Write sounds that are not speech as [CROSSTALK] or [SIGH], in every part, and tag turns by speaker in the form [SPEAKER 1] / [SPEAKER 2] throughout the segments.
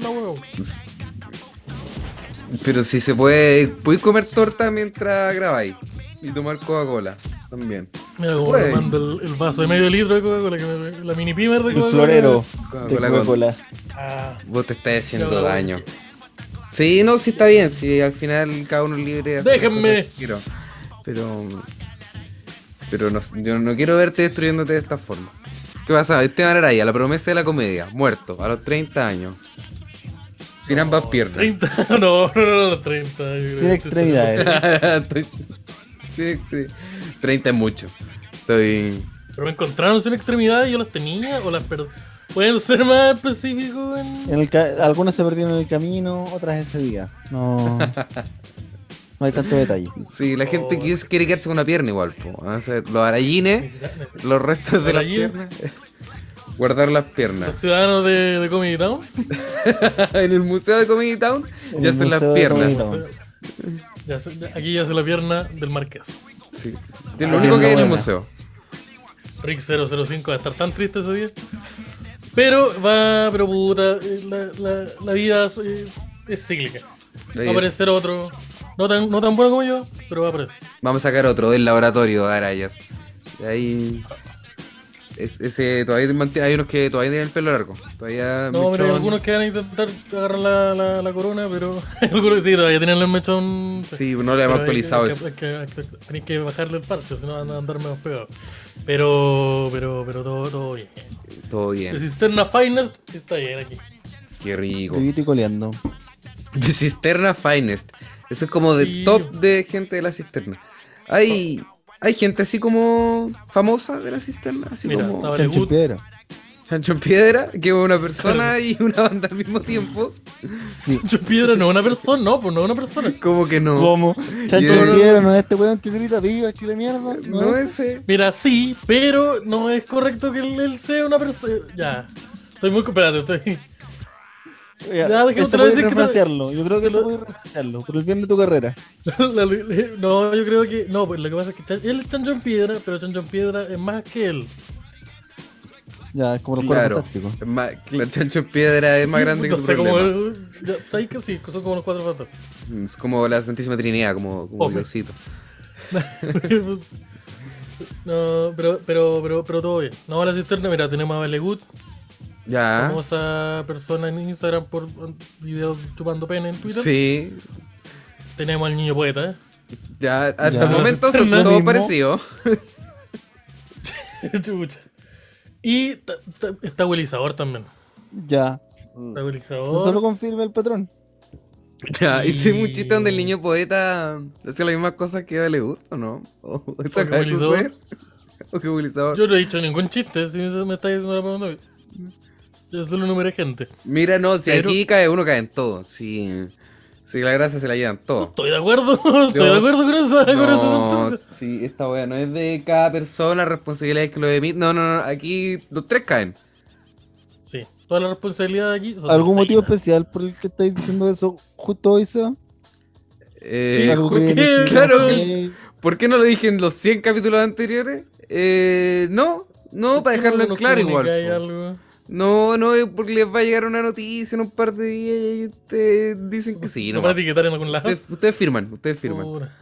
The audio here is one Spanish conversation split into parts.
[SPEAKER 1] la huevo.
[SPEAKER 2] Pero si se puede. Puedes comer torta mientras grabáis. Y tomar Coca-Cola también.
[SPEAKER 1] Mira
[SPEAKER 2] Se
[SPEAKER 1] cómo
[SPEAKER 2] puede.
[SPEAKER 1] me manda el, el vaso de medio litro de Coca-Cola, que me- la mini pimer de
[SPEAKER 3] El
[SPEAKER 1] Coca-Cola.
[SPEAKER 3] florero de
[SPEAKER 2] Coca-Cola con-
[SPEAKER 3] Coca-Cola.
[SPEAKER 1] Ah,
[SPEAKER 2] Vos te estás
[SPEAKER 1] Ya,
[SPEAKER 2] haciendo
[SPEAKER 1] la-
[SPEAKER 2] daño. Sí, no, sí está bien. Sí, al final cada uno es libre de hacer las
[SPEAKER 1] Déjenme.
[SPEAKER 2] cosas que quiero. Pero. Pero no, yo no quiero verte destruyéndote de esta forma. ¿Qué pasa? Esteban Araya, la promesa de la comedia. Muerto, a los 30 años. Sin ambas piernas.
[SPEAKER 1] 30, [LAUGHS] no, no, no, no, 30. yo creo
[SPEAKER 3] Sin
[SPEAKER 1] que-
[SPEAKER 3] extremidades.
[SPEAKER 2] [LAUGHS] Estoy- sí, sí. 30 es mucho. Estoy.
[SPEAKER 1] Pero me encontraron sin extremidades, yo las tenía o las perdí. ¿Pueden ser más específicos? en-
[SPEAKER 3] En el ca- algunas se perdieron en el camino, otras ese día. No, no hay tanto detalle.
[SPEAKER 2] Sí, la gente
[SPEAKER 1] Oh.
[SPEAKER 2] quis- quiere quedarse con una pierna igual. po. O sea, los arallines. Los restos
[SPEAKER 1] Para
[SPEAKER 2] de las
[SPEAKER 1] allí.
[SPEAKER 2] piernas. Guardar las
[SPEAKER 1] Los
[SPEAKER 2] piernas.
[SPEAKER 1] ciudadanos de, de Comedy Town.
[SPEAKER 2] [LAUGHS] en el museo de Comedy Town
[SPEAKER 3] En
[SPEAKER 2] ya
[SPEAKER 3] el
[SPEAKER 2] hacen las
[SPEAKER 3] Museo de Comedy
[SPEAKER 2] piernas.
[SPEAKER 3] Town. No.
[SPEAKER 1] Ya se- ya- aquí ya hace la pierna del Marqués.
[SPEAKER 2] Sí. Yo
[SPEAKER 3] Ah,
[SPEAKER 2] lo único que hay en el
[SPEAKER 3] buena.
[SPEAKER 2] museo.
[SPEAKER 1] Rick 005 va a estar tan triste ese día. Pero va, pero puta, eh, la, la, la vida es, eh, es cíclica.
[SPEAKER 2] Ahí
[SPEAKER 1] Va a
[SPEAKER 2] es.
[SPEAKER 1] aparecer otro, no tan, no tan bueno como yo, pero va a aparecer.
[SPEAKER 2] Vamos a sacar otro del laboratorio de Arayas. Y Ahí. es- ese, todavía mantiene- hay unos que todavía tienen el pelo largo. Todavía.
[SPEAKER 1] No, pero hay
[SPEAKER 2] mechón.
[SPEAKER 1] algunos que van a intentar agarrar la, la, la corona, pero [LAUGHS] algunos sí, todavía tienen el mechón.
[SPEAKER 2] Sí, no
[SPEAKER 1] Pero
[SPEAKER 2] le hemos
[SPEAKER 1] hay que-
[SPEAKER 2] actualizado
[SPEAKER 1] hay
[SPEAKER 2] eso.
[SPEAKER 1] que- hay que- hay que- Tenéis que bajarle el parche, si no van a andar menos pegados. Pero, pero, pero todo, todo bien.
[SPEAKER 2] Todo bien.
[SPEAKER 1] Cisterna Finest está bien aquí. [LAUGHS]
[SPEAKER 2] Qué rico.
[SPEAKER 3] Vivito y coleando.
[SPEAKER 2] [LAUGHS] De Cisterna Finest. Eso es como de
[SPEAKER 1] Sí.
[SPEAKER 2] top de gente de la cisterna. Hay, hay gente así como famosa de la cisterna, así
[SPEAKER 1] Mira,
[SPEAKER 2] como
[SPEAKER 1] estaba- Vale,
[SPEAKER 3] Chancho en
[SPEAKER 1] good.
[SPEAKER 3] piedra.
[SPEAKER 2] Chancho en Piedra, que es una persona y una banda al mismo tiempo.
[SPEAKER 3] Sí.
[SPEAKER 1] Yo piedra no es una persona, no, pues no es una persona.
[SPEAKER 2] Como que no.
[SPEAKER 3] ¿Cómo? Chancho
[SPEAKER 2] Yeah.
[SPEAKER 3] en piedra, no es este weón que grita viva, chile mierda.
[SPEAKER 2] No, eh. ese.
[SPEAKER 1] Mira, sí, pero no es correcto que él, él sea una persona. Ya. Estoy muy. Espérate, estoy. [LAUGHS]
[SPEAKER 3] Ya,
[SPEAKER 1] Ya, dejemos
[SPEAKER 3] eso
[SPEAKER 1] otra vez
[SPEAKER 3] puede
[SPEAKER 1] de que no-
[SPEAKER 3] reemplazarlo. Yo creo que eso
[SPEAKER 1] no-
[SPEAKER 3] puede reemplazarlo. Por el bien de tu carrera.
[SPEAKER 1] La Lu- no, yo creo que. No, pues lo que pasa es que Chan- él es Chancho en Piedra, pero Chancho en Piedra es más que él.
[SPEAKER 3] Ya, es como los cuatro
[SPEAKER 2] Claro.
[SPEAKER 3] fantásticos.
[SPEAKER 2] Es más- la Chancho en Piedra es más grande
[SPEAKER 1] [LAUGHS]
[SPEAKER 2] que
[SPEAKER 1] no
[SPEAKER 2] tu
[SPEAKER 1] sé cómo.
[SPEAKER 2] problema.
[SPEAKER 1] eh, ya, ¿Sabes que sí? Son como los cuatro patos.
[SPEAKER 2] Es como la Santísima Trinidad, como, como
[SPEAKER 1] Hombre.
[SPEAKER 2] Diosito.
[SPEAKER 1] [LAUGHS] no, pero, pero, pero, pero todo bien. No, la cisterna, mira, tenemos a Vale Good,
[SPEAKER 2] Ya.
[SPEAKER 1] famosa persona en Instagram por eh, videos chupando pene en Twitter.
[SPEAKER 2] Sí.
[SPEAKER 1] Tenemos al niño poeta,
[SPEAKER 2] Ya, hasta
[SPEAKER 3] Ya.
[SPEAKER 2] el momento son
[SPEAKER 1] Cisterna.
[SPEAKER 2] todos
[SPEAKER 3] Mismo.
[SPEAKER 2] parecidos.
[SPEAKER 1] ¿eh? [LAUGHS] Chucha. Y ta- ta- está Willy Sabor también.
[SPEAKER 3] Ya.
[SPEAKER 1] Está Willy
[SPEAKER 3] Eso solo
[SPEAKER 1] Sabor.
[SPEAKER 3] confirma el patrón.
[SPEAKER 2] [LAUGHS] Ya, hice
[SPEAKER 1] Y-
[SPEAKER 2] un chiste donde el niño poeta hace las mismas cosas que a le gusta, ¿no? O [LAUGHS] o esa
[SPEAKER 1] que
[SPEAKER 2] cosa de
[SPEAKER 1] Willy
[SPEAKER 2] suceder. [LAUGHS] O que utilizaba.
[SPEAKER 1] Yo no he dicho ningún chiste, si me está diciendo la pregunta. Yo solo numeré gente.
[SPEAKER 2] Mira, no, si
[SPEAKER 1] Pero-
[SPEAKER 2] aquí cae uno, cae en todo. Si, si la grasa se la llevan
[SPEAKER 1] [LAUGHS]
[SPEAKER 2] todos.
[SPEAKER 1] Estoy de acuerdo, estoy de acuerdo con eso, [LAUGHS] con eso
[SPEAKER 2] No,
[SPEAKER 1] entonces.
[SPEAKER 2] sí, esta wea no es de cada persona, responsabilidad es que lo emite. No, no, no, aquí los tres caen.
[SPEAKER 1] Sí, toda la responsabilidad de aquí. son
[SPEAKER 3] ¿Algún
[SPEAKER 1] de
[SPEAKER 3] motivo
[SPEAKER 1] Seina.
[SPEAKER 3] especial por el que estáis diciendo eso justo hoy, Seba?
[SPEAKER 2] Eh,
[SPEAKER 3] ¿Algo
[SPEAKER 2] ¿por
[SPEAKER 3] que
[SPEAKER 2] qué? [LAUGHS]
[SPEAKER 3] decimos,
[SPEAKER 2] Claro,
[SPEAKER 3] eh,
[SPEAKER 2] ¿por qué no lo dije en los 100 capítulos anteriores? Eh, no, no, para dejarlo en
[SPEAKER 1] Nos
[SPEAKER 2] claro
[SPEAKER 1] comunica
[SPEAKER 2] igual.
[SPEAKER 1] ahí
[SPEAKER 2] po.
[SPEAKER 1] algo.
[SPEAKER 2] No, no, es porque les va a llegar una noticia en un par de días y ahí ustedes dicen que sí, Oh.
[SPEAKER 1] ¿No
[SPEAKER 2] no.
[SPEAKER 1] van a etiquetar en algún lado?
[SPEAKER 2] Ustedes, ustedes firman, ustedes firman.
[SPEAKER 1] Puta.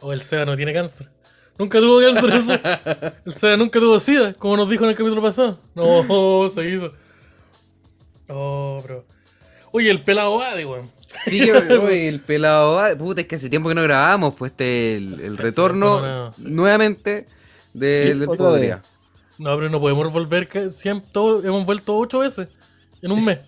[SPEAKER 1] O el SEA no tiene cáncer. Nunca tuvo cáncer el SEA. El SEA nunca tuvo SIDA, como nos dijo en el capítulo pasado. No, [LAUGHS] se hizo. No, bro. Oye, el pelado Adi, weón.
[SPEAKER 2] Sí, [LAUGHS] que oye, el pelado. va- Puta, es que hace tiempo que no grabamos, pues este el, el retorno
[SPEAKER 1] no, sí.
[SPEAKER 2] nuevamente del
[SPEAKER 3] Sí,
[SPEAKER 2] del
[SPEAKER 3] otra vez.
[SPEAKER 2] Podría.
[SPEAKER 1] No, pero no podemos volver. ca- Siempre, todos- hemos vuelto ocho veces en un mes.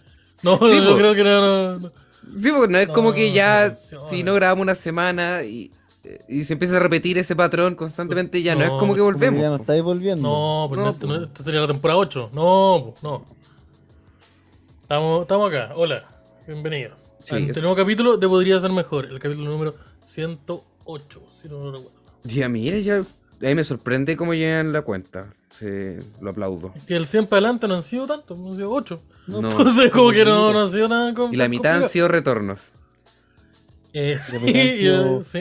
[SPEAKER 1] No,
[SPEAKER 2] Sí,
[SPEAKER 1] yo
[SPEAKER 2] po.
[SPEAKER 1] creo que no. no, no.
[SPEAKER 2] Sí, porque no es
[SPEAKER 1] No,
[SPEAKER 2] como que ya
[SPEAKER 1] canciones.
[SPEAKER 2] si no grabamos una semana y, eh, y se empieza a repetir ese patrón constantemente, ya no, es
[SPEAKER 1] No,
[SPEAKER 2] como que
[SPEAKER 3] como que
[SPEAKER 2] volvemos.
[SPEAKER 3] Ya no
[SPEAKER 2] po.
[SPEAKER 3] estáis volviendo.
[SPEAKER 1] No, pues
[SPEAKER 2] No,
[SPEAKER 1] no, esto,
[SPEAKER 2] pues.
[SPEAKER 1] no, esto sería la temporada 8. No, pues no. Estamos, estamos acá. Hola, bienvenidos.
[SPEAKER 2] Sí,
[SPEAKER 1] Al
[SPEAKER 2] es-
[SPEAKER 1] nuevo capítulo de Podría Ser Mejor, el capítulo número 108, si no lo recuerdo.
[SPEAKER 2] Ya, mira, ya. Ahí me sorprende cómo llegan la cuenta. Sí, lo aplaudo.
[SPEAKER 1] Es que el 100 para adelante no han sido tantos, no han sido 8.
[SPEAKER 2] No.
[SPEAKER 1] [LAUGHS] Entonces, como que no, no han sido nada con.
[SPEAKER 2] Y la mitad han sido retornos.
[SPEAKER 1] Eh,
[SPEAKER 3] La
[SPEAKER 1] [LAUGHS] sí,
[SPEAKER 3] mitad han sido
[SPEAKER 1] eh, sí.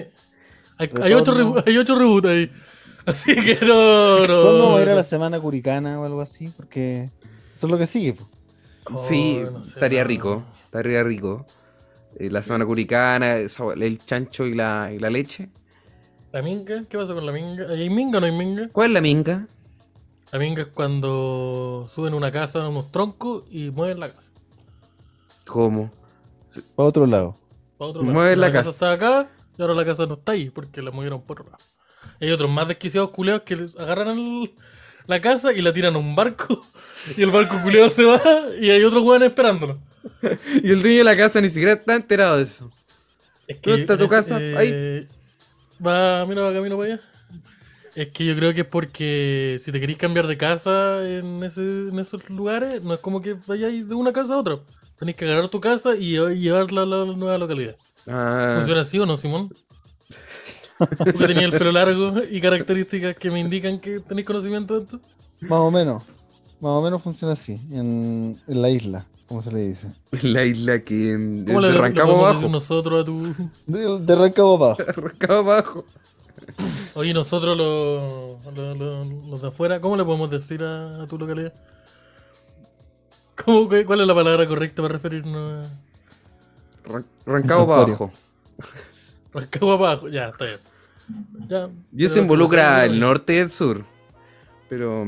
[SPEAKER 1] Hay, hay, ocho
[SPEAKER 3] retorno.
[SPEAKER 1] rebu- hay ocho reboots ahí. [LAUGHS] Así que no, no.
[SPEAKER 3] ¿Cuándo va a ir a
[SPEAKER 1] no.
[SPEAKER 3] la semana curicana o algo así? Porque eso es lo que sigue. po.
[SPEAKER 2] sí,
[SPEAKER 1] no sé,
[SPEAKER 2] estaría
[SPEAKER 1] no.
[SPEAKER 2] rico. Estaría rico. Eh, la semana curicana, esa hue- el chancho y la, y la leche.
[SPEAKER 1] ¿La minga? ¿Qué pasa con la minga? ¿Hay minga o no hay minga?
[SPEAKER 2] ¿Cuál es la minga?
[SPEAKER 1] La minga es cuando suben una casa a unos troncos y mueven la casa.
[SPEAKER 2] ¿Cómo?
[SPEAKER 3] Para otro lado.
[SPEAKER 1] pa' otro lado.
[SPEAKER 2] Mueven la casa.
[SPEAKER 1] está acá y ahora la casa no está ahí porque la movieron por otro lado. Y hay otros más desquiciados culeos que les agarran el- la casa y la tiran a un barco [LAUGHS] y el barco culeo se va y hay otros hueones esperándolo.
[SPEAKER 2] [LAUGHS] Y el dueño de la casa ni siquiera está enterado de eso.
[SPEAKER 1] Es que
[SPEAKER 2] ¿Dónde está tu
[SPEAKER 1] en ese-
[SPEAKER 2] casa?
[SPEAKER 1] eh, Va, mira, va camino para allá. Es que yo creo que es porque si te querís cambiar de casa en, ese, en esos lugares, no es como que vayáis de una casa a otra. Tenés que agarrar tu casa y lle- llevarla a la nueva localidad.
[SPEAKER 2] Ah,
[SPEAKER 1] ¿Funciona así o no, Simón? Porque tenía el pelo largo y características que me indican que tenéis conocimiento de esto.
[SPEAKER 3] Más o menos. Más o menos funciona así. En, en la isla, como se le dice.
[SPEAKER 2] [LAUGHS] la isla que en,
[SPEAKER 1] ¿Cómo le,
[SPEAKER 2] de
[SPEAKER 1] le
[SPEAKER 2] Rancagua
[SPEAKER 1] podemos decir
[SPEAKER 2] abajo.
[SPEAKER 1] nosotros a tu...
[SPEAKER 3] De, de Rancagua para abajo.
[SPEAKER 2] Rancagua abajo.
[SPEAKER 1] Oye, nosotros los, los, los- los de afuera, ¿cómo le podemos decir a, a tu localidad? ¿Cómo, cu- ¿Cuál es la palabra correcta para referirnos a
[SPEAKER 2] Ran- Rancagua para
[SPEAKER 3] santuario.
[SPEAKER 2] abajo.
[SPEAKER 1] Rancagua abajo? Ya, está bien. Ya,
[SPEAKER 2] Y
[SPEAKER 1] pero
[SPEAKER 2] eso
[SPEAKER 1] si
[SPEAKER 2] involucra
[SPEAKER 1] nosotros-
[SPEAKER 2] el norte y el sur. Pero,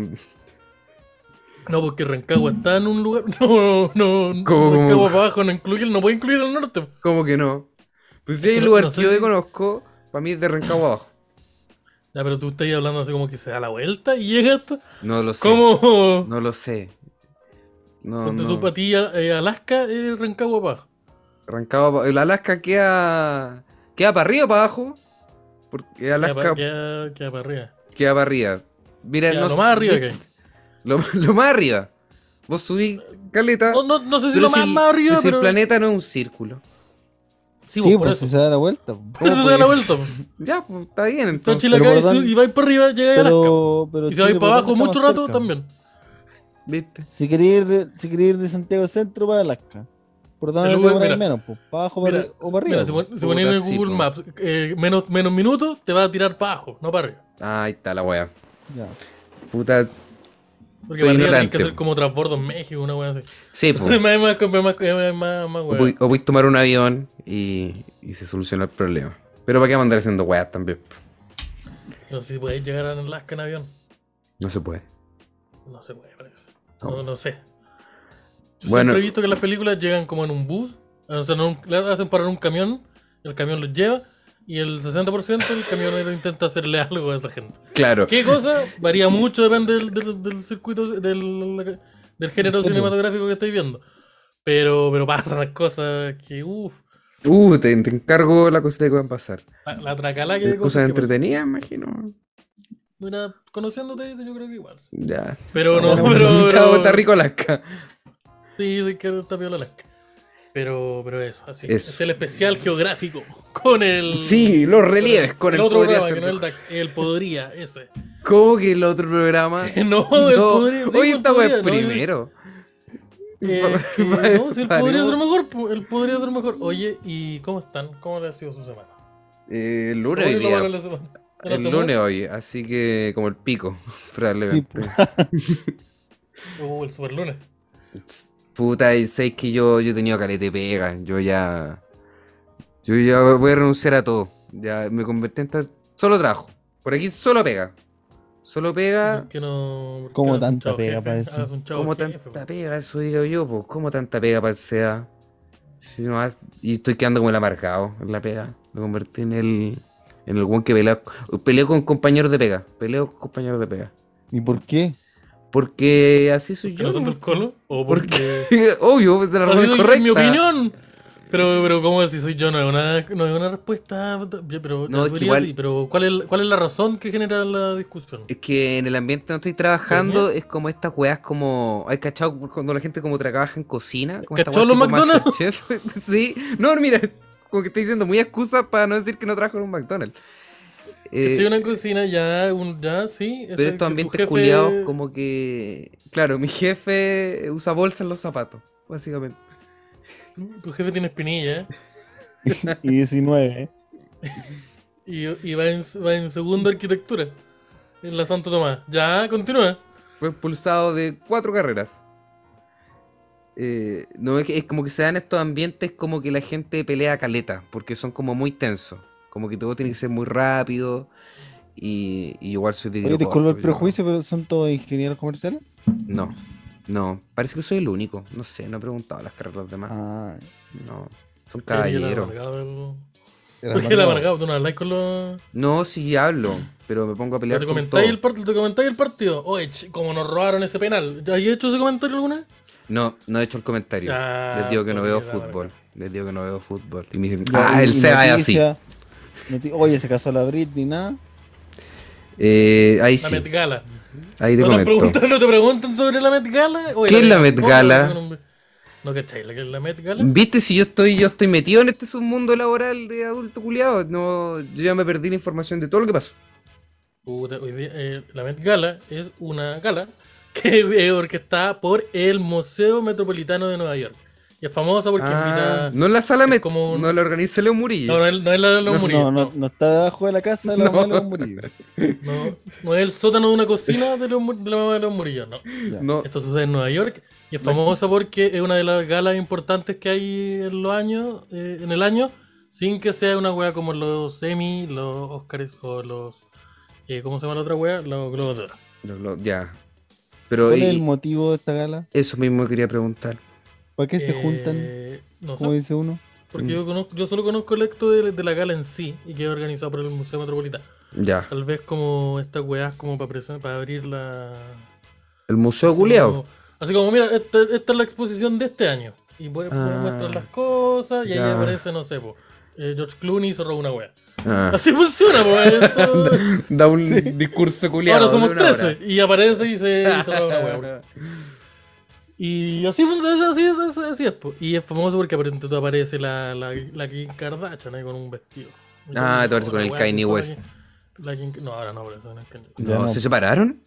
[SPEAKER 2] [LAUGHS]
[SPEAKER 1] No, porque Rancagua está en un lugar. [LAUGHS] No, no, no.
[SPEAKER 2] ¿Cómo, cómo?
[SPEAKER 1] Rancagua abajo no incluye, no puede incluir el norte.
[SPEAKER 2] ¿cómo que no? Pues si
[SPEAKER 1] Es que
[SPEAKER 2] hay un
[SPEAKER 1] no-
[SPEAKER 2] lugar
[SPEAKER 1] no sé
[SPEAKER 2] que yo
[SPEAKER 1] si-
[SPEAKER 2] conozco, para mí es de Rancagua abajo.
[SPEAKER 1] Ya, pero tú estás hablando así como que se da la vuelta y llega hasta.
[SPEAKER 2] No lo sé.
[SPEAKER 1] ¿Cómo?
[SPEAKER 2] No lo sé. No,
[SPEAKER 1] Ponte
[SPEAKER 2] no.
[SPEAKER 1] tú para ti, eh, Alaska, es Rancagua abajo.
[SPEAKER 2] Rancagua, pa- el Alaska queda queda para arriba o para abajo. Porque
[SPEAKER 1] Queda
[SPEAKER 2] Alaska
[SPEAKER 1] para
[SPEAKER 2] queda,
[SPEAKER 1] arriba.
[SPEAKER 2] para arriba. Mira,
[SPEAKER 1] Queda
[SPEAKER 2] no
[SPEAKER 1] lo
[SPEAKER 2] sé-
[SPEAKER 1] más arriba que hay.
[SPEAKER 2] Lo, lo más arriba. Vos subís caleta.
[SPEAKER 1] No, no, no sé si
[SPEAKER 2] pero
[SPEAKER 1] lo más,
[SPEAKER 2] si-
[SPEAKER 1] más arriba,
[SPEAKER 2] pero si
[SPEAKER 1] pero.
[SPEAKER 2] el planeta no es un círculo.
[SPEAKER 1] Sí,
[SPEAKER 3] Sí,
[SPEAKER 1] pues, por
[SPEAKER 3] pues
[SPEAKER 1] eso.
[SPEAKER 3] si se da la vuelta. po.
[SPEAKER 1] Por eso
[SPEAKER 2] ¿Cómo
[SPEAKER 1] se da la
[SPEAKER 2] puedes?
[SPEAKER 1] vuelta. po.
[SPEAKER 2] Ya, pues, está bien
[SPEAKER 1] Entonces
[SPEAKER 2] entonces.
[SPEAKER 1] Chile acá
[SPEAKER 3] pero
[SPEAKER 1] y
[SPEAKER 3] por
[SPEAKER 1] si-
[SPEAKER 3] dónde-
[SPEAKER 1] y vais para arriba, llegáis a Alaska.
[SPEAKER 3] Pero, pero
[SPEAKER 1] Y si
[SPEAKER 3] Chile,
[SPEAKER 1] vais
[SPEAKER 3] ¿por
[SPEAKER 1] para abajo
[SPEAKER 3] dónde está
[SPEAKER 1] mucho
[SPEAKER 3] más
[SPEAKER 1] rato,
[SPEAKER 3] cerca?
[SPEAKER 1] también.
[SPEAKER 2] ¿Viste?
[SPEAKER 3] Si quería ir de, si quería ir de Santiago Centro para Alaska. Por
[SPEAKER 1] El
[SPEAKER 3] donde te
[SPEAKER 1] lugar,
[SPEAKER 3] demoráis
[SPEAKER 1] mira.
[SPEAKER 3] menos, pues. Para abajo para
[SPEAKER 1] Mira,
[SPEAKER 3] arri- o para
[SPEAKER 1] mira,
[SPEAKER 3] arriba.
[SPEAKER 1] si
[SPEAKER 3] po.
[SPEAKER 1] pon- si ponéis en el
[SPEAKER 2] Puta, sí,
[SPEAKER 1] Google
[SPEAKER 2] po.
[SPEAKER 1] Maps eh, menos, menos minutos, te va a tirar para abajo, no para arriba.
[SPEAKER 2] Ahí está la wea.
[SPEAKER 3] Ya.
[SPEAKER 2] Puta.
[SPEAKER 1] Porque para arriba
[SPEAKER 2] Soy
[SPEAKER 1] tienes
[SPEAKER 2] ignorante,
[SPEAKER 1] que hacer
[SPEAKER 2] po.
[SPEAKER 1] como transbordo en México, una wea así. [LAUGHS]
[SPEAKER 2] Sí, pues.
[SPEAKER 1] Entonces, más, más, más, más, más, más, más
[SPEAKER 2] O
[SPEAKER 1] wea.
[SPEAKER 2] voy, o voy a tomar un avión y, y se soluciona el problema. Pero para qué vamos a andar haciendo weas también. po?
[SPEAKER 1] No sé si podéis llegar a Alaska en avión.
[SPEAKER 2] No se puede.
[SPEAKER 1] No se puede, parece.
[SPEAKER 2] ¿Cómo?
[SPEAKER 1] No, no sé. Yo
[SPEAKER 2] Bueno.
[SPEAKER 1] siempre he visto que las películas llegan como en un bus, o sea, en un- le hacen parar un camión, el camión los lleva y el 60% el camionero intenta hacerle algo a esa gente.
[SPEAKER 2] Claro.
[SPEAKER 1] ¿Qué cosa? Varía mucho, depende del, del- del circuito, del, del género
[SPEAKER 3] Sí, pues.
[SPEAKER 1] cinematográfico que estáis viendo. Pero, pero pasan las cosas que, uff,
[SPEAKER 2] Uh, te, te encargo la cosita que van a pasar.
[SPEAKER 1] la, la tracala que
[SPEAKER 2] Eh,
[SPEAKER 1] hay
[SPEAKER 2] Cosas
[SPEAKER 1] que pasan.
[SPEAKER 2] entretenidas, imagino.
[SPEAKER 1] Mira, conociéndote, yo creo que igual. sí.
[SPEAKER 2] Ya.
[SPEAKER 1] Pero no,
[SPEAKER 2] Está-
[SPEAKER 1] pero.
[SPEAKER 2] está,
[SPEAKER 1] pero-
[SPEAKER 2] está rico Alaska.
[SPEAKER 1] Sí, sí, que está piola Alaska. Pero, pero eso, así.
[SPEAKER 2] Eso.
[SPEAKER 1] Es el especial geográfico [LAUGHS] con el.
[SPEAKER 2] Sí, los relieves con el,
[SPEAKER 1] otro
[SPEAKER 2] podría
[SPEAKER 1] programa,
[SPEAKER 2] ser
[SPEAKER 1] que no el
[SPEAKER 2] mejor.
[SPEAKER 1] DAX, el podría, ese.
[SPEAKER 2] [LAUGHS]
[SPEAKER 1] [LAUGHS]
[SPEAKER 2] ¿Cómo que el otro programa?
[SPEAKER 1] No, el
[SPEAKER 2] No,
[SPEAKER 1] podría. sí,
[SPEAKER 2] hoy
[SPEAKER 1] el
[SPEAKER 2] estamos
[SPEAKER 1] podría,
[SPEAKER 2] en
[SPEAKER 1] no, yo-
[SPEAKER 2] primero. [LAUGHS]
[SPEAKER 1] Eh,
[SPEAKER 2] Pa-
[SPEAKER 1] que
[SPEAKER 2] pa-
[SPEAKER 1] no, si él
[SPEAKER 2] paremos.
[SPEAKER 1] podría ser mejor, po- él podría ser mejor. Oye, ¿y cómo están? ¿Cómo le ha sido su semana?
[SPEAKER 2] Eh, el
[SPEAKER 1] ¿Cómo
[SPEAKER 2] lunes hoy
[SPEAKER 1] le
[SPEAKER 2] día.
[SPEAKER 1] va la semana? ¿La
[SPEAKER 2] El
[SPEAKER 1] semana?
[SPEAKER 2] lunes hoy, así que como el pico, [LAUGHS]
[SPEAKER 3] Sí,
[SPEAKER 2] probablemente.
[SPEAKER 3] pues.
[SPEAKER 1] Uh, el super lunes.
[SPEAKER 2] Puta, y sabes que yo, yo he tenido caleta de pega. Yo ya. Yo ya voy a renunciar a todo. Ya me convertí en. esta- Solo trabajo. Por aquí solo pega. Solo pega.
[SPEAKER 1] Que no, que
[SPEAKER 3] ¿Cómo
[SPEAKER 1] hagas un
[SPEAKER 3] tanta
[SPEAKER 1] chavo
[SPEAKER 3] pega
[SPEAKER 1] jefe,
[SPEAKER 3] para eso?
[SPEAKER 1] hagas un chavo
[SPEAKER 2] Ah. ¿Cómo
[SPEAKER 1] jefe,
[SPEAKER 2] tanta pega? Eso digo yo, pues. ¿Cómo tanta pega para el SEA? Si no has- y estoy quedando como el amargado en la pega. Me convertí en el. En el buen que pelea. Peleo con compañeros de pega. Peleo con compañeros de pega.
[SPEAKER 3] ¿Y por qué?
[SPEAKER 2] Porque así soy
[SPEAKER 1] ¿Que
[SPEAKER 2] yo.
[SPEAKER 1] no son del colo? ¿O
[SPEAKER 2] ¿Por
[SPEAKER 1] porque.?
[SPEAKER 2] [LAUGHS] Obvio, es de la
[SPEAKER 1] Así
[SPEAKER 2] razón
[SPEAKER 1] soy-
[SPEAKER 2] correcta.
[SPEAKER 1] mi opinión. Pero, pero ¿cómo si soy yo? No es una, no es una respuesta. Pero,
[SPEAKER 2] No, es que
[SPEAKER 1] debería
[SPEAKER 2] igual-
[SPEAKER 1] sí, pero ¿cuál, es, ¿cuál es la razón que genera la discusión?
[SPEAKER 2] Es que en el ambiente donde estoy trabajando es como estas weas como. ¿Hay cachado cuando la gente como trabaja en cocina? Como esta
[SPEAKER 1] ¿Cachado
[SPEAKER 2] wea
[SPEAKER 1] los
[SPEAKER 2] tipo
[SPEAKER 1] McDonald's?
[SPEAKER 2] Masterchef. [LAUGHS] sí. No, mira, como que estoy diciendo muy excusa para no decir que no trabajo en un McDonald's. Eh,
[SPEAKER 1] Si una cocina ya, un, ya sí. ese
[SPEAKER 2] pero
[SPEAKER 1] que tu
[SPEAKER 2] estos ambientes
[SPEAKER 1] jefe-
[SPEAKER 2] culiados como que. Claro, mi jefe usa bolsa en los zapatos, básicamente.
[SPEAKER 1] Tu jefe tiene espinilla. ¿eh?
[SPEAKER 3] Y 19, ¿eh?
[SPEAKER 1] Y, y va, en, va en segunda arquitectura. En la Santo Tomás. Ya, continúa.
[SPEAKER 2] Fue expulsado de cuatro carreras. eh, no es, que- es como que se dan estos ambientes como que la gente pelea caleta, porque son como muy tensos. Como que todo tiene que ser muy rápido. Y, y igual soy de
[SPEAKER 3] Oye,
[SPEAKER 2] grupo
[SPEAKER 3] disculpa el
[SPEAKER 2] alto, yo no-
[SPEAKER 3] prejuicio, pero ¿son todos ingenieros comerciales?
[SPEAKER 2] No, no. Parece que soy el único. No sé, no he preguntado a las carreras de los demás.
[SPEAKER 3] Ah,
[SPEAKER 2] No. Son
[SPEAKER 1] Caballero.
[SPEAKER 2] caballeros.
[SPEAKER 1] ¿Por
[SPEAKER 3] era
[SPEAKER 1] qué la
[SPEAKER 3] amargado.
[SPEAKER 1] amargado? ¿Tú no hablas con los.?
[SPEAKER 2] No, sí hablo, pero me pongo
[SPEAKER 1] Mm. ¿Te
[SPEAKER 2] a pelear con todo.
[SPEAKER 1] comentáis el, part- te comentáis el partido? Oye, chi- como nos robaron ese penal. ¿Ya ¿Has hecho ese comentario alguna vez?
[SPEAKER 2] No, no he hecho el comentario.
[SPEAKER 1] Ah,
[SPEAKER 2] Les digo que no
[SPEAKER 1] porque
[SPEAKER 2] veo
[SPEAKER 1] la
[SPEAKER 2] fútbol.
[SPEAKER 1] verdad.
[SPEAKER 2] Les digo que no veo fútbol. Y me dicen,
[SPEAKER 3] Ya,
[SPEAKER 2] ah,
[SPEAKER 3] y-
[SPEAKER 2] el
[SPEAKER 3] y
[SPEAKER 2] Seba es así.
[SPEAKER 3] noticia- noti- Oye, se casó la Britney, nada.
[SPEAKER 2] Eh, ahí
[SPEAKER 1] La
[SPEAKER 2] sí,
[SPEAKER 1] Met Gala.
[SPEAKER 2] ahí te
[SPEAKER 1] No, las
[SPEAKER 2] comento.
[SPEAKER 1] preguntas no te preguntan sobre la Met Gala. Oye,
[SPEAKER 2] ¿Qué es la Met
[SPEAKER 1] ¿cómo
[SPEAKER 2] Gala?
[SPEAKER 1] se llama? ¿No cacháis la que es la Met Gala?
[SPEAKER 2] ¿Viste si yo estoy, yo estoy metido en este submundo laboral de adulto culiado? No, yo ya me perdí la información de todo lo que pasó.
[SPEAKER 1] Puta, hoy día, eh, la Met Gala es una gala que [LAUGHS] es orquestada por el Museo Metropolitano de Nueva York. Y es famosa porque
[SPEAKER 2] Ah,
[SPEAKER 1] invita.
[SPEAKER 2] no en la sala
[SPEAKER 1] es
[SPEAKER 2] Met,
[SPEAKER 1] como un-
[SPEAKER 2] no la organiza Leo Murillo.
[SPEAKER 1] No, no es, no es la de los Murillo,
[SPEAKER 3] No, no, no está debajo de la casa de la
[SPEAKER 2] [LAUGHS] No.
[SPEAKER 3] mamá de los Murillo.
[SPEAKER 1] no. No- no es el sótano de una cocina de, los Mur- de la mamá de los Murillo, no.
[SPEAKER 3] Ya.
[SPEAKER 2] No,
[SPEAKER 1] Esto sucede en Nueva York y es famosa porque es una de las galas importantes que hay en los años, eh, en el año, sin que sea una wea como los Emmy, los Oscars o los. eh, ¿Cómo se llama la otra wea? Los Globos de Oro.
[SPEAKER 2] no, no, ya. Pero
[SPEAKER 3] ¿Cuál es
[SPEAKER 2] y-
[SPEAKER 3] el motivo de esta gala?
[SPEAKER 2] eso mismo quería preguntar.
[SPEAKER 3] ¿Para qué se
[SPEAKER 1] Eh,
[SPEAKER 3] juntan?
[SPEAKER 1] No sé.
[SPEAKER 3] Como dice uno.
[SPEAKER 1] Porque
[SPEAKER 2] Mm.
[SPEAKER 1] yo, conozco- yo solo conozco el acto de, de la gala en sí y que es organizado por el Museo Metropolitano.
[SPEAKER 2] Ya.
[SPEAKER 1] Tal vez como estas weas como para, presen- para abrir la...
[SPEAKER 2] El museo
[SPEAKER 1] así [LAUGHS]
[SPEAKER 2] culiado.
[SPEAKER 1] como- Así como, mira, esta, esta es la exposición de este año. Y voy
[SPEAKER 2] Ah.
[SPEAKER 1] mostrar las cosas y ahí
[SPEAKER 2] Ya.
[SPEAKER 1] aparece, no sé, po, eh, George Clooney se robó una wea.
[SPEAKER 2] Ah.
[SPEAKER 1] Así funciona,
[SPEAKER 2] [LAUGHS]
[SPEAKER 1] po, eh, esto-
[SPEAKER 2] Da un discurso culiado.
[SPEAKER 1] Ahora somos 13 y aparece y se, y se roba una
[SPEAKER 2] [LAUGHS]
[SPEAKER 1] wea. po. Y así funciona, así es, así es, así es, po. Y es famoso porque aparente tú aparece la, la, la Kim Kardashian ahí con un vestido.
[SPEAKER 2] Ah, te
[SPEAKER 1] Con-
[SPEAKER 2] aparece con
[SPEAKER 1] la
[SPEAKER 2] el
[SPEAKER 1] wea
[SPEAKER 2] Kanye
[SPEAKER 1] que usa
[SPEAKER 2] West.
[SPEAKER 1] la Kim- la Kim- no, ahora no, pero eso no es Kanye.
[SPEAKER 3] Ya
[SPEAKER 2] No,
[SPEAKER 3] no.
[SPEAKER 2] ¿Se separaron?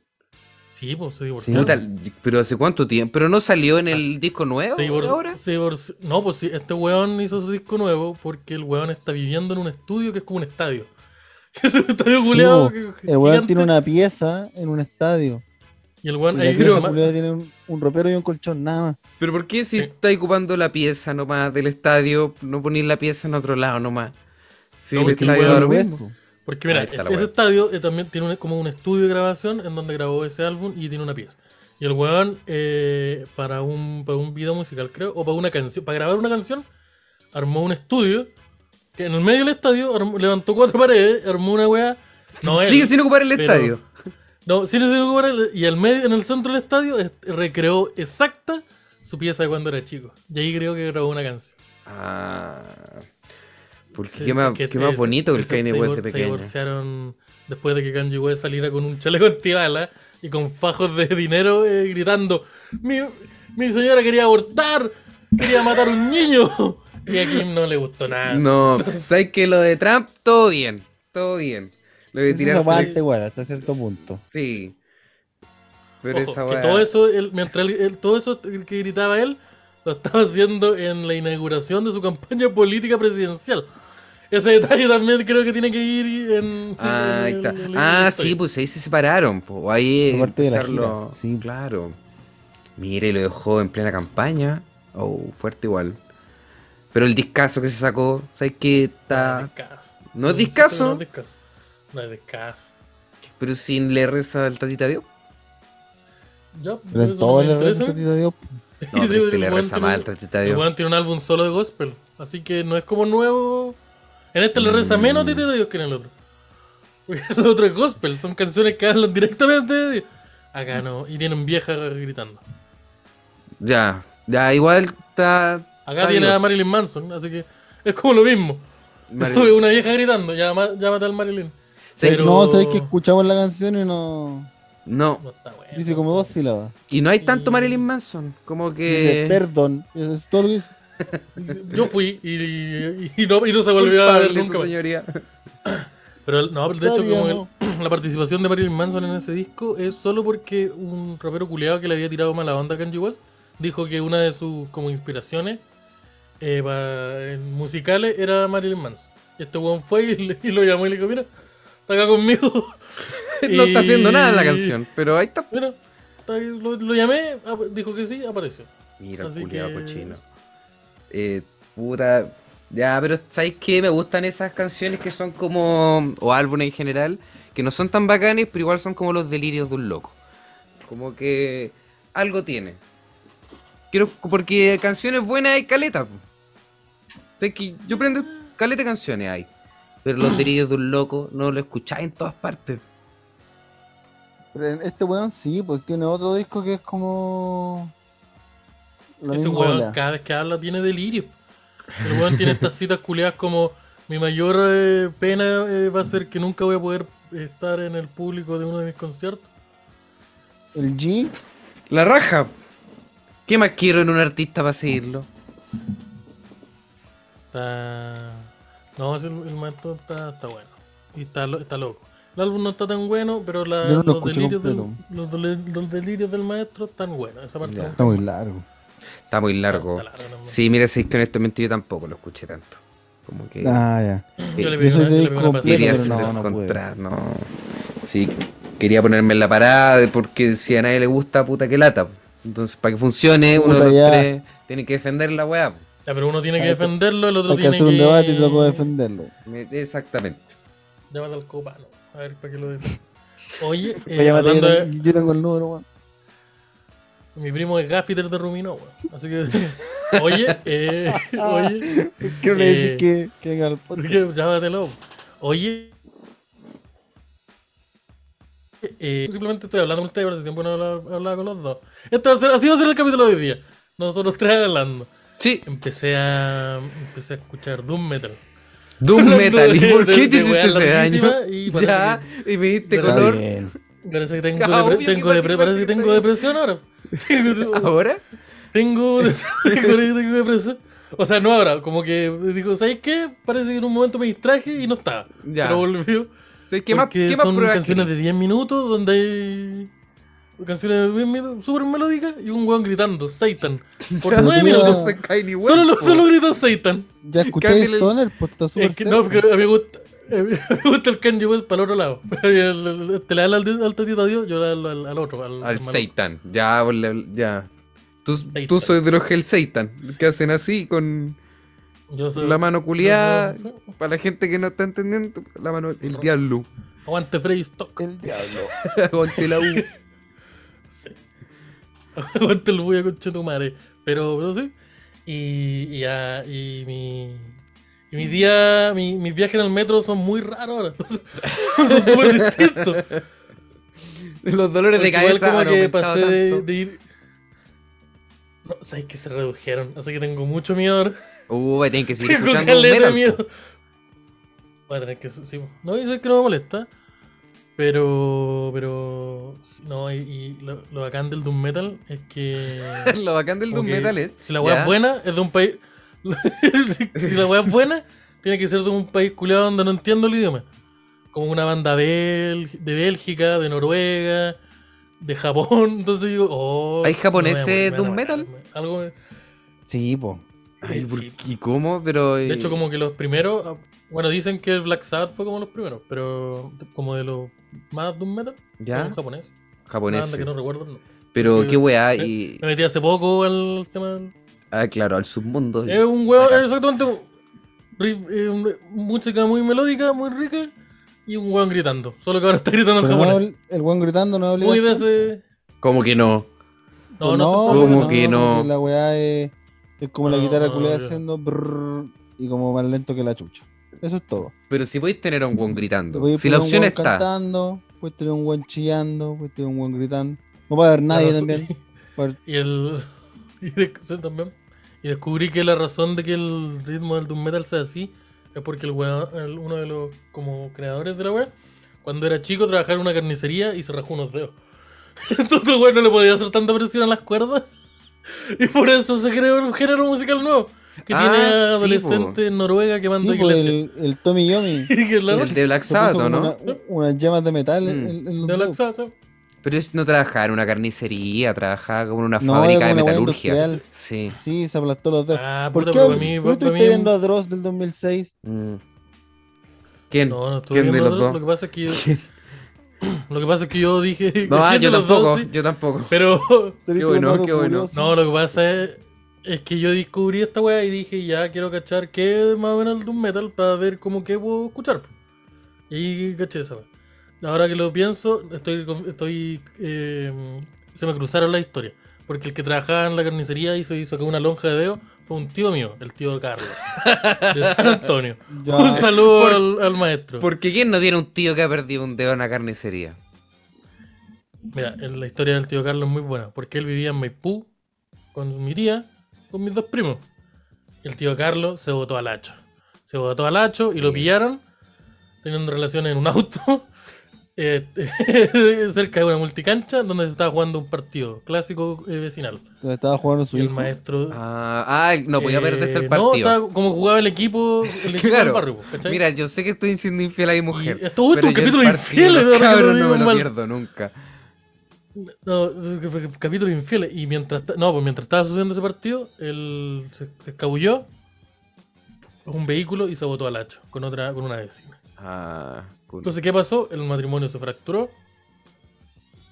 [SPEAKER 1] Sí, pues se
[SPEAKER 3] Sí.
[SPEAKER 1] divorció.
[SPEAKER 2] Puta, pero ¿hace cuánto tiempo? ¿Pero no salió en el disco nuevo?
[SPEAKER 1] se divorció,
[SPEAKER 2] ahora?
[SPEAKER 1] se divorció- No, pues sí, este weón hizo su disco nuevo porque el weón está viviendo en un estudio que es como un estadio. [LAUGHS] Que es un estadio culeado.
[SPEAKER 3] po. El weón tiene una pieza en un estadio.
[SPEAKER 1] Y el
[SPEAKER 3] Y
[SPEAKER 1] weón
[SPEAKER 3] la
[SPEAKER 1] ahí
[SPEAKER 3] pieza
[SPEAKER 1] vive su ma-
[SPEAKER 3] culiada tiene un, un ropero y un colchón, nada más.
[SPEAKER 2] ¿Pero por qué
[SPEAKER 1] Sí.
[SPEAKER 2] si estáis ocupando la pieza nomás del estadio, no ponéis la pieza en otro lado nomás? Si
[SPEAKER 1] No,
[SPEAKER 2] el
[SPEAKER 1] porque el
[SPEAKER 2] estadio
[SPEAKER 1] hueón
[SPEAKER 2] da lo
[SPEAKER 3] Kanye West,
[SPEAKER 2] mismo.
[SPEAKER 3] po.
[SPEAKER 1] Porque mira,
[SPEAKER 2] Ahí está la
[SPEAKER 1] este- ese
[SPEAKER 2] wea.
[SPEAKER 1] estadio eh, también tiene un- como un estudio de grabación en donde grabó ese álbum y tiene una pieza. Y el weón, eh, para, un, para un video musical, creo, o para una canción, para grabar una canción, armó un estudio que en el medio del estadio armó- levantó cuatro paredes, armó una wea. No él,
[SPEAKER 2] Sigue sin ocupar el
[SPEAKER 1] pero-
[SPEAKER 2] estadio.
[SPEAKER 1] No, sí, sí, sí, ocupar el- y al medio, en el centro del estadio es- recreó exacta su pieza de cuando era chico. Y ahí creo que grabó una canción.
[SPEAKER 2] Ah. Porque
[SPEAKER 1] Sí,
[SPEAKER 2] qué más,
[SPEAKER 1] que
[SPEAKER 2] qué más
[SPEAKER 1] es-
[SPEAKER 2] bonito que
[SPEAKER 1] sí,
[SPEAKER 2] el
[SPEAKER 1] se-
[SPEAKER 2] Kanye
[SPEAKER 1] se
[SPEAKER 2] West
[SPEAKER 1] divor-
[SPEAKER 2] de
[SPEAKER 1] Se
[SPEAKER 2] pequeño.
[SPEAKER 1] divorciaron después de que Kanye West saliera con un chaleco antibala y con fajos de dinero eh, gritando: mi, mi señora quería abortar, quería matar a un niño. [LAUGHS] Y a Kim no le gustó nada.
[SPEAKER 2] No, ¿sabes que Lo de Trump, todo bien. Todo bien. Lo de
[SPEAKER 3] Eso se aguanta
[SPEAKER 2] tirarse.
[SPEAKER 3] igual, hasta cierto punto.
[SPEAKER 2] Sí. Pero
[SPEAKER 1] Ojo,
[SPEAKER 2] esa
[SPEAKER 1] que
[SPEAKER 2] weá.
[SPEAKER 1] todo eso, él- mientras él- él- todo eso que gritaba él, lo estaba haciendo en la inauguración de su campaña política presidencial. Ese detalle también creo que tiene que ir en.
[SPEAKER 2] Ah, ahí
[SPEAKER 1] en- [LAUGHS]
[SPEAKER 2] está.
[SPEAKER 1] en- en- en-
[SPEAKER 2] Ah,
[SPEAKER 1] en-
[SPEAKER 2] sí, pues ahí se separaron. po. Ahí
[SPEAKER 3] Por parte de la
[SPEAKER 2] empezarlo-
[SPEAKER 3] gira, sí.
[SPEAKER 2] Claro. Mire, lo dejó en plena campaña. Oh, fuerte igual. Pero el discazo que se sacó, ¿sabes qué? Está...
[SPEAKER 1] Discaso.
[SPEAKER 2] No es
[SPEAKER 1] Sí,
[SPEAKER 2] discaso.
[SPEAKER 1] No es discaso. No es discaso.
[SPEAKER 2] Pero sin le reza al
[SPEAKER 1] [LAUGHS]
[SPEAKER 2] tatita Dios.
[SPEAKER 1] Yo,
[SPEAKER 3] Pero en
[SPEAKER 1] eso
[SPEAKER 3] todo
[SPEAKER 1] no me
[SPEAKER 3] le reza
[SPEAKER 1] interesa. [LAUGHS]
[SPEAKER 3] el tatita Dios. pues.
[SPEAKER 2] No,
[SPEAKER 1] Sí,
[SPEAKER 2] pero este
[SPEAKER 1] el
[SPEAKER 2] le
[SPEAKER 1] weón
[SPEAKER 2] reza
[SPEAKER 1] tiene-
[SPEAKER 2] mal al tatita
[SPEAKER 1] El
[SPEAKER 2] Dios.
[SPEAKER 1] weón tiene un álbum solo de gospel. Así que no es como nuevo. En este le reza
[SPEAKER 2] Mm.
[SPEAKER 1] menos a Tito Dios que en el otro. Porque [LAUGHS] el otro es gospel. Son canciones que hablan directamente de Dios. Acá no. Y tienen viejas gritando.
[SPEAKER 2] Ya, ya, igual está.
[SPEAKER 1] [LAUGHS] Acá
[SPEAKER 2] está
[SPEAKER 1] tiene
[SPEAKER 2] Dios.
[SPEAKER 1] a Marilyn Manson. Así que es como lo mismo. [LAUGHS]
[SPEAKER 2] Marilyn.
[SPEAKER 1] Una vieja gritando. Ya, ma- ya mata al Marilyn.
[SPEAKER 2] Sí,
[SPEAKER 1] Pero-
[SPEAKER 3] No, sabéis que escuchamos la canción y no.
[SPEAKER 2] No,
[SPEAKER 1] No está bueno.
[SPEAKER 3] Dice como dos sílabas.
[SPEAKER 2] y no hay tanto
[SPEAKER 1] Y-
[SPEAKER 2] Marilyn Manson. Como
[SPEAKER 3] Dice
[SPEAKER 2] que.
[SPEAKER 3] perdón. Eso es todo lo que dice.
[SPEAKER 1] Yo fui y, y- y no, y no se volvió a ver
[SPEAKER 2] Culpable, su
[SPEAKER 1] nunca. más.
[SPEAKER 2] señoría. [LAUGHS]
[SPEAKER 1] Pero el- no, de hecho,
[SPEAKER 3] Todavía
[SPEAKER 1] como el- [CLEARS THROAT] la participación de Marilyn Manson en ese disco es solo porque un rapero culeado que le había tirado mala onda a Kanye West dijo que una de sus como inspiraciones eh, pa- en musicales era Marilyn Manson. Y este weón fue y, le- y lo llamó y le dijo, mira, está acá conmigo. [LAUGHS]
[SPEAKER 2] No está haciendo nada en la
[SPEAKER 1] Y-
[SPEAKER 2] canción, pero ahí está.
[SPEAKER 1] Mira, está ahí, lo, lo llamé, ap- dijo que sí, apareció.
[SPEAKER 2] Mira,
[SPEAKER 1] Así
[SPEAKER 2] culiado
[SPEAKER 1] que-
[SPEAKER 2] cochino. Eh, puta. Ya, pero ¿sabes qué? Me gustan esas canciones que son como. o álbumes en general, que no son tan bacanes, pero igual son como los delirios de un loco. Como que. algo tiene. Quiero, porque canciones buenas hay caleta. po. O sea, que yo prendo caleta de canciones hay.
[SPEAKER 1] [CLEARS THROAT]
[SPEAKER 2] Pero los delirios de un loco no lo escucháis en todas partes.
[SPEAKER 3] Pero en este weón sí, pues tiene otro disco que es como. La
[SPEAKER 1] Ese
[SPEAKER 3] misma
[SPEAKER 1] weón
[SPEAKER 3] ola.
[SPEAKER 1] cada vez que habla tiene delirio. El weón tiene estas citas culiadas como mi mayor eh, pena eh, va a ser que nunca voy a poder eh, estar en el público de uno de mis conciertos.
[SPEAKER 3] El G,
[SPEAKER 2] La raja. ¿Qué más quiero en un artista para seguirlo?
[SPEAKER 1] Está... No, ese- el, maestro está, está bueno. Y está, lo- está loco. El álbum no está tan bueno, pero la-
[SPEAKER 3] Yo no lo
[SPEAKER 1] los,
[SPEAKER 3] escuché
[SPEAKER 1] delirios del,
[SPEAKER 3] completo.
[SPEAKER 1] los, dole- los delirios del maestro están buenos. Esa parte
[SPEAKER 2] Ya.
[SPEAKER 1] me gusta.
[SPEAKER 3] está muy largo.
[SPEAKER 2] Está muy largo.
[SPEAKER 1] Está largo, no.
[SPEAKER 2] Sí, mira, sí, que honestamente yo tampoco lo escuché tanto. Como que
[SPEAKER 3] Ah, ya.
[SPEAKER 2] eh,
[SPEAKER 1] Yo le
[SPEAKER 3] Yo
[SPEAKER 1] pegué
[SPEAKER 3] soy
[SPEAKER 1] una-
[SPEAKER 3] de
[SPEAKER 1] yo le pegué una
[SPEAKER 3] completo,
[SPEAKER 1] pasada.
[SPEAKER 2] quería
[SPEAKER 3] pero no,
[SPEAKER 2] hacerlo
[SPEAKER 3] no
[SPEAKER 2] encontrar, no, Sí, quería ponerme en la parada porque si a nadie le gusta, puta que lata. Entonces, para que funcione, uno
[SPEAKER 3] Puta,
[SPEAKER 2] de los
[SPEAKER 3] ya.
[SPEAKER 2] tres tiene que defender la weá.
[SPEAKER 1] Ya, pero uno tiene que
[SPEAKER 3] Hay que-
[SPEAKER 1] defenderlo, el otro
[SPEAKER 3] Hay que
[SPEAKER 1] tiene
[SPEAKER 3] hacer un
[SPEAKER 1] que- eh,
[SPEAKER 3] debate y tengo que defenderlo.
[SPEAKER 2] Me- Exactamente.
[SPEAKER 1] Llámate al copano. A ver, para qué lo dice. Oye, eh,
[SPEAKER 3] Oye, Mateo,
[SPEAKER 1] hablando
[SPEAKER 3] yo,
[SPEAKER 1] de-
[SPEAKER 3] tengo- yo tengo el número, weón.
[SPEAKER 1] Mi primo es gaffiter de Rumino, weón. Así que. [LAUGHS] oye, eh, oye.
[SPEAKER 3] Quiero
[SPEAKER 1] Eh,
[SPEAKER 3] decir que, que venga al podcast.
[SPEAKER 1] porque Llámatelo. Oye. eh, simplemente estoy hablando con ustedes, pero hace tiempo no hablaba, hablaba con los dos. Este va a ser- así va a ser el capítulo de hoy día. Nosotros tres hablando.
[SPEAKER 2] Sí,
[SPEAKER 1] Empecé a, empecé a escuchar Doom Metal.
[SPEAKER 2] Doom
[SPEAKER 1] [LAUGHS] Hablando
[SPEAKER 2] Metal.
[SPEAKER 1] de-
[SPEAKER 2] ¿Y por
[SPEAKER 1] de-
[SPEAKER 2] qué te
[SPEAKER 1] de
[SPEAKER 2] hiciste
[SPEAKER 1] weas
[SPEAKER 2] ese daño?
[SPEAKER 1] larguísimas
[SPEAKER 2] [LAUGHS]
[SPEAKER 1] y parece
[SPEAKER 2] Ya, y me diste
[SPEAKER 1] Está
[SPEAKER 2] color.
[SPEAKER 3] bien.
[SPEAKER 1] Parece que tengo,
[SPEAKER 2] Ya,
[SPEAKER 1] depre-
[SPEAKER 2] obvio que
[SPEAKER 1] tengo
[SPEAKER 2] va-
[SPEAKER 1] depre-
[SPEAKER 2] que va a
[SPEAKER 1] parece que
[SPEAKER 2] ser
[SPEAKER 1] tengo
[SPEAKER 2] ahí.
[SPEAKER 1] depresión ahora.
[SPEAKER 2] [LAUGHS]
[SPEAKER 1] [LAUGHS]
[SPEAKER 2] ¿Ahora? [LAUGHS]
[SPEAKER 1] Tengo, [LAUGHS] tengo, tengo depresión. O sea, no ahora, como que digo, ¿sabes qué? Parece que en un momento me distraje y no estaba.
[SPEAKER 2] Ya.
[SPEAKER 1] Pero volvió.
[SPEAKER 2] O sea, ¿Qué más,
[SPEAKER 1] porque
[SPEAKER 2] qué más
[SPEAKER 1] son
[SPEAKER 2] pruebas
[SPEAKER 1] canciones
[SPEAKER 2] querés?
[SPEAKER 1] de 10 minutos donde hay canciones de 10 minutos súper melódicas y un weón gritando, Satan. Por
[SPEAKER 2] [LAUGHS] Ya,
[SPEAKER 1] 9
[SPEAKER 3] mira.
[SPEAKER 1] minutos.
[SPEAKER 2] no se cae ni huevo,
[SPEAKER 1] Solo, lo-
[SPEAKER 2] po.
[SPEAKER 1] solo gritó Satan. [LAUGHS]
[SPEAKER 3] Ya escuché
[SPEAKER 2] Cámbiale el-
[SPEAKER 3] Stoner, pues está súper
[SPEAKER 1] Es que, no, porque a mí me gusta. a mí [LAUGHS] Me gusta el Kanye West para el otro lado. [LAUGHS] El- el- Te la da al al tetito a Dios, yo la doy al, al otro. Al,
[SPEAKER 2] Al
[SPEAKER 1] malo.
[SPEAKER 2] Seitan, ya, bol- ya. Tú,
[SPEAKER 1] Seitan.
[SPEAKER 2] tú soy de los Hell Seitan, que hacen así con
[SPEAKER 1] Yo soy-
[SPEAKER 2] la mano culiada.
[SPEAKER 1] yo soy-
[SPEAKER 2] Para la gente que no está entendiendo, la mano, el
[SPEAKER 1] [LAUGHS]
[SPEAKER 2] diablo.
[SPEAKER 1] Aguante Freddy Stock.
[SPEAKER 3] El diablo.
[SPEAKER 2] Aguante la U.
[SPEAKER 1] Aguante el bulla con Chetumare. Pero, pero sí. Y, y, ya- y mi. Y mi día. mi- mis viajes en el metro son muy raros ahora. [LAUGHS] son súper distintos.
[SPEAKER 2] [LAUGHS] [LAUGHS] Los dolores de
[SPEAKER 1] Porque igual
[SPEAKER 2] cabeza
[SPEAKER 1] como
[SPEAKER 2] han
[SPEAKER 1] que
[SPEAKER 2] aumentado
[SPEAKER 1] pasé de,
[SPEAKER 2] tanto.
[SPEAKER 1] de ir. No, sabes que se redujeron. Así que tengo mucho miedo ahora.
[SPEAKER 2] Uh, tienen que
[SPEAKER 1] [LAUGHS]
[SPEAKER 2] seguir
[SPEAKER 1] Tengo
[SPEAKER 2] escuchando
[SPEAKER 1] caleta
[SPEAKER 2] metal.
[SPEAKER 1] miedo. Voy a tener que. sí, no, yo sé que no me molesta. Pero. Pero. sí, No, y, y lo, lo bacán del Doom Metal es que.
[SPEAKER 2] po. [LAUGHS] Lo bacán del
[SPEAKER 1] como
[SPEAKER 2] Doom
[SPEAKER 1] que
[SPEAKER 2] Metal es.
[SPEAKER 1] Si la weá
[SPEAKER 2] ya,
[SPEAKER 1] es buena, es de un país. [LAUGHS] si la weá es buena, tiene que ser de un país culiado donde no entiendo el idioma. Como una banda bel- de Bélgica, de Noruega, de Japón. [LAUGHS] Entonces digo, oh. me voy
[SPEAKER 2] ¿Hay
[SPEAKER 1] a
[SPEAKER 2] japoneses
[SPEAKER 1] morir, me voy a
[SPEAKER 2] Doom
[SPEAKER 1] matar. Algo. [LAUGHS]
[SPEAKER 3] Sí, po.
[SPEAKER 2] Ay, ¿por
[SPEAKER 1] sí.
[SPEAKER 2] qué? ¿Y cómo? Pero.
[SPEAKER 1] De
[SPEAKER 2] eh,
[SPEAKER 1] hecho, como que los primeros. ah, Bueno, dicen que el Black Sabbath fue como los primeros, pero como de los más Doom Metal,
[SPEAKER 2] Ya,
[SPEAKER 1] son japonés. Una
[SPEAKER 2] japonés.
[SPEAKER 1] banda que no eh, recuerdo. no.
[SPEAKER 2] Pero
[SPEAKER 1] que-
[SPEAKER 2] qué weá. Y.
[SPEAKER 1] Me metí hace poco al tema del-
[SPEAKER 2] Ah, claro, al submundo.
[SPEAKER 1] Es un huevo,
[SPEAKER 2] Bacán.
[SPEAKER 1] es exactamente. un riff, eh, un- música muy melódica, muy rica. Y un hueón gritando. Solo que ahora está gritando en
[SPEAKER 3] Pero no
[SPEAKER 1] japonés.
[SPEAKER 3] habl- el weón gritando no Pues habla.
[SPEAKER 1] Muy de ese.
[SPEAKER 2] ¿Cómo que no?
[SPEAKER 1] No, no,
[SPEAKER 2] no,
[SPEAKER 1] sé.
[SPEAKER 2] ¿Cómo que no?
[SPEAKER 3] porque La weá es, es como la
[SPEAKER 1] No,
[SPEAKER 3] guitarra culeada
[SPEAKER 1] yo-
[SPEAKER 3] haciendo brrr y como más lento que la chucha. Eso es todo.
[SPEAKER 2] Pero si podéis tener a un weón gritando.
[SPEAKER 3] Podéis
[SPEAKER 2] si la
[SPEAKER 3] poner
[SPEAKER 2] opción
[SPEAKER 3] un weón
[SPEAKER 2] está.
[SPEAKER 3] cantando, puedes tener un buen chillando, puedes tener un buen gritando. No va a haber nadie
[SPEAKER 1] La razón-
[SPEAKER 2] [LAUGHS]
[SPEAKER 3] también. Va a haber-
[SPEAKER 1] [LAUGHS] Y el. Y, de- [LAUGHS] sí, también. y descubrí que la razón de que el ritmo del Doom Metal sea así es porque el hueón- el- uno de los como creadores de la web, cuando era chico, trabajaba en una carnicería y se rajó unos dedos. [LAUGHS] Entonces el weón no le podía hacer tanta presión a las cuerdas. [LAUGHS] Y por eso se creó un género musical nuevo. Que
[SPEAKER 2] Ah,
[SPEAKER 1] tiene
[SPEAKER 2] sí,
[SPEAKER 1] a adolescente en Noruega que mandó
[SPEAKER 3] Sí, pues,
[SPEAKER 1] iglesia.
[SPEAKER 3] el, el Tommy Yomi.
[SPEAKER 1] [LAUGHS] Y que la
[SPEAKER 2] El de Black Sabbath, ¿o ¿no?
[SPEAKER 3] unas llamas de metal
[SPEAKER 2] Mm.
[SPEAKER 3] en, en- en los
[SPEAKER 1] de la
[SPEAKER 3] dedos.
[SPEAKER 1] Xasa.
[SPEAKER 2] Pero es- no trabajaba en una carnicería, trabajaba como en una
[SPEAKER 3] No,
[SPEAKER 2] fábrica
[SPEAKER 3] era
[SPEAKER 2] de
[SPEAKER 3] como una weá
[SPEAKER 2] metalurgia.
[SPEAKER 3] industrial.
[SPEAKER 2] Sí.
[SPEAKER 3] Sí, se aplastó los dedos.
[SPEAKER 1] Ah,
[SPEAKER 3] ¿Por
[SPEAKER 1] puta,
[SPEAKER 3] qué
[SPEAKER 1] pero para mí.
[SPEAKER 3] ¿por qué
[SPEAKER 1] para
[SPEAKER 3] estuviste
[SPEAKER 1] mí-
[SPEAKER 3] viendo a Dross del 2006?
[SPEAKER 2] Mm. ¿Quién?
[SPEAKER 1] No, no estuve
[SPEAKER 2] ¿Quién de
[SPEAKER 1] viendo
[SPEAKER 2] los
[SPEAKER 1] otro, Lo [LAUGHS]
[SPEAKER 2] dos?
[SPEAKER 1] que pasa es que yo-
[SPEAKER 2] [LAUGHS] ¿Quién?
[SPEAKER 1] Lo que pasa es que yo dije. [LAUGHS]
[SPEAKER 2] No, ah, yo
[SPEAKER 1] siento los dos,
[SPEAKER 2] tampoco,
[SPEAKER 1] sí,
[SPEAKER 2] yo tampoco.
[SPEAKER 1] Pero. [LAUGHS]
[SPEAKER 3] ¿Te diste
[SPEAKER 2] bueno,
[SPEAKER 3] un dato
[SPEAKER 2] qué bueno.
[SPEAKER 3] curioso?
[SPEAKER 1] No, lo que pasa es, es que yo descubrí esta weá y dije, ya quiero cachar qué es más o menos el Doom Metal para ver cómo qué puedo escuchar. po. Y caché esa weá. Ahora que lo pienso, estoy. con- estoy eh, se me cruzaron las historias. Porque el que trabajaba en la carnicería y se hizo con una lonja de dedo fue un tío mío, el tío Carlos, de San Antonio.
[SPEAKER 3] Ya.
[SPEAKER 1] Un saludo
[SPEAKER 2] Por-
[SPEAKER 1] al, al maestro.
[SPEAKER 2] Porque ¿quién no tiene un tío que ha perdido un dedo en la carnicería?
[SPEAKER 1] Mira, el- la historia del tío Carlos es muy buena, porque él vivía en Maipú con mi tía, con mis dos primos. El tío Carlos se votó al hacho. Se votó al hacho y lo pillaron teniendo relaciones en un auto [LAUGHS] eh, [LAUGHS] cerca de una multicancha donde se estaba jugando un partido clásico eh, vecinal.
[SPEAKER 3] Te estaba jugando su
[SPEAKER 1] Y el
[SPEAKER 3] hijo.
[SPEAKER 1] maestro...
[SPEAKER 2] Ah, ah, no podía
[SPEAKER 1] eh,
[SPEAKER 2] perderse el
[SPEAKER 1] No,
[SPEAKER 2] partido.
[SPEAKER 1] estaba como jugaba el equipo,
[SPEAKER 2] [LAUGHS]
[SPEAKER 1] el equipo
[SPEAKER 2] Claro.
[SPEAKER 1] del barrio, ¿cachai?
[SPEAKER 2] Mira, yo sé que estoy siendo infiel a mi mujer.
[SPEAKER 1] esto- uy,
[SPEAKER 2] pero
[SPEAKER 1] tu
[SPEAKER 2] yo el
[SPEAKER 1] capítulo
[SPEAKER 2] partido de
[SPEAKER 1] infiel,
[SPEAKER 2] los
[SPEAKER 1] ahora que lo
[SPEAKER 2] cabros no
[SPEAKER 1] digo
[SPEAKER 2] me lo
[SPEAKER 1] mal.
[SPEAKER 2] pierdo nunca.
[SPEAKER 1] No, eh, capítulo infiel. Y mientras, ta- no, pues mientras estaba sucediendo ese partido, él se, se escabulló a un vehículo y se botó al hacho con otra, con una vecina.
[SPEAKER 2] Ah, cool.
[SPEAKER 1] Entonces, ¿qué pasó? El matrimonio se fracturó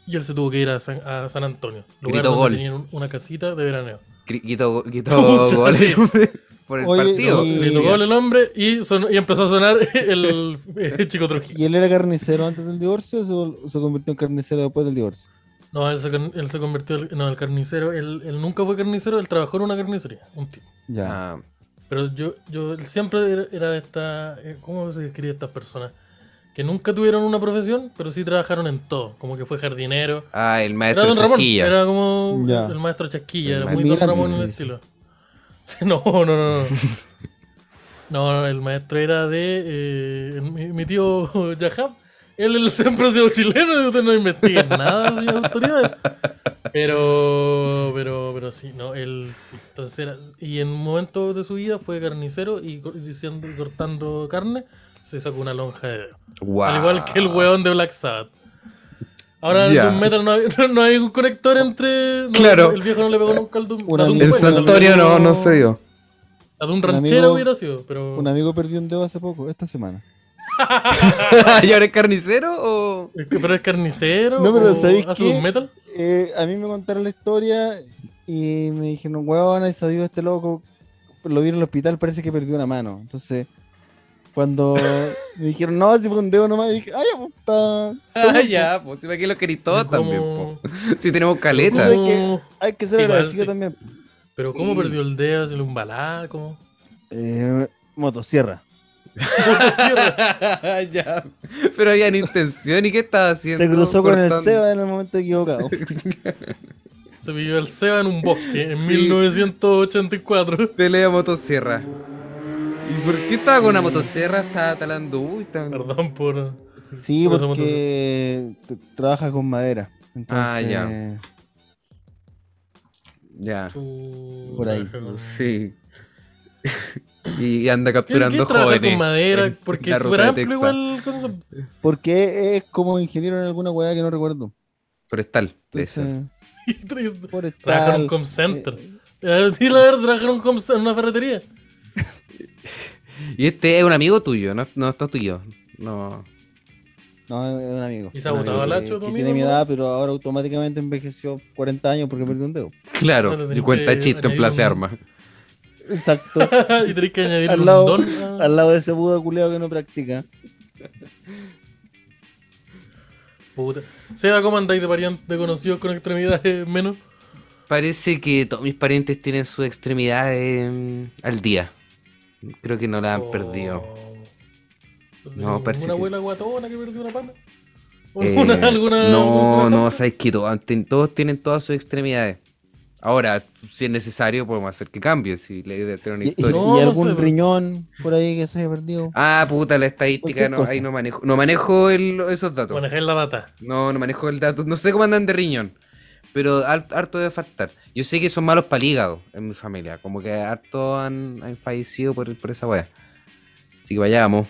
[SPEAKER 1] y él se tuvo que ir a San, a San Antonio, lugar
[SPEAKER 2] Gritó
[SPEAKER 1] donde
[SPEAKER 2] gol.
[SPEAKER 1] tenían un- una casita de veraneo.
[SPEAKER 2] Cri- quitó
[SPEAKER 1] [LAUGHS]
[SPEAKER 2] quitó
[SPEAKER 1] Chucha,
[SPEAKER 2] goles,
[SPEAKER 1] sí.
[SPEAKER 2] hombre, [LAUGHS] por el
[SPEAKER 3] Oye,
[SPEAKER 2] partido.
[SPEAKER 3] y-
[SPEAKER 1] Gritó gol el hombre y, sonó- y empezó a sonar [LAUGHS] el, el chico Trujillo.
[SPEAKER 3] ¿Y él era carnicero antes del divorcio o se vol- se convirtió en carnicero después del divorcio?
[SPEAKER 1] No, él se, con- él se convirtió en no, el carnicero. Él, él nunca fue carnicero, él trabajó en una carnicería, un tipo.
[SPEAKER 3] Ya.
[SPEAKER 2] Ah,
[SPEAKER 1] Pero yo, yo siempre era- era de esta. eh, ¿Cómo se describe estas personas? Que nunca tuvieron una profesión, pero sí trabajaron en todo. Como que fue jardinero.
[SPEAKER 2] ah, el
[SPEAKER 1] Era
[SPEAKER 2] maestro
[SPEAKER 1] Don Ramón.
[SPEAKER 2] Chasquilla.
[SPEAKER 1] Era como
[SPEAKER 3] Ya.
[SPEAKER 1] el maestro Chasquilla.
[SPEAKER 2] El
[SPEAKER 1] era muy Don
[SPEAKER 3] maestro.
[SPEAKER 1] Ramón en el
[SPEAKER 3] Sí, sí.
[SPEAKER 1] estilo. [LAUGHS] Sí, No, no, no. No, no, no, el maestro era de. eh, mi, mi tío Yahab. Él él siempre ha sido chileno y usted no investiga nada, señor autoridad. Pero, pero, pero sí, no, él sí. Entonces era, y en un momento de su vida fue carnicero y co- diciendo, cortando carne, se sacó una lonja de dedo.
[SPEAKER 2] Guau.
[SPEAKER 1] Al igual que el weón de Black Sabbath. Ahora
[SPEAKER 2] Ya.
[SPEAKER 1] el Doom Metal no hay, no, [LAUGHS] no hay un conector entre. no,
[SPEAKER 2] Claro.
[SPEAKER 1] El viejo no le pegó nunca al Doom.
[SPEAKER 3] Un
[SPEAKER 1] a Doom
[SPEAKER 3] amigo-
[SPEAKER 2] El
[SPEAKER 3] Bueno,
[SPEAKER 2] San
[SPEAKER 1] Metal,
[SPEAKER 2] Antonio no,
[SPEAKER 3] amigo-
[SPEAKER 2] no se [LAUGHS] dio.
[SPEAKER 1] A Doom
[SPEAKER 3] un
[SPEAKER 1] Ranchero
[SPEAKER 3] amigo-
[SPEAKER 1] hubiera sido, pero.
[SPEAKER 3] Un amigo perdió un dedo hace poco, esta semana.
[SPEAKER 2] ¿Y ahora es carnicero o...?
[SPEAKER 1] [LAUGHS] Es que- Pero es carnicero.
[SPEAKER 3] No, pero
[SPEAKER 1] o
[SPEAKER 3] ¿sabéis
[SPEAKER 1] hace
[SPEAKER 3] qué?
[SPEAKER 1] Doom Metal.
[SPEAKER 3] Eh, a mí me contaron la historia y me dijeron, weón, ahí sabido este loco. Lo vi en el hospital, parece que perdió una mano. Entonces,
[SPEAKER 1] [LAUGHS]
[SPEAKER 3] cuando me dijeron, no, si fue un dedo nomás, dije, ay, ya, pues, está-
[SPEAKER 2] Ah, ya, [LAUGHS] pues si me que lo querí todo también, po.
[SPEAKER 1] Como-
[SPEAKER 2] Si tenemos
[SPEAKER 1] [LAUGHS]
[SPEAKER 2] caleta. [LAUGHS]
[SPEAKER 3] Entonces, hay que ser
[SPEAKER 1] Sí, igual,
[SPEAKER 3] agradecido
[SPEAKER 1] sí.
[SPEAKER 3] también.
[SPEAKER 1] Pero ¿cómo
[SPEAKER 2] Sí.
[SPEAKER 1] perdió el dedo? ¿Se lo embalada? ¿Cómo?
[SPEAKER 3] Eh, motosierra.
[SPEAKER 2] ya. Pero había ni intención y qué estaba haciendo.
[SPEAKER 3] Se cruzó con el
[SPEAKER 2] Cortando.
[SPEAKER 3] Seba en el
[SPEAKER 1] [LAUGHS]
[SPEAKER 3] momento equivocado.
[SPEAKER 1] Se pilló el Seba en un bosque en
[SPEAKER 2] Sí.
[SPEAKER 1] 1984.
[SPEAKER 2] Pelea motosierra. ¿Y por qué estaba con una motosierra? Estaba talando. Uy, estaba-
[SPEAKER 1] Perdón por.
[SPEAKER 3] Sí,
[SPEAKER 1] Por esa
[SPEAKER 3] porque t- trabaja con madera. Entonces,
[SPEAKER 2] Ah, ya. Ya.
[SPEAKER 1] su-
[SPEAKER 3] Por ahí.
[SPEAKER 1] trabajo.
[SPEAKER 2] Sí. [LAUGHS] y anda
[SPEAKER 1] ¿Qué, qué
[SPEAKER 2] capturando
[SPEAKER 1] trabaja
[SPEAKER 2] jóvenes.
[SPEAKER 1] con madera?
[SPEAKER 2] eh, en
[SPEAKER 1] Porque
[SPEAKER 2] la
[SPEAKER 1] es
[SPEAKER 2] ruta
[SPEAKER 1] súper
[SPEAKER 2] de
[SPEAKER 1] amplio
[SPEAKER 2] Texas.
[SPEAKER 1] igual el concepto.
[SPEAKER 3] Porque es como ingeniero en alguna weá que no recuerdo.
[SPEAKER 2] Forestal. de eso.
[SPEAKER 3] Entonces,
[SPEAKER 1] Y tres-
[SPEAKER 3] por
[SPEAKER 1] Trabajar en un
[SPEAKER 3] estar-
[SPEAKER 1] com center. Eh, sí, la verdad, trabajar en un com- en una ferretería. [LAUGHS]
[SPEAKER 2] Y este es un amigo tuyo, no, no está tuyo. No.
[SPEAKER 3] No, es un amigo.
[SPEAKER 1] ¿Y se
[SPEAKER 3] Un
[SPEAKER 2] ha botado
[SPEAKER 3] amigo
[SPEAKER 1] al
[SPEAKER 3] que-
[SPEAKER 1] hacho tu
[SPEAKER 3] que
[SPEAKER 1] amigo,
[SPEAKER 3] tiene mi
[SPEAKER 1] no?
[SPEAKER 3] edad, pero ahora automáticamente envejeció 40 años porque perdió un dedo.
[SPEAKER 2] Claro.
[SPEAKER 1] Bueno,
[SPEAKER 2] y
[SPEAKER 1] tenés
[SPEAKER 2] cuenta
[SPEAKER 1] que
[SPEAKER 2] chiste en
[SPEAKER 1] añadir
[SPEAKER 2] place
[SPEAKER 1] un-
[SPEAKER 2] arma.
[SPEAKER 3] Exacto.
[SPEAKER 1] [LAUGHS] y tenés que añadir
[SPEAKER 3] Al
[SPEAKER 1] un
[SPEAKER 3] lado-
[SPEAKER 1] don. a-
[SPEAKER 3] Al lado de ese buda culeado que no practica.
[SPEAKER 1] Puta. Seba, ¿cómo andáis de parientes de conocidos con extremidades menos?
[SPEAKER 2] Parece que todos mis parientes tienen su extremidad eh, al día. Creo que no la Ah, han
[SPEAKER 1] Oh. [LAUGHS]
[SPEAKER 2] perdido.
[SPEAKER 1] ¿Alguna
[SPEAKER 2] parece que-
[SPEAKER 1] Oh. abuela guatona que perdió una pata? ¿O
[SPEAKER 2] Eh,
[SPEAKER 1] alguna- alguna-
[SPEAKER 2] no,
[SPEAKER 1] alguna
[SPEAKER 2] no,
[SPEAKER 1] semejante?
[SPEAKER 2] sabes que to- ten- todos tienen todas sus extremidades. Ahora, si es necesario, podemos hacer que cambie. Si le idea tiene una
[SPEAKER 3] Y, y-
[SPEAKER 2] historia.
[SPEAKER 1] No,
[SPEAKER 3] y
[SPEAKER 1] no
[SPEAKER 3] algún
[SPEAKER 1] sé, pero-
[SPEAKER 3] riñón por ahí que se haya perdido.
[SPEAKER 2] Ah, puta, la estadística,
[SPEAKER 3] Cualquier
[SPEAKER 2] no,
[SPEAKER 3] cosa.
[SPEAKER 2] ahí no manejo, no manejo el- esos datos.
[SPEAKER 1] Manejar la data.
[SPEAKER 2] No, no manejo el dato. No sé cómo andan de riñón. Pero har- harto debe faltar. Yo sé que son malos para el hígado en mi familia. Como que harto han, han fallecido por, por esa wea. Así que vayamos.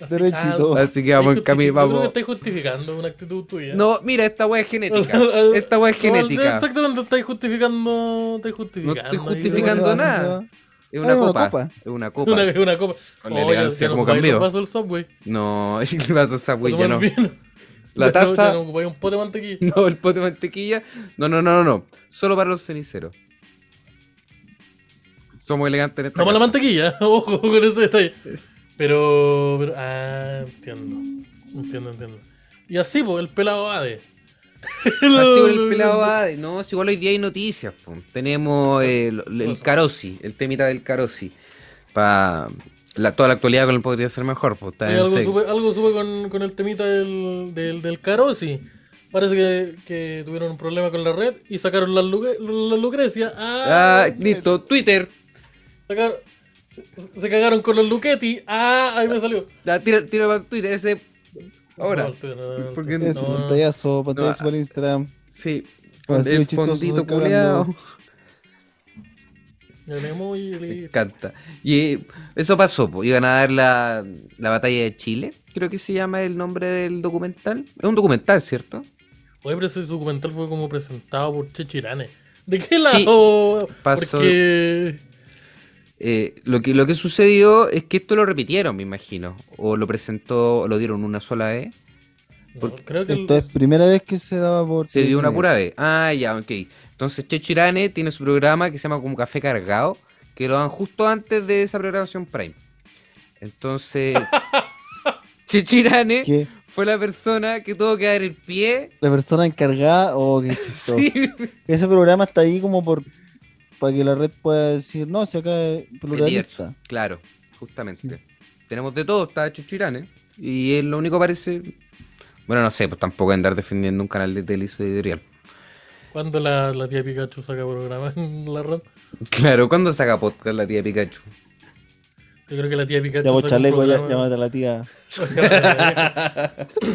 [SPEAKER 1] Así-
[SPEAKER 3] Derechito.
[SPEAKER 2] Así que
[SPEAKER 1] ah,
[SPEAKER 2] vamos en
[SPEAKER 1] estáis justifi- yo creo que
[SPEAKER 2] camino. Vamos.
[SPEAKER 1] estáis justificando una actitud tuya.
[SPEAKER 2] No, mira, esta wea es genética. Esta wea
[SPEAKER 1] [LAUGHS]
[SPEAKER 2] es
[SPEAKER 1] No,
[SPEAKER 2] genética.
[SPEAKER 1] Exactamente, estáis justificando. Estáis justificando.
[SPEAKER 2] No estoy
[SPEAKER 1] ahí.
[SPEAKER 2] justificando
[SPEAKER 3] ¿Cómo se llama,
[SPEAKER 2] nada.
[SPEAKER 3] Seba?
[SPEAKER 2] Es una
[SPEAKER 3] una
[SPEAKER 2] copa.
[SPEAKER 3] copa.
[SPEAKER 2] Es una copa.
[SPEAKER 1] Ah, Una, una copa.
[SPEAKER 2] Con la
[SPEAKER 1] Oh, ya-
[SPEAKER 2] elegancia
[SPEAKER 1] ya no
[SPEAKER 2] como
[SPEAKER 1] ocupáis
[SPEAKER 2] cambió.
[SPEAKER 1] los vasos del Subway.
[SPEAKER 2] No, [LAUGHS] el vaso esa
[SPEAKER 1] para
[SPEAKER 2] güey ya
[SPEAKER 1] tomar
[SPEAKER 2] no.
[SPEAKER 1] vino.
[SPEAKER 2] La
[SPEAKER 1] Ya no- ya
[SPEAKER 2] [LAUGHS] taza-
[SPEAKER 1] no ocupáis un pote de mantequilla.
[SPEAKER 2] No, el pote de mantequilla. No, no, no, no, no. Solo para los ceniceros. Somos elegantes en esta
[SPEAKER 1] No para la
[SPEAKER 2] casa.
[SPEAKER 1] mantequilla, [LAUGHS] ojo con ese detalle. Pero, pero- Ah, entiendo. Entiendo, entiendo. Y así, pues, el pelado Ade.
[SPEAKER 2] [LAUGHS] Así
[SPEAKER 1] [LAUGHS]
[SPEAKER 2] con el pelado va. No, si igual hoy día hay noticias. po. Tenemos el, el
[SPEAKER 1] Cosa.
[SPEAKER 2] Carosi, el temita del Carosi. Para la, toda la actualidad con el podría ser mejor. po, está
[SPEAKER 1] Oye,
[SPEAKER 2] en
[SPEAKER 1] algo,
[SPEAKER 2] seco.
[SPEAKER 1] supe, algo supe con, con el temita del, del, del Carosi. Parece que, que tuvieron un problema con la red y sacaron la, Lucre- la Lucrecia. Ah,
[SPEAKER 2] Ah, listo, Twitter.
[SPEAKER 1] Sacaron- se, se cagaron con los Luchetti. Ah, ahí me salió.
[SPEAKER 2] La, tira, tira para Twitter ese. Ahora.
[SPEAKER 1] No, no, no, no,
[SPEAKER 2] Porque-
[SPEAKER 3] Ese
[SPEAKER 1] no.
[SPEAKER 3] pantallazo, pantallazo
[SPEAKER 2] ah.
[SPEAKER 3] para Instagram.
[SPEAKER 2] Sí.
[SPEAKER 3] Ha
[SPEAKER 2] Con
[SPEAKER 3] sido
[SPEAKER 2] el
[SPEAKER 3] chistoso,
[SPEAKER 2] fondito
[SPEAKER 3] soy cagando.
[SPEAKER 2] culeado.
[SPEAKER 1] Ya leemos y
[SPEAKER 2] Me
[SPEAKER 1] leí.
[SPEAKER 2] encanta. Y eh, eso pasó, po. iban a dar la, la batalla de Chile, creo que se llama el nombre del documental. Es un documental, ¿cierto?
[SPEAKER 1] Oye, pero ese documental fue como presentado por Chechirane. ¿De qué
[SPEAKER 2] Sí,
[SPEAKER 1] lado?
[SPEAKER 2] pasó-
[SPEAKER 1] Porque.
[SPEAKER 2] Eh, lo que, lo que sucedió es que esto lo repitieron, me imagino. O lo presentó, o lo dieron una sola vez.
[SPEAKER 1] no,
[SPEAKER 2] Porque
[SPEAKER 1] creo que el-
[SPEAKER 3] Esto es primera vez que se daba por.
[SPEAKER 2] Se dio una
[SPEAKER 3] Disney.
[SPEAKER 2] pura vez. Ah, ya, ok. Entonces Checho Irane tiene su programa que se llama como Café Cargado, que lo dan justo antes de esa programación Prime. Entonces, Checho Irane
[SPEAKER 3] Que
[SPEAKER 2] fue la persona que tuvo que dar el pie.
[SPEAKER 3] la persona encargada, oh, qué chistoso.
[SPEAKER 2] [LAUGHS] Sí,
[SPEAKER 3] Ese programa está ahí como por. Para que la red pueda decir, no, si acá es
[SPEAKER 2] Es diverso,
[SPEAKER 3] pluralista.
[SPEAKER 2] claro, justamente. Tenemos de todo, está Chuchirane. Y él lo único parece. Bueno, no sé, pues tampoco andar defendiendo un canal de tele y su editorial.
[SPEAKER 1] Cuando la, la tía Pikachu saca programa en la red.
[SPEAKER 2] Claro, ¿cuándo saca podcast la tía Pikachu?
[SPEAKER 1] Yo creo que la tía Pikachu.
[SPEAKER 3] Ya vos
[SPEAKER 1] saca un
[SPEAKER 3] chaleco, ya,
[SPEAKER 1] programa-
[SPEAKER 3] llámate a la tía.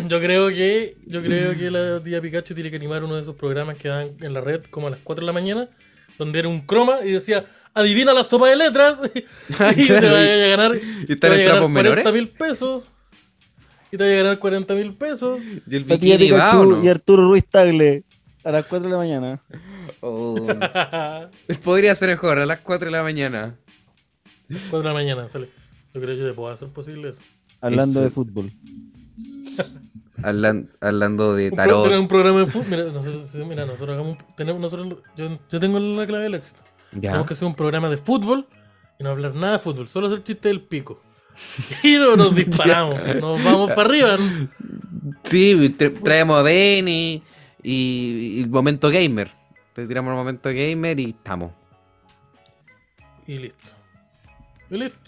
[SPEAKER 1] Yo creo que yo creo que la tía Pikachu tiene que animar uno de esos programas que dan en la red como a las 4 de la mañana, donde era un croma y decía, adivina la sopa de letras [LAUGHS]
[SPEAKER 2] Ah,
[SPEAKER 1] y te
[SPEAKER 2] claro,
[SPEAKER 1] va a
[SPEAKER 2] y-
[SPEAKER 1] ganar,
[SPEAKER 2] y están en trapos menores.
[SPEAKER 1] mil pesos. Y te va a ganar 40 mil pesos. [LAUGHS]
[SPEAKER 2] Y el
[SPEAKER 3] La tía
[SPEAKER 2] bikini va, ¿o
[SPEAKER 3] Pikachu
[SPEAKER 2] no?
[SPEAKER 3] y Arturo Ruiz Tagle a las 4 de la mañana.
[SPEAKER 2] Oh,
[SPEAKER 1] Cuatro
[SPEAKER 2] [LAUGHS] podría ser mejor, a las 4 de la mañana.
[SPEAKER 1] de la mañana, sale. Yo creo que puedo hacer posible eso.
[SPEAKER 2] Eso.
[SPEAKER 3] Hablando de fútbol.
[SPEAKER 2] Hablan- hablando de
[SPEAKER 1] Un, pro- tener
[SPEAKER 2] tarot.
[SPEAKER 1] un programa de fútbol. Mira, nosotros, sí, mira, nosotros hagamos un- tenemos, nosotros, yo, yo tengo la clave del éxito.
[SPEAKER 2] Ya.
[SPEAKER 1] Tenemos que hacer un programa de fútbol y no hablar nada de fútbol, solo hacer chiste del pico. Y no
[SPEAKER 2] [LAUGHS]
[SPEAKER 1] nos disparamos, nos vamos para arriba.
[SPEAKER 2] Sí, tra- traemos a Denny y, y el momento gamer. Te tiramos el momento gamer y estamos.
[SPEAKER 1] Y listo. Y listo.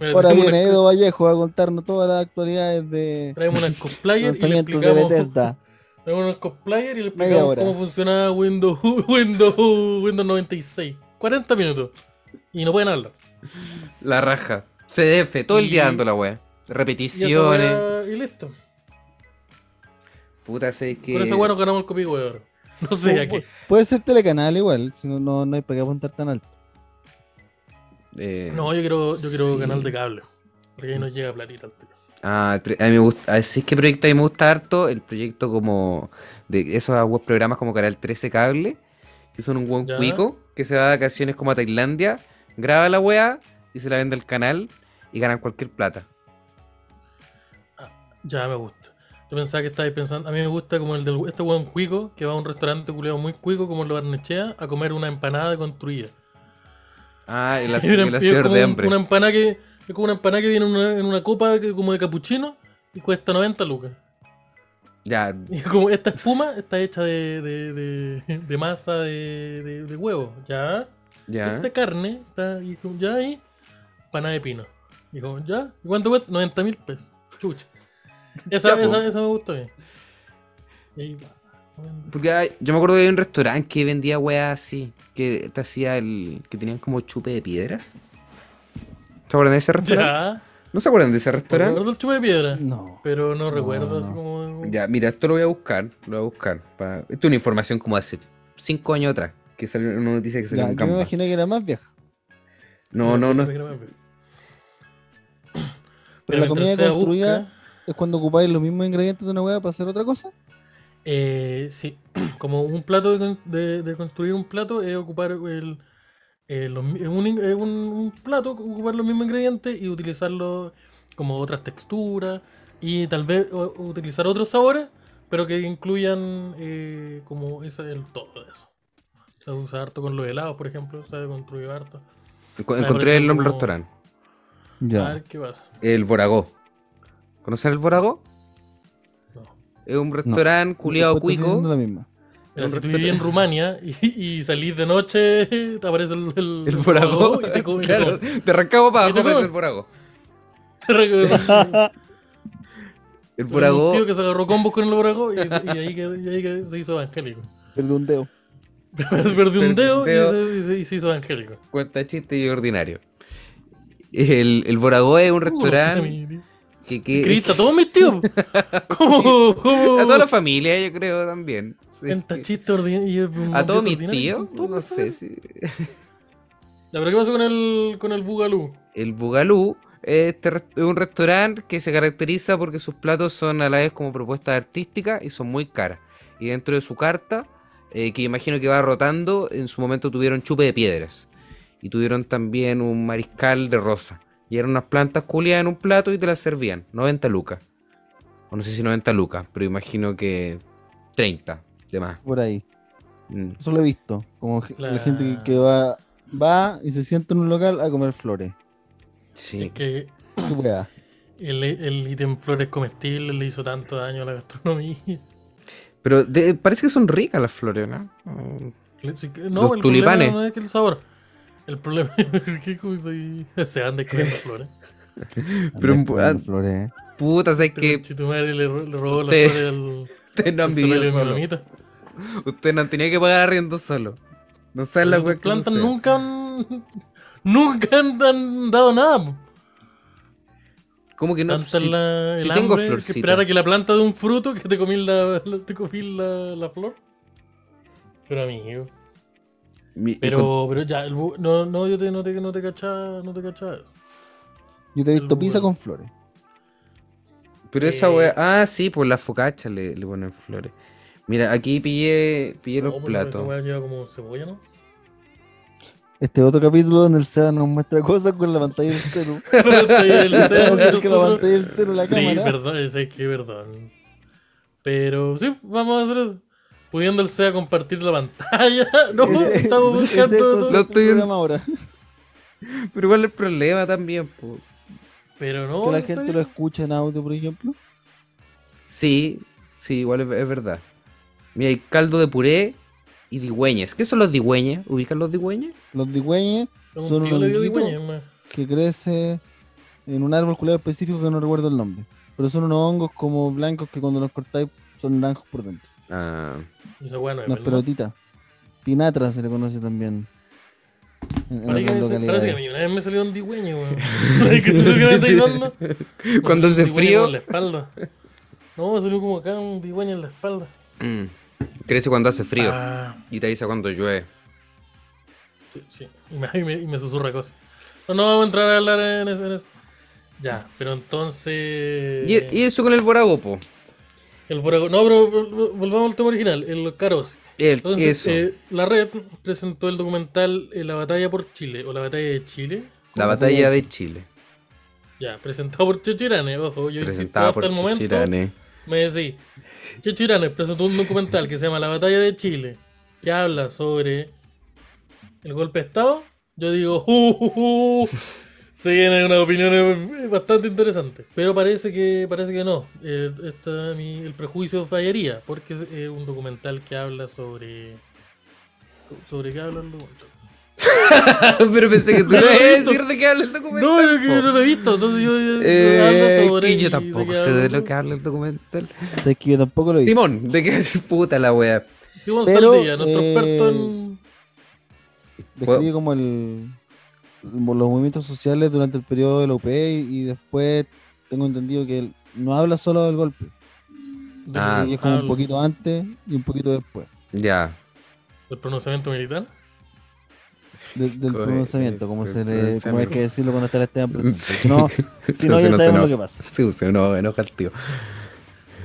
[SPEAKER 1] Mira,
[SPEAKER 3] Ahora
[SPEAKER 1] traemos
[SPEAKER 3] viene
[SPEAKER 1] una-
[SPEAKER 3] Edo Vallejo a contarnos todas las actualidades de
[SPEAKER 1] Traemos unas cosplayers y le
[SPEAKER 3] lanzamientos de
[SPEAKER 1] explicamos.
[SPEAKER 3] Bethesda.
[SPEAKER 1] Traemos unos cosplayers y le
[SPEAKER 3] Media
[SPEAKER 1] explicamos
[SPEAKER 3] hora.
[SPEAKER 1] cómo funcionaba Windows, [LAUGHS] Windows, Windows 96. 40 minutos. Y no pueden hablar.
[SPEAKER 2] La raja. CDF, todo el
[SPEAKER 1] Y-
[SPEAKER 2] día dando la wea.
[SPEAKER 1] Y, esa
[SPEAKER 2] Repeticiones.
[SPEAKER 1] weá- y listo.
[SPEAKER 2] Puta, sé que.
[SPEAKER 1] Por eso bueno ganamos el copico de oro. [LAUGHS] No sé a qué.
[SPEAKER 3] Puede ser telecanal igual, si no, no, no hay para qué apuntar tan alto.
[SPEAKER 2] Eh,
[SPEAKER 1] No, yo quiero, yo quiero
[SPEAKER 2] sí.
[SPEAKER 1] canal de cable. Porque ahí nos llega platita al tiro.
[SPEAKER 2] ah, tre- a mí me gusta. Así es que proyecto a mí me gusta harto. El proyecto como. De esos web programas como Canal 13 Cable. Que son un buen
[SPEAKER 1] Ya.
[SPEAKER 2] cuico. Que se va de vacaciones como a Tailandia. Graba la wea. Y se la vende al canal. Y ganan cualquier plata.
[SPEAKER 1] Ya me gusta. Yo pensaba que estabais pensando. A mí me gusta como el de este weón cuico que va a un restaurante culeado muy cuico como el de Barnechea a comer una empanada
[SPEAKER 2] [LAUGHS]
[SPEAKER 1] construida.
[SPEAKER 2] Ah, el, as-
[SPEAKER 1] [LAUGHS] Y una-
[SPEAKER 2] el
[SPEAKER 1] y es
[SPEAKER 2] hacedor
[SPEAKER 1] como
[SPEAKER 2] de
[SPEAKER 1] un-
[SPEAKER 2] hambre.
[SPEAKER 1] Una empanada que, es como una empanada que viene en una, en una copa que- como de capuchino y cuesta 90 lucas. [LAUGHS]
[SPEAKER 2] Ya,
[SPEAKER 1] Y es como esta espuma está hecha de, de, de- de masa de, de, de huevo. Ya.
[SPEAKER 2] ya.
[SPEAKER 1] Esta Este carne está y como, ya ahí. Empanada de pino. Y como, ya. ¿Y cuánto cuesta? 90 mil pesos.
[SPEAKER 2] [LAUGHS]
[SPEAKER 1] Chucha. Esa,
[SPEAKER 2] Ya, po.
[SPEAKER 1] esa, esa me gustó bien. Y ahí va.
[SPEAKER 2] Porque hay- yo me acuerdo que había un restaurante que vendía weas así, que te hacía el. que tenían como chupe de piedras. ¿Se acuerdan de ese restaurante?
[SPEAKER 1] Ya.
[SPEAKER 2] ¿No se acuerdan de ese restaurante?
[SPEAKER 1] Recuerdo el chupa de
[SPEAKER 2] Ah.
[SPEAKER 1] piedra.
[SPEAKER 3] No.
[SPEAKER 1] Pero no recuerdo así
[SPEAKER 3] no.
[SPEAKER 1] como.
[SPEAKER 2] Mm. Ya, mira, esto lo voy a buscar, lo voy a buscar. pa- Esto es una información como hace cinco años atrás, que salió una noticia que salió
[SPEAKER 3] Ya,
[SPEAKER 2] en
[SPEAKER 3] yo me
[SPEAKER 2] Canva.
[SPEAKER 3] imaginé que era más vieja.
[SPEAKER 2] No, no, no.
[SPEAKER 3] Pero la comida
[SPEAKER 1] mientras sea
[SPEAKER 3] construida-
[SPEAKER 1] busca,
[SPEAKER 3] ¿Es cuando ocupáis los mismos ingredientes de una hueá para hacer otra cosa?
[SPEAKER 1] [CLEARS THROAT] eh, sí, como un plato de, con- de- de construir un plato es ocupar el, eh, los mi- un, in- eh, un- un plato, ocupar los mismos ingredientes y utilizarlo como otras texturas y tal vez o- utilizar otros sabores, pero que incluyan eh, como ese, el todo de eso. Se usa harto con los helados, por ejemplo, se construye harto. Ah,
[SPEAKER 2] Enco-
[SPEAKER 1] por
[SPEAKER 2] Encontré el nombre del
[SPEAKER 1] ejemplo-
[SPEAKER 2] restaurante.
[SPEAKER 1] A
[SPEAKER 2] Ah,
[SPEAKER 3] Ya.
[SPEAKER 1] ver qué pasa.
[SPEAKER 2] El Boragó. ¿Conocen el Boragó?
[SPEAKER 1] No.
[SPEAKER 2] Es un restaurante culiado
[SPEAKER 3] Después estás
[SPEAKER 2] cuico.
[SPEAKER 3] haciendo la misma.
[SPEAKER 1] Mira,
[SPEAKER 2] Un
[SPEAKER 1] si tú
[SPEAKER 2] restaurante-
[SPEAKER 1] vivís en Rumania [LAUGHS] y, y salís de noche, [LAUGHS] te aparece el, el, [LAUGHS]
[SPEAKER 2] El Boragó. [LAUGHS]
[SPEAKER 1] y te comes.
[SPEAKER 2] Claro, te arrancamos para
[SPEAKER 1] ¿Y te
[SPEAKER 2] abajo, pero es
[SPEAKER 1] comes?
[SPEAKER 2] el Boragó.
[SPEAKER 1] te reconoce.
[SPEAKER 2] El
[SPEAKER 1] Un
[SPEAKER 2] Boragó.
[SPEAKER 1] tío que se agarró combos con el Boragó y, y ahí, que, y ahí que se hizo evangélico. [LAUGHS]
[SPEAKER 3] Perdí un dedo.
[SPEAKER 1] Perdió
[SPEAKER 2] un
[SPEAKER 1] un dedo,
[SPEAKER 2] dedo.
[SPEAKER 1] Y, se, y se- y se hizo evangélico.
[SPEAKER 2] Cuenta chiste y ordinario. El, el Boragó es un restaurante que, que-
[SPEAKER 1] Uh, Cristo, a todos mis
[SPEAKER 2] [LAUGHS]
[SPEAKER 1] tíos. ¿Cómo? cómo?
[SPEAKER 2] a toda la familia, yo creo también. sí.
[SPEAKER 1] Cuenta chiste ordin- y es un
[SPEAKER 2] A todos mis
[SPEAKER 1] chiste ordinario.
[SPEAKER 2] tíos,
[SPEAKER 1] Todos
[SPEAKER 2] no
[SPEAKER 1] mis
[SPEAKER 2] sé
[SPEAKER 1] familiares.
[SPEAKER 2] si.
[SPEAKER 1] Ya, pero ¿qué pasó con el, con el Bugalú?
[SPEAKER 2] El Bugalú es este res- es un restaurante que se caracteriza porque sus platos son a la vez como propuestas artísticas y son muy caras. Y dentro de su carta, eh, que imagino que va rotando, en su momento tuvieron chupe de piedras. Y tuvieron también un mariscal de rosa. Y eran unas plantas culiadas en un plato y te las servían. 90 lucas. O no sé si 90 lucas, pero imagino que 30 de más.
[SPEAKER 3] Por ahí.
[SPEAKER 2] Mm.
[SPEAKER 3] Eso lo he visto. Como ge- la,
[SPEAKER 1] La-
[SPEAKER 3] gente que, que va, va y se sienta en un local a comer flores.
[SPEAKER 2] Sí.
[SPEAKER 1] Es que
[SPEAKER 3] Qué weá.
[SPEAKER 1] el, el ítem flores comestibles le hizo tanto daño a la gastronomía.
[SPEAKER 2] Pero de- parece que son ricas las flores, ¿no? Mm.
[SPEAKER 1] Le- sí que- No,
[SPEAKER 2] Los
[SPEAKER 1] el
[SPEAKER 2] tulipanes.
[SPEAKER 1] problema no es que el sabor. El problema [LAUGHS] es que como se- se van descubriendo
[SPEAKER 2] [LAUGHS]
[SPEAKER 1] las flores.
[SPEAKER 2] Pero
[SPEAKER 3] Andá
[SPEAKER 2] un-
[SPEAKER 3] comiendo
[SPEAKER 2] ah,
[SPEAKER 3] flores. ¿eh?
[SPEAKER 2] Puta, ¿sabes
[SPEAKER 1] Que
[SPEAKER 2] qué?
[SPEAKER 1] Chitumare Este le, ro- le robó las
[SPEAKER 2] Usted-
[SPEAKER 1] flores al.
[SPEAKER 2] Ustedes no han
[SPEAKER 1] al
[SPEAKER 2] vivido
[SPEAKER 1] somelio de mi
[SPEAKER 2] solo.
[SPEAKER 1] mamita.
[SPEAKER 2] Ustedes no han tenido que pagar arriendo solo. No saben la
[SPEAKER 1] Las
[SPEAKER 2] weas que
[SPEAKER 1] plantas
[SPEAKER 2] sucede.
[SPEAKER 1] nunca han. [LAUGHS] Nunca han, han dado nada. po.
[SPEAKER 2] pues ¿Cómo que no?
[SPEAKER 1] Tanta
[SPEAKER 2] Si-
[SPEAKER 1] la,
[SPEAKER 2] si
[SPEAKER 1] el
[SPEAKER 2] tengo
[SPEAKER 1] hambre que
[SPEAKER 2] florcita.
[SPEAKER 1] esperar a que la planta de un fruto que te comí la, la- te comí la, la flor. Pero amigo.
[SPEAKER 2] mi- y con-
[SPEAKER 1] Pero, pero ya, el bu- no, no, yo te, no te, no te cachaba, no te cachaba.
[SPEAKER 3] Yo te he visto
[SPEAKER 1] el
[SPEAKER 3] pizza
[SPEAKER 1] Bugalú.
[SPEAKER 3] con flores.
[SPEAKER 2] pero esa
[SPEAKER 1] eh,
[SPEAKER 2] wea. Ah, sí, por la focacha le, le ponen flores. Mira, aquí pillé, pillé
[SPEAKER 1] No, pues,
[SPEAKER 2] los
[SPEAKER 1] porque esa
[SPEAKER 2] platos.
[SPEAKER 1] weá lleva como cebolla, ¿no?
[SPEAKER 3] Este otro capítulo donde el Seba nos muestra cosas con la pantalla del celu. [LAUGHS]
[SPEAKER 1] El
[SPEAKER 3] Vamos a ver que la
[SPEAKER 1] nosotros-
[SPEAKER 3] pantalla del celu, la
[SPEAKER 1] Sí,
[SPEAKER 3] cámara.
[SPEAKER 1] perdón, es que perdón. Pero sí, vamos a hacer eso. Pudiendo el SEA compartir la pantalla. [LAUGHS] No, [LAUGHS]
[SPEAKER 3] Ese-
[SPEAKER 1] estamos
[SPEAKER 3] ese es el
[SPEAKER 1] buscando todo.
[SPEAKER 3] concepto
[SPEAKER 2] estoy
[SPEAKER 3] del
[SPEAKER 2] en-
[SPEAKER 3] programa ahora.
[SPEAKER 2] Pero igual el problema también, po.
[SPEAKER 1] Pero no.
[SPEAKER 3] Que la
[SPEAKER 1] no está
[SPEAKER 3] gente lo
[SPEAKER 1] bien.
[SPEAKER 3] escucha en audio, por ejemplo.
[SPEAKER 2] Sí, sí, igual es, es verdad. Mira, hay caldo de puré y digüeñes. ¿Qué son los digüeñes? ¿Ubican los digüeñes?
[SPEAKER 3] Los digüeñes
[SPEAKER 1] Un
[SPEAKER 3] son un
[SPEAKER 1] tío le dio
[SPEAKER 3] honguito
[SPEAKER 1] digüeña, ma.
[SPEAKER 3] que crece en un árbol culeado específico que no recuerdo el nombre. Pero son unos hongos como blancos que cuando los cortáis son naranjos por dentro.
[SPEAKER 2] Ah,
[SPEAKER 1] Y Esa weá no es
[SPEAKER 3] Unas
[SPEAKER 1] verdad.
[SPEAKER 3] pelotitas. Pinatra se le conoce también. En, en
[SPEAKER 1] Parece
[SPEAKER 3] otras
[SPEAKER 1] que- Parece que a
[SPEAKER 3] localidades.
[SPEAKER 1] mí una vez me salió un digüeño,
[SPEAKER 3] [LAUGHS]
[SPEAKER 1] weón. ¿Qué tú crees que me estáis dando?
[SPEAKER 2] Cuando
[SPEAKER 1] Un
[SPEAKER 2] hace
[SPEAKER 1] digüeño
[SPEAKER 2] frío.
[SPEAKER 1] por la espalda. No, me salió como acá un digüeño en la espalda.
[SPEAKER 2] mm, crece cuando hace frío
[SPEAKER 1] Ah,
[SPEAKER 2] y te avisa cuando llueve.
[SPEAKER 1] Sí, y me, y me- y me susurra cosas. No, no vamos a entrar a hablar en eso. en eso. Ya, pero entonces.
[SPEAKER 2] Y, y eso con el boragopo.
[SPEAKER 1] El Borago- No, pero vol- volvamos al tema original, el Caros.
[SPEAKER 2] El,
[SPEAKER 1] Entonces,
[SPEAKER 2] eso.
[SPEAKER 1] eh, la red presentó el documental eh, La batalla por Chile, o La batalla de Chile.
[SPEAKER 2] La batalla de Chile.
[SPEAKER 1] Ya, presentado por Chechirane, ojo, yo insisto
[SPEAKER 2] Presentada
[SPEAKER 1] hasta
[SPEAKER 2] por
[SPEAKER 1] el momento. [LAUGHS]
[SPEAKER 2] Chichirane.
[SPEAKER 1] Me decís, Chechirane presentó un documental que se llama La batalla de Chile, que habla sobre el golpe de Estado. Yo digo, "Uh, uh, uh". se vienen unas opiniones eh, bastante interesantes. Pero parece que parece que no. Eh, esta- mi- el prejuicio fallaría, porque es eh, un documental que habla sobre. ¿Sobre qué habla el documental?
[SPEAKER 2] [LAUGHS] Pero pensé que tú no
[SPEAKER 1] Pero
[SPEAKER 2] ibas a
[SPEAKER 1] esto-
[SPEAKER 2] decir de qué habla el documental.
[SPEAKER 1] No, es que
[SPEAKER 2] po.
[SPEAKER 1] yo no lo he visto, entonces yo. yo- yo
[SPEAKER 2] Eh,
[SPEAKER 1] hablo sobre
[SPEAKER 2] que yo
[SPEAKER 1] y
[SPEAKER 2] tampoco
[SPEAKER 1] qué
[SPEAKER 2] sé de
[SPEAKER 1] habla.
[SPEAKER 2] lo que habla el documental.
[SPEAKER 3] Sabes que yo tampoco lo vi.
[SPEAKER 2] Simón, de qué [LAUGHS] puta la wea.
[SPEAKER 1] Simón
[SPEAKER 3] Pero,
[SPEAKER 1] Saldivia, nuestro
[SPEAKER 3] eh,
[SPEAKER 1] experto en.
[SPEAKER 3] Describe como el, mo- los movimientos sociales durante el periodo de la UP y, y después tengo entendido que él no habla solo del golpe,
[SPEAKER 1] de-
[SPEAKER 2] Ah.
[SPEAKER 3] sino que es como un
[SPEAKER 1] habla-
[SPEAKER 3] poquito antes y un poquito después
[SPEAKER 2] Ya.
[SPEAKER 1] del pronunciamiento militar.
[SPEAKER 3] de- del
[SPEAKER 2] Corre-
[SPEAKER 3] pronunciamiento, como,
[SPEAKER 2] del
[SPEAKER 3] se le, como hay
[SPEAKER 2] pronunciamiento.
[SPEAKER 3] que decirlo cuando está el Esteban presente.
[SPEAKER 2] Sí. [LAUGHS]
[SPEAKER 3] Si no, si no,
[SPEAKER 2] Se-
[SPEAKER 3] ya
[SPEAKER 2] se nos
[SPEAKER 3] sabemos
[SPEAKER 2] enoja.
[SPEAKER 3] lo que pasa.
[SPEAKER 2] Sí, se no, enoja el tío.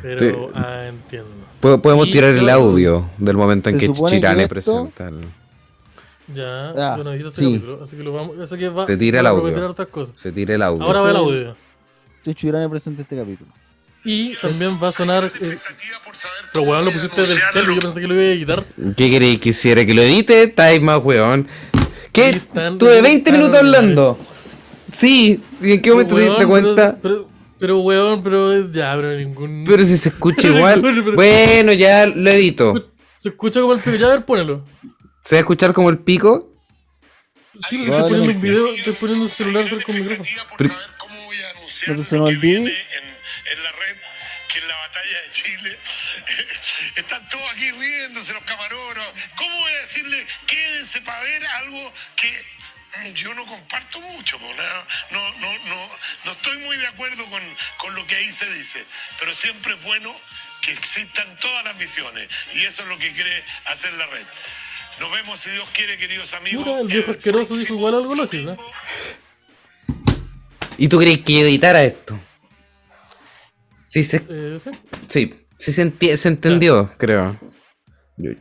[SPEAKER 1] Pero,
[SPEAKER 2] Sí.
[SPEAKER 1] ah, entiendo.
[SPEAKER 2] Po- Podemos
[SPEAKER 1] Y
[SPEAKER 2] tirar el
[SPEAKER 1] yo-
[SPEAKER 2] audio del momento en
[SPEAKER 3] se
[SPEAKER 2] que
[SPEAKER 3] supone que
[SPEAKER 2] Chichirane
[SPEAKER 3] esto-
[SPEAKER 2] presenta. el-
[SPEAKER 1] Ya,
[SPEAKER 3] Ah,
[SPEAKER 1] yo no he visto ese
[SPEAKER 3] sí.
[SPEAKER 1] capítulo, así que lo vamos. Así que va,
[SPEAKER 2] Se tira el
[SPEAKER 1] vamos a
[SPEAKER 2] audio.
[SPEAKER 1] recuperar otras cosas.
[SPEAKER 2] Se tira el audio.
[SPEAKER 1] Ahora va el
[SPEAKER 3] Sí.
[SPEAKER 1] audio.
[SPEAKER 3] Chucho Irane presenta este capítulo.
[SPEAKER 1] Y también va a sonar. eh, pero weón, lo pusiste del cel, yo pensé que lo iba a quitar.
[SPEAKER 2] ¿Qué queréis que hiciera? ¿Que lo edite? Estáis más weón.
[SPEAKER 1] Ahí
[SPEAKER 2] ¿Qué?
[SPEAKER 1] están,
[SPEAKER 2] Tuve 20
[SPEAKER 1] están
[SPEAKER 2] minutos
[SPEAKER 1] horribles.
[SPEAKER 2] hablando. Sí, ¿y en qué momento te
[SPEAKER 1] Weón,
[SPEAKER 2] diste cuenta?
[SPEAKER 1] Pero, pero, pero weón, pero eh, ya, pero ningún.
[SPEAKER 2] Pero si se escucha
[SPEAKER 1] Pero-
[SPEAKER 2] igual.
[SPEAKER 1] pero-
[SPEAKER 2] Bueno, ya lo edito.
[SPEAKER 1] Se escucha como el pico. Ya, a ver, ponelo.
[SPEAKER 2] ¿Se va a escuchar como el pico?
[SPEAKER 1] Sí, porque
[SPEAKER 3] Vale.
[SPEAKER 1] [LAUGHS] estoy poniendo un video, estoy poniendo un celular cerca de un micrófono.
[SPEAKER 4] Por saber cómo voy a anunciar
[SPEAKER 3] ¿No te
[SPEAKER 4] lo
[SPEAKER 3] sonó
[SPEAKER 4] que
[SPEAKER 3] el beat?
[SPEAKER 4] viene en, en la red que en la batalla de Chile [LAUGHS] están todos aquí riéndose los camaroros. ¿Cómo voy a decirle quédense para ver algo que mm, yo no comparto mucho? po, No, no, no, no, no estoy muy de acuerdo con, con lo que ahí se dice, pero siempre es bueno que existan todas las visiones y eso es lo que quiere hacer la red. Nos vemos si Dios quiere, queridos amigos.
[SPEAKER 1] Mira, el viejo asqueroso dijo igual algo lógico, ¿eh?
[SPEAKER 2] ¿Y tú crees que yo editara esto? Sí, se,
[SPEAKER 1] Eh, sí.
[SPEAKER 2] sí, sí se, enti- se entendió, creo. Yo-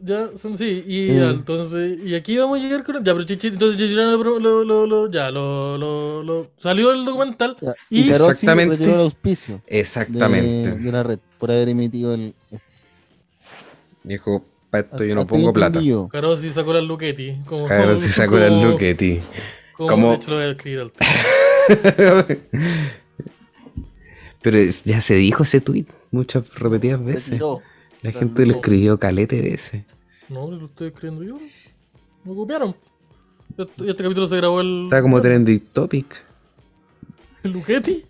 [SPEAKER 1] Ya, son, sí, y
[SPEAKER 2] Mm.
[SPEAKER 1] ya, entonces, y aquí vamos a llegar con... Ya, pero Chichi, entonces Chichirana lo, lo, lo, lo- ya, lo, lo, lo- salió el documental
[SPEAKER 3] Ya,
[SPEAKER 1] y...
[SPEAKER 3] Y Carosi
[SPEAKER 2] Exactamente.
[SPEAKER 3] retiró el auspicio de,
[SPEAKER 2] Exactamente.
[SPEAKER 3] de la red por haber emitido el.
[SPEAKER 2] Dijo, para esto yo
[SPEAKER 3] hasta
[SPEAKER 2] no
[SPEAKER 3] ahí
[SPEAKER 2] pongo plata.
[SPEAKER 3] entendido.
[SPEAKER 1] Carosi sacó la Luchetti. Como,
[SPEAKER 2] A ver si saco el look de ti. [LAUGHS]
[SPEAKER 1] Como,
[SPEAKER 2] como-
[SPEAKER 1] de hecho, lo voy a escribir al tiro.
[SPEAKER 2] Pero es- ya se dijo ese tweet muchas repetidas veces.
[SPEAKER 3] Retiró.
[SPEAKER 2] La gente lo escribió calete veces.
[SPEAKER 1] No, lo estoy escribiendo yo. Me copiaron. Este, este capítulo se grabó el...
[SPEAKER 2] Está
[SPEAKER 1] [LAUGHS]
[SPEAKER 2] como trending topic.
[SPEAKER 1] ¿El Luchetti?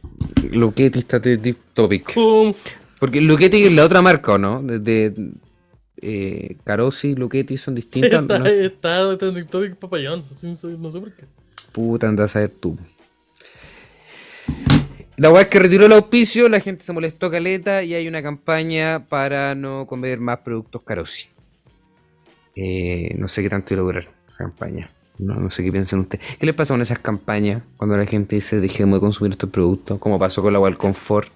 [SPEAKER 2] Luquetti está trending topic. [LAUGHS]
[SPEAKER 1] Como...
[SPEAKER 2] Porque Luquetti es la otra marca, ¿o no? De, de, eh, Carosi y Luquetti son distintas.
[SPEAKER 1] Está,
[SPEAKER 2] ¿no?
[SPEAKER 1] está trending topic papayón, sin- sin- no sé por qué.
[SPEAKER 2] Puta, anda a saber tú. La weá es que retiró el auspicio, la gente se molestó caleta y hay una campaña para no comer más productos carosi. Eh, no sé qué tanto iba a durar esa campaña. No, no sé qué piensan ustedes. ¿Qué les pasa con esas campañas cuando la gente dice dejemos de consumir estos productos? Como pasó con la weá del confort.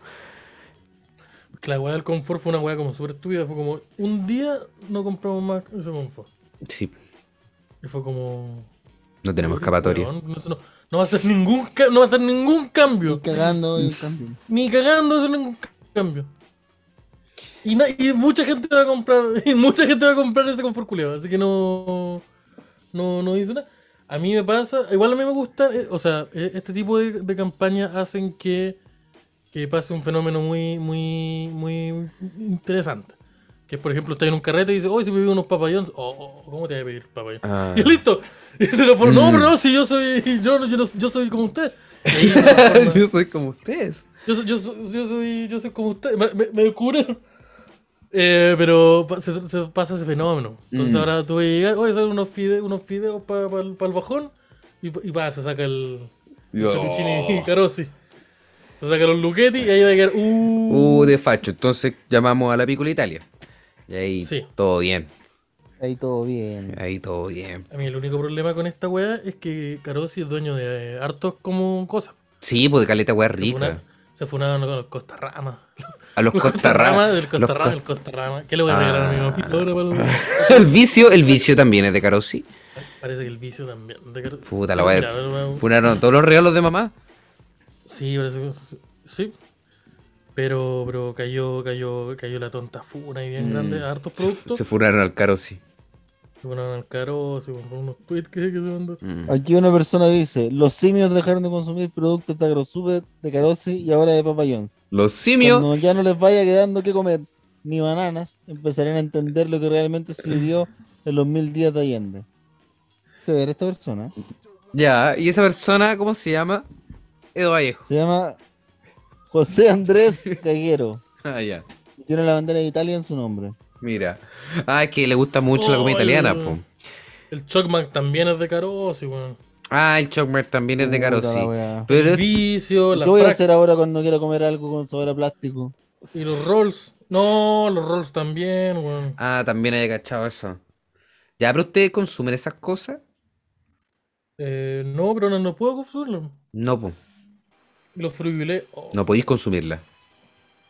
[SPEAKER 1] Que la weá del confort fue una weá como súper estúpida. Fue como, un día no compramos más ese confort.
[SPEAKER 2] Sí,
[SPEAKER 1] Y fue como...
[SPEAKER 2] no tenemos escapatoria.
[SPEAKER 1] Weón, eso no, no va a hacer ningún, ca- no va a hacer ningún cambio.
[SPEAKER 3] Y
[SPEAKER 2] [LAUGHS]
[SPEAKER 3] cagando el cambio.
[SPEAKER 1] Ni cagando va a hacer ningún ca- cambio. Y, na- y mucha gente va a comprar. [LAUGHS] Y mucha gente va a comprar ese confort culiao, Así que no. No, no dice nada. A mí me pasa. Igual a mí me gusta. eh, o sea, eh, este tipo de, de campañas hacen que. Que pase un fenómeno muy, muy, muy interesante. Que por ejemplo, estás en un carrete y dices, hoy se me pidió unos papayones. Oh, oh, oh, ¿cómo te voy a pedir papayón?
[SPEAKER 2] Ah.
[SPEAKER 1] Y listo. Y se lo ponen, no,
[SPEAKER 2] Mm.
[SPEAKER 1] pero no, si yo soy, yo, no- yo, no- yo soy como usted. Y ahí se transforma.
[SPEAKER 2] [LAUGHS] Yo soy como ustedes.
[SPEAKER 1] Yo, soy- yo, soy- yo soy, yo soy como usted, me, me- me descubrieron. Eh, pero pa- se, se pasa ese fenómeno. Entonces ahora tú vas a llegar, oye, salen unos, fide, unos fideos para el bajón y, pa- y pa, se saca el el
[SPEAKER 2] Oh.
[SPEAKER 1] fettuccine carosi. Se saca los luquetti y ahí va a quedar, uh.
[SPEAKER 2] Uh, de facho. Entonces llamamos a la Piccola Italia. Y ahí
[SPEAKER 1] Sí.
[SPEAKER 2] todo bien.
[SPEAKER 3] Ahí todo bien.
[SPEAKER 2] Ahí todo bien.
[SPEAKER 1] A mí el único problema con esta weá es que Carosi es dueño de eh, hartos como cosas.
[SPEAKER 2] Sí, pues de caleta weá
[SPEAKER 1] Se funaron,
[SPEAKER 2] rica.
[SPEAKER 1] se funaron con los Costarrama. [LAUGHS]
[SPEAKER 2] A los
[SPEAKER 1] Los
[SPEAKER 2] costarramas.
[SPEAKER 1] del
[SPEAKER 2] los
[SPEAKER 1] Costarrama, del Costarrama. ¿Qué le voy a regalar a mi
[SPEAKER 2] Ah.
[SPEAKER 1] papito ahora para el-
[SPEAKER 2] cos- [LAUGHS] el vicio, el vicio también es de Carosi.
[SPEAKER 1] Parece que el vicio también. Ricardo.
[SPEAKER 2] Puta la
[SPEAKER 1] Ah, Mira, a ver,
[SPEAKER 2] weá.
[SPEAKER 1] vamos.
[SPEAKER 2] Funaron todos los regalos de mamá.
[SPEAKER 1] Sí, parece que- sí. Pero, pero cayó, cayó, cayó la tonta funa y bien
[SPEAKER 2] Mm.
[SPEAKER 1] grande a hartos
[SPEAKER 2] Se,
[SPEAKER 1] productos.
[SPEAKER 2] se funaron al Carosi.
[SPEAKER 1] Se fueron al caro, se compró unos tweets que, que se mandó.
[SPEAKER 2] Mm.
[SPEAKER 3] Aquí una persona dice: Los simios dejaron de consumir productos de AgroSuper, de Carosi y ahora de Papa John's.
[SPEAKER 2] Los simios.
[SPEAKER 3] Cuando ya no les vaya quedando que comer ni bananas, empezarán a entender lo que realmente se vivió en los mil días de Allende. Se ve esta persona.
[SPEAKER 2] Ya, y esa persona, ¿cómo se llama? Edo Vallejo. [LAUGHS]
[SPEAKER 3] Se llama
[SPEAKER 1] [LAUGHS]
[SPEAKER 3] José Andrés Caguero.
[SPEAKER 2] Ah, ya.
[SPEAKER 3] y Tiene la bandera de Italia en su nombre.
[SPEAKER 2] Mira. Ah, es que le gusta mucho la comida
[SPEAKER 1] Ay,
[SPEAKER 2] italiana, po.
[SPEAKER 1] weón. El Chocman también es de caro, sí, weón.
[SPEAKER 2] Ah, el Chocmer también es de
[SPEAKER 3] Puta la
[SPEAKER 2] Carosi.
[SPEAKER 3] wea.
[SPEAKER 2] Pero
[SPEAKER 1] El
[SPEAKER 2] es-
[SPEAKER 1] vicio,
[SPEAKER 3] ¿Qué
[SPEAKER 1] la
[SPEAKER 3] voy a
[SPEAKER 1] frac
[SPEAKER 3] hacer ahora cuando quiera comer algo con sabor a plástico?
[SPEAKER 1] y los rolls. No, los rolls también, weón.
[SPEAKER 2] Ah, también hay cachado eso. Ya, pero ustedes consumen esas cosas.
[SPEAKER 1] Eh, no, pero no, no puedo consumirlo.
[SPEAKER 2] No, po.
[SPEAKER 1] Y los frubilé. oh,
[SPEAKER 2] No podéis consumirlas.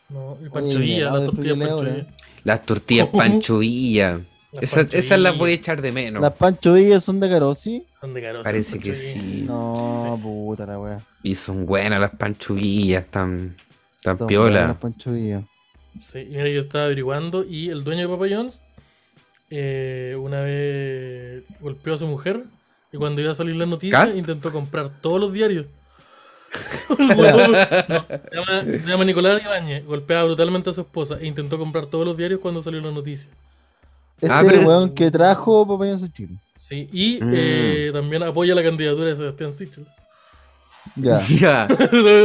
[SPEAKER 1] no. Y Pancho
[SPEAKER 3] Oye,
[SPEAKER 1] Villa,
[SPEAKER 3] helado
[SPEAKER 1] las
[SPEAKER 3] de
[SPEAKER 1] tortillas
[SPEAKER 3] frubilé
[SPEAKER 1] Pancho
[SPEAKER 3] ahora.
[SPEAKER 1] Villa. [LAUGHS]
[SPEAKER 2] Las tortillas
[SPEAKER 1] Oh.
[SPEAKER 2] Pancho Villa.
[SPEAKER 1] Las
[SPEAKER 2] Esa-
[SPEAKER 1] Pancho
[SPEAKER 2] esas las
[SPEAKER 1] Villa.
[SPEAKER 2] voy a echar de menos.
[SPEAKER 3] ¿Las Pancho Villas son de Carosi?
[SPEAKER 1] Son de Garosa,
[SPEAKER 2] Parece
[SPEAKER 1] Pancho
[SPEAKER 2] que
[SPEAKER 1] Villa.
[SPEAKER 2] sí.
[SPEAKER 3] No, puta la wea.
[SPEAKER 2] Y son buenas las panchuguillas, tan, tan
[SPEAKER 3] Son buenas
[SPEAKER 2] piola.
[SPEAKER 3] Las Pancho Villas.
[SPEAKER 1] Sí, y mira, yo estaba averiguando y el dueño de Papa John's eh, una vez golpeó a su mujer y cuando iba a salir la noticia
[SPEAKER 2] ¿Cast?
[SPEAKER 1] intentó comprar todos los
[SPEAKER 2] [LAUGHS]
[SPEAKER 1] diarios. El huevón- no, se, llama, se llama Nicolás Ibáñez, golpeaba brutalmente a su esposa e intentó comprar todos los diarios cuando salió la noticia.
[SPEAKER 3] Este
[SPEAKER 2] Ah,
[SPEAKER 3] es el
[SPEAKER 2] pero-
[SPEAKER 3] weón que trajo Papayón Chile.
[SPEAKER 1] Sí, y
[SPEAKER 2] Mm.
[SPEAKER 1] eh, también apoya la candidatura de Sebastián Sichel. [LAUGHS]
[SPEAKER 3] Ya.
[SPEAKER 2] [LAUGHS] Ya,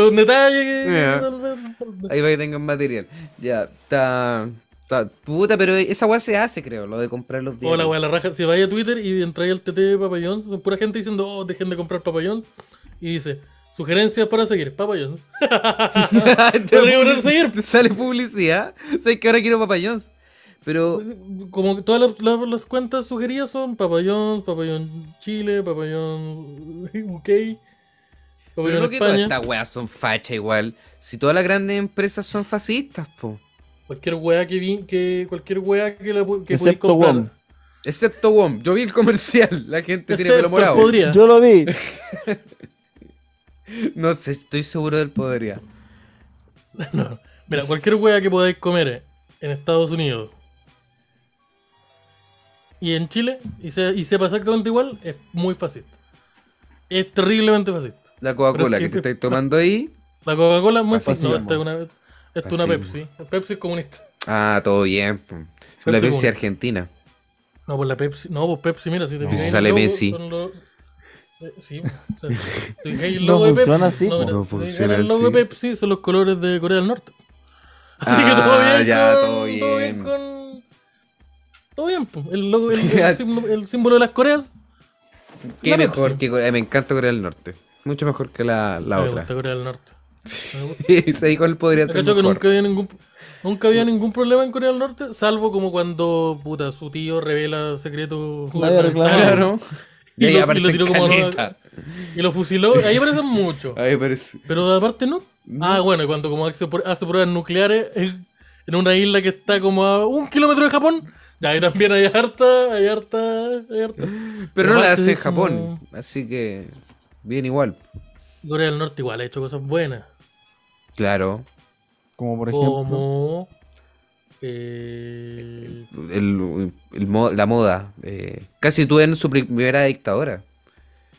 [SPEAKER 1] Un detalle que
[SPEAKER 2] Mira.
[SPEAKER 1] tal vez-
[SPEAKER 2] ahí va que tengan material. Ya, está. está- Puta, pero esa weá se hace, creo, lo de comprar los diarios. [LAUGHS]
[SPEAKER 1] Hola, weá, la raja. Si vais a Twitter y entráis al TT de Papayón, son pura gente diciendo, oh, dejen de comprar Papayón. Y dice, sugerencias para seguir, Papayón.
[SPEAKER 2] Te
[SPEAKER 1] Podría volver a
[SPEAKER 2] publici-
[SPEAKER 1] seguir.
[SPEAKER 2] Sale publicidad. Sé que ahora quiero papayons. Pero.
[SPEAKER 1] [LAUGHS] Como que todas las, las- las cuentas sugeridas son Papayón, Papayón Chile, [LAUGHS] Papayón UK,
[SPEAKER 2] Pero
[SPEAKER 1] Papayón
[SPEAKER 2] no que todas
[SPEAKER 1] España.
[SPEAKER 2] estas weas son facha igual. Si todas las grandes empresas son fascistas, po.
[SPEAKER 1] Cualquier weá que vi, que cualquier weá que la pu- que podéis
[SPEAKER 3] Excepto
[SPEAKER 1] comprar.
[SPEAKER 3] WOM.
[SPEAKER 2] Excepto WOM. Yo vi el comercial. La gente tiene pelo
[SPEAKER 1] Excepto el
[SPEAKER 2] morado.
[SPEAKER 1] podría.
[SPEAKER 3] Yo lo vi.
[SPEAKER 2] No sé, estoy seguro del podría.
[SPEAKER 1] No. Mira, cualquier hueá que podáis comer en Estados Unidos y en Chile y, se, y sepa exactamente igual, es muy fascista. Es terriblemente fascista.
[SPEAKER 2] La
[SPEAKER 1] Pero
[SPEAKER 2] Coca-Cola
[SPEAKER 1] es que-
[SPEAKER 2] que te estáis tomando ahí.
[SPEAKER 1] La Coca-Cola es muy fascista.
[SPEAKER 3] Fascismo.
[SPEAKER 1] No, esta es una, esta es una Pepsi.
[SPEAKER 2] Fascismo.
[SPEAKER 1] La Pepsi es comunista.
[SPEAKER 2] Ah, todo bien. po. La
[SPEAKER 1] Pepsi
[SPEAKER 2] Pepsi
[SPEAKER 1] Cola.
[SPEAKER 2] Argentina.
[SPEAKER 1] No, pues la Pepsi. No, pues Pepsi, mira, si te
[SPEAKER 2] No.
[SPEAKER 1] fijas. en el
[SPEAKER 2] Sale
[SPEAKER 1] logo,
[SPEAKER 2] Messi.
[SPEAKER 1] son los- eh, Sí, o sea, te fijas en el
[SPEAKER 3] [LAUGHS] No
[SPEAKER 1] logo de
[SPEAKER 3] funciona
[SPEAKER 1] Pepsi.
[SPEAKER 3] así, po.
[SPEAKER 1] mira,
[SPEAKER 2] No
[SPEAKER 1] te fijas en
[SPEAKER 2] funciona
[SPEAKER 1] El logo
[SPEAKER 2] así.
[SPEAKER 1] de Pepsi son los colores de Corea del Norte. [LAUGHS] Así que todo
[SPEAKER 2] Ah,
[SPEAKER 1] bien.
[SPEAKER 2] ya,
[SPEAKER 1] con-
[SPEAKER 2] todo
[SPEAKER 1] Todo bien
[SPEAKER 2] bien.
[SPEAKER 1] con. Todo bien, po. El, logo, el, el símbolo, el símbolo de las Coreas.
[SPEAKER 2] Qué
[SPEAKER 1] La
[SPEAKER 2] mejor
[SPEAKER 1] Pepsi.
[SPEAKER 2] que Corea. Me encanta Corea del Norte. Mucho mejor que la, la
[SPEAKER 1] Me
[SPEAKER 2] otra. [LAUGHS]
[SPEAKER 1] gusta Corea del Norte. Me gusta.
[SPEAKER 2] Ese ahí con el podría
[SPEAKER 1] Me
[SPEAKER 2] ser.
[SPEAKER 1] cacho que
[SPEAKER 2] mejor.
[SPEAKER 1] nunca había ningún nunca había ningún problema en Corea del Norte, salvo como cuando puta su tío revela secretos
[SPEAKER 3] Nadie reclama.
[SPEAKER 1] gubernamentales
[SPEAKER 2] Claro.
[SPEAKER 1] Y
[SPEAKER 2] Y ahí
[SPEAKER 1] lo- y lo
[SPEAKER 2] aparece
[SPEAKER 1] tiró como-
[SPEAKER 2] caleta.
[SPEAKER 1] y lo fusiló, ahí aparecen muchos.
[SPEAKER 2] Ahí aparece.
[SPEAKER 1] Pero aparte no.
[SPEAKER 2] No.
[SPEAKER 1] Ah, bueno, y cuando como hace, pr- hace pruebas nucleares en, en una isla que está como a un kilómetro de Japón, ya ahí también hay harta, hay harta, hay harta.
[SPEAKER 2] Pero no la
[SPEAKER 1] aparte
[SPEAKER 2] hace en
[SPEAKER 1] es como-
[SPEAKER 2] Japón, así que bien igual.
[SPEAKER 1] Corea del Norte igual ha hecho cosas buenas.
[SPEAKER 2] Claro,
[SPEAKER 3] Como por ejemplo.
[SPEAKER 1] Como eh,
[SPEAKER 2] el, el mo- la moda. eh, casi tuvieron su primera dictadura.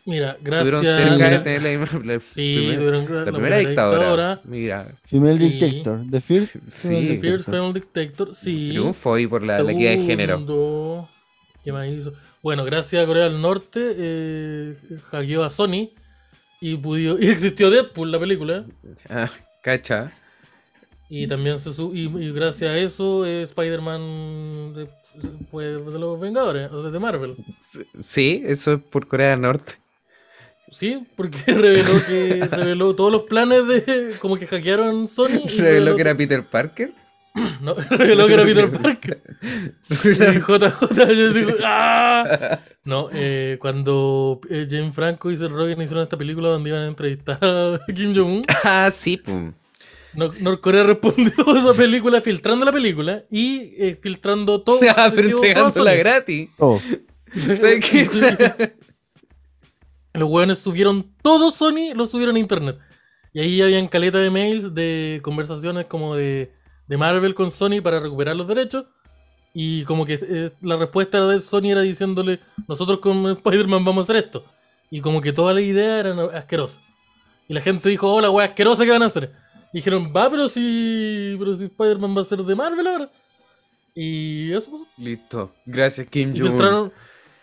[SPEAKER 1] mira, gracias.
[SPEAKER 2] Tuvieron cerca de
[SPEAKER 1] mira,
[SPEAKER 2] tener la, la- la
[SPEAKER 1] Sí,
[SPEAKER 2] primera,
[SPEAKER 1] tuvieron
[SPEAKER 2] la
[SPEAKER 1] gra-
[SPEAKER 2] primera dictadura. Mira,
[SPEAKER 3] Female
[SPEAKER 1] Sí.
[SPEAKER 3] Dictator. The First. Female
[SPEAKER 2] Sí.
[SPEAKER 1] Fear
[SPEAKER 3] Dictator.
[SPEAKER 1] Female Dictator, sí.
[SPEAKER 2] triunfo ahí por la, la equidad de género.
[SPEAKER 1] Segundo, ¿Qué más hizo? Bueno, gracias a Corea del Norte, eh, hackeó a Sony y, pudió, [LAUGHS] y existió Deadpool, la película.
[SPEAKER 2] [LAUGHS] Ah, cacha.
[SPEAKER 1] Y también se su- y, y gracias a eso, eh, Spider-Man de, fue de los Vengadores, o sea, de Marvel.
[SPEAKER 2] Sí, eso es por Corea del Norte.
[SPEAKER 1] Sí, porque [LAUGHS] reveló que reveló todos los planes de. Como que hackearon Sony. y
[SPEAKER 2] [LAUGHS] Reveló que era Peter Parker.
[SPEAKER 1] [LAUGHS] No, [LAUGHS] reveló que era
[SPEAKER 2] [LAUGHS]
[SPEAKER 1] Peter Parker. [LAUGHS] Y JJ yo digo, ¡ah! No, eh, cuando eh, James Franco y Seth Rogen hicieron esta película donde iban a entrevistar a [LAUGHS] Kim Jong-un,
[SPEAKER 2] ah, sí, pum. [LAUGHS]
[SPEAKER 1] Nor- Norcorea respondió a esa película filtrando la película y eh, filtrando todo.
[SPEAKER 2] [LAUGHS] Ah, pero
[SPEAKER 1] archivo, todo
[SPEAKER 2] entregándola
[SPEAKER 1] Sony.
[SPEAKER 2] gratis.
[SPEAKER 1] [LAUGHS]
[SPEAKER 3] Oh,
[SPEAKER 2] ¿Sabes qué?
[SPEAKER 1] Los hueones subieron todo Sony, lo subieron a internet. Y ahí habían caleta de mails, de conversaciones como de, de Marvel con Sony para recuperar los derechos. Y como que eh, la respuesta de Sony era diciéndole, nosotros con Spider-Man vamos a hacer esto. Y como que toda la idea era no- asquerosa. Y la gente dijo, hola, wea asquerosa, ¿qué van a hacer? Y dijeron, va, pero si, pero si Spider-Man va a ser de Marvel ahora. Y eso pasó.
[SPEAKER 2] Listo. Gracias, Kim
[SPEAKER 1] Y
[SPEAKER 2] Jong-un.
[SPEAKER 1] filtraron,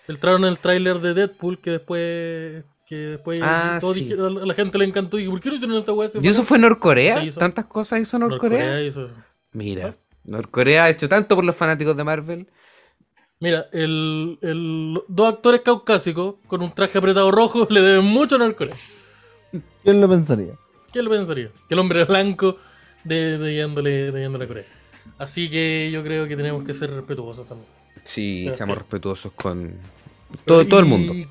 [SPEAKER 1] filtraron el tráiler de Deadpool que después que después
[SPEAKER 2] Ah,
[SPEAKER 1] todos
[SPEAKER 2] sí.
[SPEAKER 1] dijeron- a la gente le encantó y ¿por qué no hicieron esta weá?
[SPEAKER 2] ¿Y eso fue Norcorea?
[SPEAKER 1] Se hizo-
[SPEAKER 2] ¿Tantas cosas hizo Norcorea?
[SPEAKER 1] hizo eso.
[SPEAKER 2] Mira, Norcorea ha hecho tanto por los fanáticos de Marvel.
[SPEAKER 1] Mira, el, el- dos actores caucásicos con un traje apretado rojo [LAUGHS] le deben mucho a Norcorea.
[SPEAKER 3] ¿Quién lo pensaría?
[SPEAKER 1] ¿Qué le pensaría? Que el hombre blanco de, de yéndole, de yéndole a Corea. Así que yo creo que tenemos que ser respetuosos también.
[SPEAKER 2] Sí,
[SPEAKER 1] Claro,
[SPEAKER 2] seamos
[SPEAKER 1] claro.
[SPEAKER 2] respetuosos con todo, todo el mundo.
[SPEAKER 1] eh, ¿Y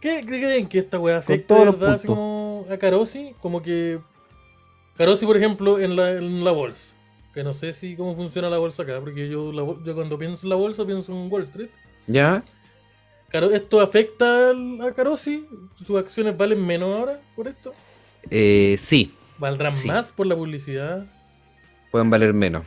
[SPEAKER 1] ¿Qué qué creen que esta weá afecte
[SPEAKER 3] todos
[SPEAKER 1] de
[SPEAKER 3] los
[SPEAKER 1] verdad, así
[SPEAKER 3] puntos.
[SPEAKER 1] como a Carosi? Como que. Carosi, por ejemplo, en la, en la bolsa. que no sé si cómo funciona la bolsa acá, porque yo, la bol- yo cuando pienso en la bolsa pienso en Wall Street.
[SPEAKER 2] ¿Ya?
[SPEAKER 1] Caro- ¿Esto afecta al- a Carosi? ¿Sus acciones valen menos ahora por esto?
[SPEAKER 2] Eh, sí,
[SPEAKER 1] ¿Valdrán
[SPEAKER 2] Sí.
[SPEAKER 1] más por la publicidad?
[SPEAKER 2] pueden valer menos.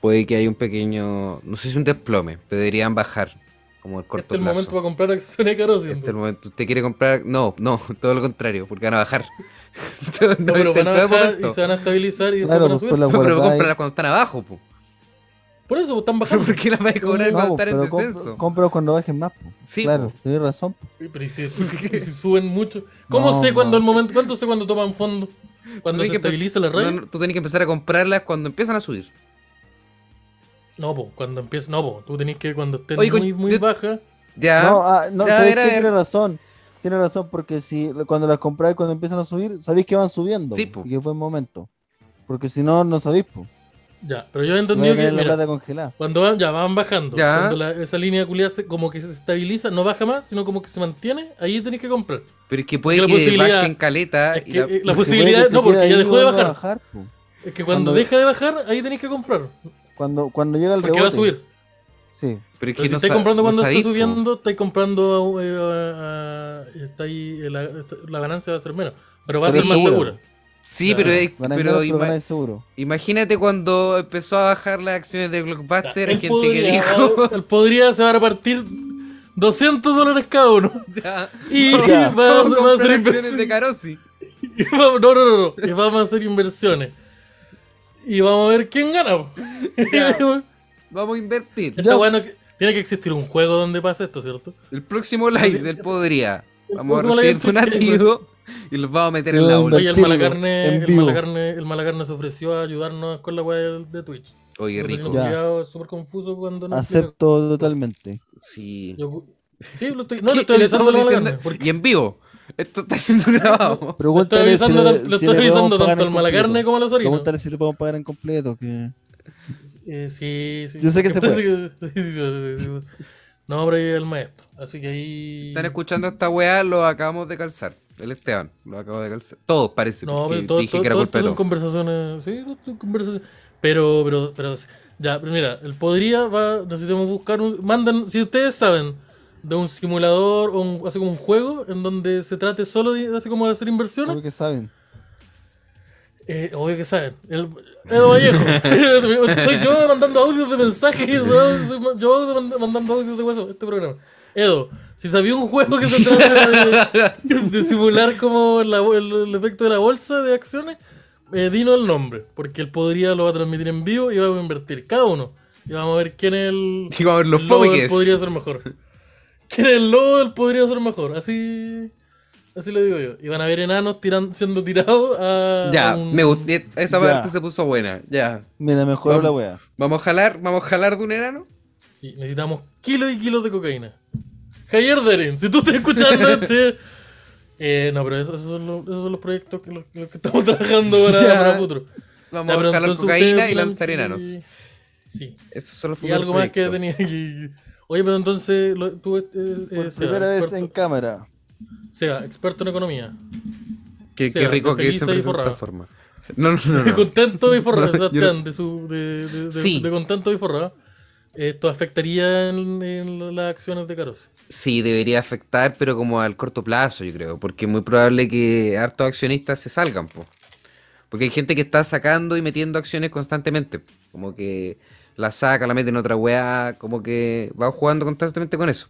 [SPEAKER 2] Puede que haya un pequeño, no sé si un desplome, pero deberían bajar como el corto
[SPEAKER 1] este es el
[SPEAKER 2] plazo.
[SPEAKER 1] momento para comprar acciones de Carosi.
[SPEAKER 2] Este es el
[SPEAKER 1] entonces.
[SPEAKER 2] momento. ¿Usted quiere comprar? No, no, [LAUGHS] todo lo contrario, porque van a bajar. [LAUGHS] Entonces,
[SPEAKER 1] No, pero van a
[SPEAKER 2] 99%
[SPEAKER 1] bajar y se van a estabilizar y después
[SPEAKER 3] Claro,
[SPEAKER 1] van a
[SPEAKER 3] pues
[SPEAKER 1] subir.
[SPEAKER 3] por la
[SPEAKER 2] No, [LAUGHS] pero
[SPEAKER 3] guardáis.
[SPEAKER 2] cómprala cuando están abajo, po. [LAUGHS]
[SPEAKER 1] Por eso pues, están bajando.
[SPEAKER 2] ¿Por qué las vais a cobrar
[SPEAKER 3] No,
[SPEAKER 2] cuando están
[SPEAKER 3] pues,
[SPEAKER 2] en
[SPEAKER 3] pero compro-
[SPEAKER 2] descenso?
[SPEAKER 3] compro cuando bajen más. pues.
[SPEAKER 2] Sí,
[SPEAKER 3] claro,
[SPEAKER 2] po.
[SPEAKER 3] tenés razón.
[SPEAKER 1] Pero y si, y si suben mucho. ¿Cómo
[SPEAKER 3] No,
[SPEAKER 1] sé cuándo
[SPEAKER 3] no.
[SPEAKER 1] el momento? ¿Cuánto sé cuando toman fondo? Cuando
[SPEAKER 2] Tú tenés
[SPEAKER 1] se
[SPEAKER 2] que empe-
[SPEAKER 1] estabiliza la red.
[SPEAKER 2] no, no, tú tenés que empezar a comprarlas cuando empiezan a subir.
[SPEAKER 1] No, po, cuando empieza, no, po, tú tenés que cuando estés
[SPEAKER 2] Oye, con-
[SPEAKER 1] muy, muy
[SPEAKER 2] yo-
[SPEAKER 1] baja.
[SPEAKER 2] Ya.
[SPEAKER 3] No, ah, no,
[SPEAKER 2] Ya, a
[SPEAKER 3] ¿sabés
[SPEAKER 2] ver, a
[SPEAKER 3] qué?
[SPEAKER 2] ver.
[SPEAKER 3] tiene razón. Tiene razón, porque si cuando las compráis, cuando empiezan a subir, sabéis que van subiendo.
[SPEAKER 2] Sí,
[SPEAKER 3] po,
[SPEAKER 2] po.
[SPEAKER 3] Y que es buen momento. Porque si no, no sabéis. Po.
[SPEAKER 1] Ya, pero yo he
[SPEAKER 3] Voy
[SPEAKER 1] entendido que
[SPEAKER 3] a tener la
[SPEAKER 1] mira,
[SPEAKER 3] plata congelada.
[SPEAKER 1] cuando van, ya van bajando.
[SPEAKER 2] Ya.
[SPEAKER 1] Cuando la- esa línea culiada se- como que se estabiliza, no baja más, sino como que se mantiene, ahí tenés que comprar.
[SPEAKER 2] Pero es que
[SPEAKER 1] la
[SPEAKER 2] puede que
[SPEAKER 1] posibilidad-
[SPEAKER 2] bajen
[SPEAKER 3] Ah,
[SPEAKER 2] caleta.
[SPEAKER 1] Es
[SPEAKER 2] y
[SPEAKER 1] que,
[SPEAKER 2] la-
[SPEAKER 1] eh, la
[SPEAKER 3] Porque puede
[SPEAKER 1] posibilidad,
[SPEAKER 3] que se
[SPEAKER 1] no,
[SPEAKER 3] quede
[SPEAKER 1] porque ya
[SPEAKER 3] ahí y
[SPEAKER 1] dejó de
[SPEAKER 3] vuelva a
[SPEAKER 1] bajar.
[SPEAKER 3] bajar, po.
[SPEAKER 1] Es que cuando,
[SPEAKER 3] Cuando-
[SPEAKER 1] deja de bajar, ahí tenés que comprar.
[SPEAKER 3] Cuando, cuando llega el
[SPEAKER 1] Porque va a
[SPEAKER 3] rebote.
[SPEAKER 1] subir.
[SPEAKER 3] Sí.
[SPEAKER 2] Pero es
[SPEAKER 1] Pero
[SPEAKER 2] que
[SPEAKER 1] si
[SPEAKER 2] no
[SPEAKER 1] estáis
[SPEAKER 2] sa-
[SPEAKER 1] comprando
[SPEAKER 2] no
[SPEAKER 1] cuando está
[SPEAKER 2] sabéis, po.
[SPEAKER 1] subiendo, estáis comprando. eh, a- a- estáis- eh, la, la ganancia va a ser menos. Pero va a
[SPEAKER 2] Pero
[SPEAKER 1] ser más
[SPEAKER 2] seguro.
[SPEAKER 1] segura.
[SPEAKER 2] Sí,
[SPEAKER 1] Claro.
[SPEAKER 2] pero, es-
[SPEAKER 3] Ganáis
[SPEAKER 2] pero
[SPEAKER 3] menos, pero
[SPEAKER 2] ima-
[SPEAKER 3] ganáis seguro.
[SPEAKER 2] imagínate cuando empezó a bajar las acciones de
[SPEAKER 1] Ya,
[SPEAKER 2] Blockbuster. Hay
[SPEAKER 1] él
[SPEAKER 2] gente
[SPEAKER 1] podría-
[SPEAKER 2] [LAUGHS] que
[SPEAKER 1] él podría se va a repartir 200 dólares cada uno. [LAUGHS]
[SPEAKER 2] dijo. ya,
[SPEAKER 1] Y
[SPEAKER 3] Ya.
[SPEAKER 1] va a-
[SPEAKER 2] vamos a
[SPEAKER 1] va a
[SPEAKER 2] comprar
[SPEAKER 1] hacer
[SPEAKER 2] acciones de
[SPEAKER 1] inversiones.
[SPEAKER 2] Carosi.
[SPEAKER 1] Y vamos- No, no, no, no. Y vamos a hacer inversiones. Y vamos a ver quién gana.
[SPEAKER 2] [LAUGHS] Ya. Vamos a invertir.
[SPEAKER 1] [LAUGHS] Está
[SPEAKER 3] Ya.
[SPEAKER 1] bueno que- Tiene que existir un juego donde pasa esto, ¿cierto?
[SPEAKER 2] El próximo live del Podría.
[SPEAKER 1] El
[SPEAKER 2] Vamos a
[SPEAKER 1] próximo
[SPEAKER 2] recibir
[SPEAKER 1] live del Podría.
[SPEAKER 2] donativo y los vamos a meter en la
[SPEAKER 3] Yo
[SPEAKER 1] Oye, el
[SPEAKER 2] bolsa.
[SPEAKER 3] invertirlo en
[SPEAKER 1] Malacarne, el
[SPEAKER 3] vivo.
[SPEAKER 1] Malacarne, el Malacarne se ofreció a ayudarnos con la web de Twitch.
[SPEAKER 2] Oye, rico.
[SPEAKER 3] Ya.
[SPEAKER 1] Es súper confuso cuando no explica.
[SPEAKER 3] Acepto totalmente.
[SPEAKER 2] Sí.
[SPEAKER 1] Yo- sí, lo estoy, no,
[SPEAKER 2] ¿Qué?
[SPEAKER 1] le estoy
[SPEAKER 2] Le
[SPEAKER 1] avisando a la
[SPEAKER 2] estamos diciendo-
[SPEAKER 1] Malacarne. porque
[SPEAKER 2] Y en vivo. Esto está
[SPEAKER 1] [LAUGHS]
[SPEAKER 2] siendo grabado.
[SPEAKER 1] Estoy
[SPEAKER 3] Pregúntale si
[SPEAKER 1] avisando,
[SPEAKER 3] le-
[SPEAKER 1] tan-
[SPEAKER 3] si
[SPEAKER 1] lo
[SPEAKER 3] le
[SPEAKER 1] estoy
[SPEAKER 3] podemos
[SPEAKER 1] avisando
[SPEAKER 3] pagar
[SPEAKER 1] tanto
[SPEAKER 3] en
[SPEAKER 1] al Malacarne
[SPEAKER 3] completo.
[SPEAKER 1] como a los orinos.
[SPEAKER 3] Pregúntale si le podemos pagar en completo. Que...
[SPEAKER 1] Eh, sí, sí.
[SPEAKER 3] Yo sé que se
[SPEAKER 1] Parece que- [LAUGHS] sí, sí, sí, sí. No, pero ahí el maestro. Así que ahí.
[SPEAKER 2] Están escuchando esta weá, lo acabamos de calzar. El Esteban, lo acabo de calzar. Todos parece.
[SPEAKER 1] No,
[SPEAKER 2] porque
[SPEAKER 1] pero todo,
[SPEAKER 2] dije
[SPEAKER 1] todo-
[SPEAKER 2] que era
[SPEAKER 1] todo esto
[SPEAKER 2] culpa de
[SPEAKER 1] son
[SPEAKER 2] todos.
[SPEAKER 1] conversaciones. Sí, todo esto son conversaciones. Pero, pero, pero. Ya, pero mira, el podría va. Necesitamos buscar un. Mandan, si ustedes saben, de un simulador o un, así como un juego en donde se trate solo de así como de hacer inversiones.
[SPEAKER 3] Creo que saben.
[SPEAKER 1] Eh, obvio que saben. El, Edo Vallejo. soy yo mandando audios de mensajes. weón. Soy ma- yo mand- mandando audios de hueso. Este programa. Edo, si sabía un juego que se trata de, de simular como la bo- el, el efecto de la bolsa de acciones, eh, dinos el nombre. Porque él podría lo va a transmitir en vivo y vamos a invertir cada uno. Y vamos a ver quién es el.
[SPEAKER 2] Y vamos a ver los
[SPEAKER 1] el lobo del
[SPEAKER 2] fome
[SPEAKER 1] podría ser mejor. ¿Quién es el lobo del podría ser mejor? Así. Así lo digo yo. Y van a ver enanos tiran- siendo tirados a.
[SPEAKER 2] Ya,
[SPEAKER 1] a un-
[SPEAKER 2] me gustó. Esa
[SPEAKER 3] Ya.
[SPEAKER 2] parte se puso buena. Ya.
[SPEAKER 3] Mira, mejoró
[SPEAKER 2] Vamos.
[SPEAKER 3] la wea.
[SPEAKER 2] Vamos a jalar, vamos a jalar de un enano.
[SPEAKER 1] Sí, necesitamos kilos y kilos de cocaína. Javier Derin, si tú estás
[SPEAKER 2] [LAUGHS]
[SPEAKER 1] escuchando este. Eh, no, pero esos, esos son los, esos son los proyectos que, los, los que estamos [LAUGHS] trabajando para,
[SPEAKER 2] Ya.
[SPEAKER 1] para futuro.
[SPEAKER 2] Vamos
[SPEAKER 1] Ya, pero
[SPEAKER 2] a jalar
[SPEAKER 1] entonces
[SPEAKER 2] cocaína
[SPEAKER 1] ustedes
[SPEAKER 2] y lanzar
[SPEAKER 1] planteen-
[SPEAKER 2] enanos.
[SPEAKER 1] Sí.
[SPEAKER 2] Esos son los
[SPEAKER 1] Y
[SPEAKER 2] futuros
[SPEAKER 1] algo más que
[SPEAKER 2] proyectos.
[SPEAKER 1] tenía aquí. Oye, pero entonces lo- tú, eh, eh,
[SPEAKER 3] Por
[SPEAKER 1] Seba,
[SPEAKER 3] primera vez
[SPEAKER 1] experto-
[SPEAKER 3] en cámara.
[SPEAKER 1] Seba, experto en economía.
[SPEAKER 2] Qué,
[SPEAKER 1] Sí,
[SPEAKER 2] qué rico
[SPEAKER 1] de
[SPEAKER 2] que
[SPEAKER 1] feliz
[SPEAKER 2] se
[SPEAKER 1] ahí
[SPEAKER 2] presenta
[SPEAKER 1] forrado.
[SPEAKER 2] esta forma. No, no,
[SPEAKER 1] [LAUGHS]
[SPEAKER 2] no. no.
[SPEAKER 1] contento y forrado,
[SPEAKER 2] [LAUGHS] No, yo
[SPEAKER 1] Sebastián,
[SPEAKER 2] no-
[SPEAKER 1] de su. De, de, de-
[SPEAKER 2] Sí.
[SPEAKER 1] de contento y forrado. Esto afectaría en, en las acciones de Caros.
[SPEAKER 2] Sí, debería afectar, pero como al corto plazo, yo creo, porque es muy probable que hartos accionistas se salgan, po. Porque hay gente que está sacando y metiendo acciones constantemente, como que la saca, la mete en otra weá, como que va jugando constantemente con eso.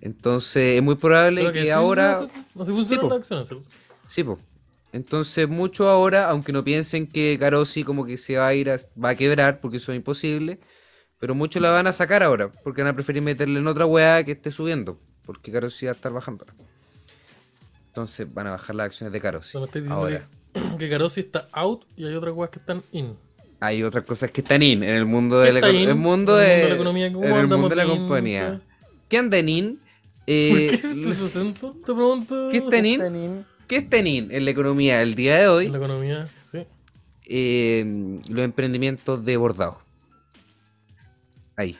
[SPEAKER 2] Entonces es muy probable
[SPEAKER 1] Creo
[SPEAKER 2] que
[SPEAKER 1] sí,
[SPEAKER 2] ahora...
[SPEAKER 1] sí, sí, No se funcionan
[SPEAKER 2] po.
[SPEAKER 1] las acciones, ¿cierto?
[SPEAKER 2] Sí, pues. Entonces, mucho ahora, aunque no piensen que Carosi como que se va a ir a, va a quebrar, porque eso es imposible, pero muchos la van a sacar ahora, porque van a preferir meterle en otra weá que esté subiendo, porque Carosi va a estar bajando. Entonces van a bajar las acciones de Carosi.
[SPEAKER 1] O sea, me estáis diciendo
[SPEAKER 2] Ahora,
[SPEAKER 1] que, [CLEARS THROAT] que Carosi está out y hay otras weas que están in.
[SPEAKER 2] hay otras cosas que están in en el mundo
[SPEAKER 1] ¿Qué
[SPEAKER 2] de la,
[SPEAKER 1] está
[SPEAKER 2] econo-
[SPEAKER 1] in?
[SPEAKER 2] el mundo
[SPEAKER 1] En el mundo de
[SPEAKER 2] de,
[SPEAKER 1] la economía, ¿cómo
[SPEAKER 2] en el
[SPEAKER 1] andamos
[SPEAKER 2] mundo de la
[SPEAKER 1] de in?
[SPEAKER 2] compañía.
[SPEAKER 1] Sí.
[SPEAKER 2] ¿Qué andan in?
[SPEAKER 1] ¿Por
[SPEAKER 2] Eh,
[SPEAKER 1] qué este acento? Te pregunto.
[SPEAKER 2] ¿Qué están in?
[SPEAKER 3] Tenín.
[SPEAKER 2] ¿Qué están in en la economía el día de hoy?
[SPEAKER 1] En la economía, sí.
[SPEAKER 2] eh, los emprendimientos de bordado. Ahí.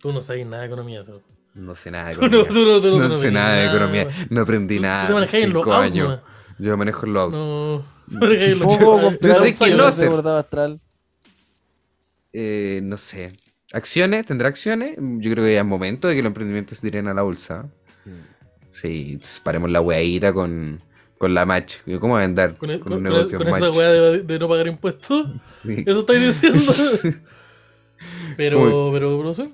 [SPEAKER 1] Tú no sabes nada de economía, ¿cierto?
[SPEAKER 2] No sé nada de
[SPEAKER 1] Tú [LAUGHS] no,
[SPEAKER 2] economía.
[SPEAKER 1] tú no, tú no,
[SPEAKER 2] No,
[SPEAKER 1] tú no
[SPEAKER 2] sé
[SPEAKER 1] sabes
[SPEAKER 2] nada de economía.
[SPEAKER 1] weón.
[SPEAKER 2] No aprendí
[SPEAKER 1] Tú-
[SPEAKER 2] nada.
[SPEAKER 1] tú te
[SPEAKER 2] en
[SPEAKER 1] manejas en los
[SPEAKER 2] cinco
[SPEAKER 1] autos,
[SPEAKER 2] años.
[SPEAKER 1] weón.
[SPEAKER 2] Yo manejo en los autos. [LAUGHS]
[SPEAKER 1] No. tú manejas en los
[SPEAKER 3] ¿Cómo puedo
[SPEAKER 1] autos.
[SPEAKER 2] Yo
[SPEAKER 3] comprar
[SPEAKER 2] sé
[SPEAKER 3] un
[SPEAKER 2] que
[SPEAKER 3] celular
[SPEAKER 2] láser.
[SPEAKER 3] de bordado astral?
[SPEAKER 2] eh, no sé, acciones, tendrá acciones. Yo creo que ya es momento de que los emprendimientos se tiren a la bolsa.
[SPEAKER 1] Mm.
[SPEAKER 2] Sí, tss, paremos la weadita con, con la match. ¿Cómo va a andar
[SPEAKER 1] Con,
[SPEAKER 2] con,
[SPEAKER 1] el-
[SPEAKER 2] un
[SPEAKER 1] con- con
[SPEAKER 2] negocio
[SPEAKER 1] con esa
[SPEAKER 2] match?
[SPEAKER 1] weá de, de no pagar impuestos. [LAUGHS]
[SPEAKER 2] Sí.
[SPEAKER 1] Eso estáis diciendo.
[SPEAKER 2] [LAUGHS]
[SPEAKER 1] pero,
[SPEAKER 2] Uy.
[SPEAKER 1] pero, no sé.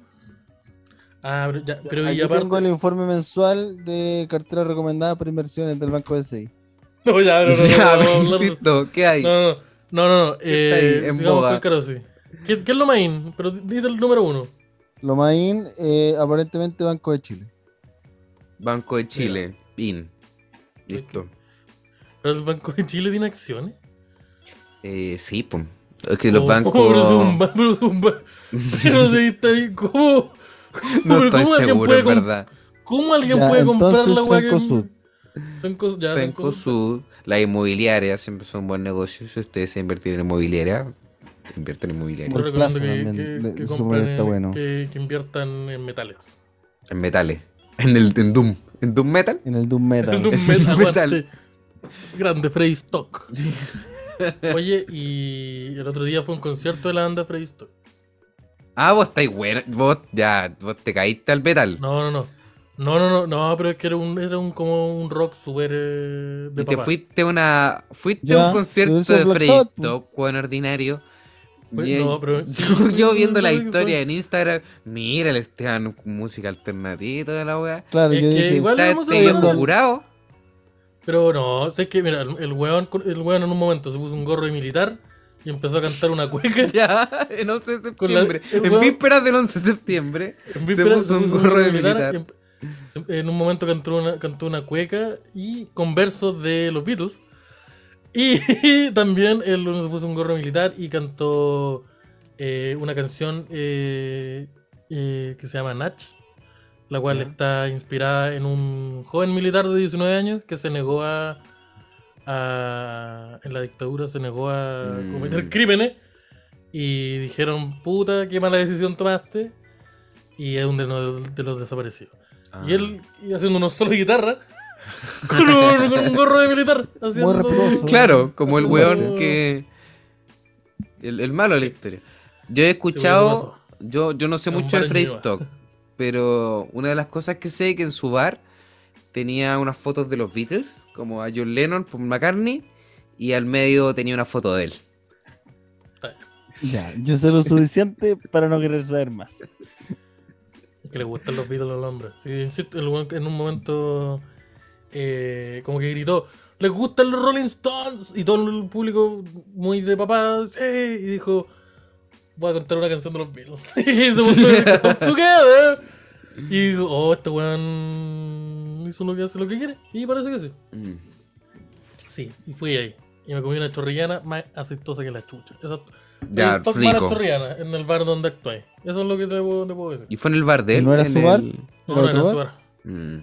[SPEAKER 1] Ah, pero, ya, pero y
[SPEAKER 3] Aquí
[SPEAKER 1] aparte.
[SPEAKER 3] tengo el informe mensual de cartera recomendada para inversiones del Banco de SI.
[SPEAKER 1] [LAUGHS] No, ya, pero no, no,
[SPEAKER 2] [LAUGHS] Ya,
[SPEAKER 1] vamos a hablar de-
[SPEAKER 2] Tito, ¿qué hay?
[SPEAKER 1] No, no, no, no, no.
[SPEAKER 2] Está ahí,
[SPEAKER 1] Eh,
[SPEAKER 2] en
[SPEAKER 1] sigamos
[SPEAKER 2] boga.
[SPEAKER 1] con Carosi. ¿Qué, ¿Qué es lo main? Pero dite el número uno.
[SPEAKER 3] Lomain, eh, aparentemente Banco de Chile.
[SPEAKER 2] Banco de Chile, PIN. Listo.
[SPEAKER 1] ¿Pero el Banco de Chile tiene acciones?
[SPEAKER 2] Eh, sí, pum. Es que los
[SPEAKER 1] Oh, [LAUGHS]
[SPEAKER 2] bancos.
[SPEAKER 1] Pero es un ba- pero es un ba- Yo no sé, está bien. ¿Cómo?
[SPEAKER 2] [LAUGHS] No
[SPEAKER 1] pero
[SPEAKER 2] estoy
[SPEAKER 1] ¿cómo alguien
[SPEAKER 2] seguro,
[SPEAKER 1] puede
[SPEAKER 2] en
[SPEAKER 1] comp-
[SPEAKER 2] verdad.
[SPEAKER 1] ¿Cómo alguien
[SPEAKER 3] Ya,
[SPEAKER 1] puede comprar
[SPEAKER 3] entonces,
[SPEAKER 1] la weá
[SPEAKER 3] Cencosud.
[SPEAKER 1] que... Cencosud, ya, Cencosud.
[SPEAKER 2] Cencosud, la inmobiliaria siempre son buen negocio. Si ustedes se invertir en inmobiliaria, invierten en
[SPEAKER 1] Yo
[SPEAKER 2] inmobiliaria.
[SPEAKER 3] Por
[SPEAKER 1] recomiendo
[SPEAKER 3] plaza
[SPEAKER 1] que,
[SPEAKER 3] también,
[SPEAKER 1] que-
[SPEAKER 3] de-
[SPEAKER 1] que
[SPEAKER 3] se supone
[SPEAKER 1] compren
[SPEAKER 3] que está
[SPEAKER 1] en-
[SPEAKER 3] bueno.
[SPEAKER 1] que- que inviertan en metales.
[SPEAKER 2] En metales. En el en Doom. En Doom Metal.
[SPEAKER 3] En el Doom Metal.
[SPEAKER 1] En un metal.
[SPEAKER 2] Metal.
[SPEAKER 1] aguante. Grande Freddy Stock. Oye, y el otro día fue un concierto de la banda Freddy Stock.
[SPEAKER 2] Ah, vos estáis buena. Vos ya, vos te caíste al metal.
[SPEAKER 1] No, no, no. No, no, no, no, pero es que era un, era un como un rock súper eh, de
[SPEAKER 2] y te
[SPEAKER 1] papá.
[SPEAKER 2] fuiste a una. Fuiste
[SPEAKER 3] Ya,
[SPEAKER 2] a un concierto
[SPEAKER 3] pero eso es
[SPEAKER 2] de
[SPEAKER 3] Black
[SPEAKER 2] Freddy
[SPEAKER 3] Sabbath,
[SPEAKER 2] Stop, weón ordinario.
[SPEAKER 1] Fue-
[SPEAKER 2] Y-
[SPEAKER 1] no,
[SPEAKER 2] [LAUGHS]
[SPEAKER 1] pero-
[SPEAKER 2] yo, yo viendo la
[SPEAKER 1] Black
[SPEAKER 2] historia
[SPEAKER 1] Sabbath.
[SPEAKER 2] en Instagram, mira el Esteban, música alternativa de la weá.
[SPEAKER 3] Claro,
[SPEAKER 1] Es
[SPEAKER 3] yo
[SPEAKER 1] que
[SPEAKER 3] dije,
[SPEAKER 1] igual-
[SPEAKER 2] Está
[SPEAKER 1] le
[SPEAKER 2] este
[SPEAKER 1] vamos a
[SPEAKER 2] viejo
[SPEAKER 3] hablar.
[SPEAKER 2] curado.
[SPEAKER 1] Pero no, sé que, mira, el, el weón, con- el weón en un momento se puso un gorro de militar y empezó a cantar una cueca.
[SPEAKER 2] [LAUGHS] Ya, en 11 de
[SPEAKER 1] Con la-
[SPEAKER 2] septiembre.
[SPEAKER 1] el
[SPEAKER 2] en
[SPEAKER 1] weón-
[SPEAKER 2] vísperas del 11 de septiembre.
[SPEAKER 1] En víspera
[SPEAKER 2] puso un gorro de militar.
[SPEAKER 1] y em- se- En un momento cantó una, cantó una cueca y con versos de los Beatles. Y [LAUGHS] también el lunes se puso un gorro militar y cantó eh, una canción eh, eh, que se llama Natch, la cual está inspirada en un joven militar de 19 años que se negó a. a- en la dictadura se negó a
[SPEAKER 2] Mm.
[SPEAKER 1] cometer crímenes. Y dijeron, puta, qué mala decisión tomaste. Y es uno de los, de los desaparecidos.
[SPEAKER 2] Ah.
[SPEAKER 1] Y él y haciendo unos solos de guitarra [LAUGHS] con un, con un gorro de militar. Haciendo...
[SPEAKER 3] respetuoso.
[SPEAKER 2] Ah. Claro, como el
[SPEAKER 1] Como-
[SPEAKER 2] weón que. El, el malo de la historia. Yo he
[SPEAKER 1] volvió
[SPEAKER 2] escuchado. Yo, yo no sé
[SPEAKER 1] En un
[SPEAKER 2] mucho
[SPEAKER 1] bar
[SPEAKER 2] de
[SPEAKER 1] en
[SPEAKER 2] Frey
[SPEAKER 1] Ñuñoa.
[SPEAKER 2] Stock, pero una de las cosas que sé es que en su bar tenía unas fotos de los Beatles, como a John Lennon, Paul McCartney, y al medio tenía una foto de él.
[SPEAKER 3] Ya, yo sé lo suficiente para no querer
[SPEAKER 1] [LAUGHS]
[SPEAKER 3] saber más.
[SPEAKER 1] Que le gustan los Beatles a los hombres. Sí, insisto, el weón que en un momento eh, como que gritó, les gustan los Rolling Stones. Y todo el público muy de papá, sí. Y dijo, voy a contar una canción de los Beatles. [LAUGHS] y se puso el Come Together. Y dijo, oh, este weón hizo lo que hace, lo que quiere. Y parece que sí.
[SPEAKER 2] Mm.
[SPEAKER 1] Sí, y fui ahí. Y me comí una chorrillana más aceitosa que la chucha. Esa,
[SPEAKER 2] Ya,
[SPEAKER 1] el stock mala
[SPEAKER 2] rico.
[SPEAKER 1] chorrillana en el bar donde actué. Eso es lo que te puedo, te puedo decir.
[SPEAKER 2] ¿Y fue en el bar de él?
[SPEAKER 3] ¿No era
[SPEAKER 2] en
[SPEAKER 3] su bar?
[SPEAKER 2] el-
[SPEAKER 1] No, no
[SPEAKER 3] ¿Era otro
[SPEAKER 1] era
[SPEAKER 3] bar?
[SPEAKER 1] su bar.
[SPEAKER 2] Mm.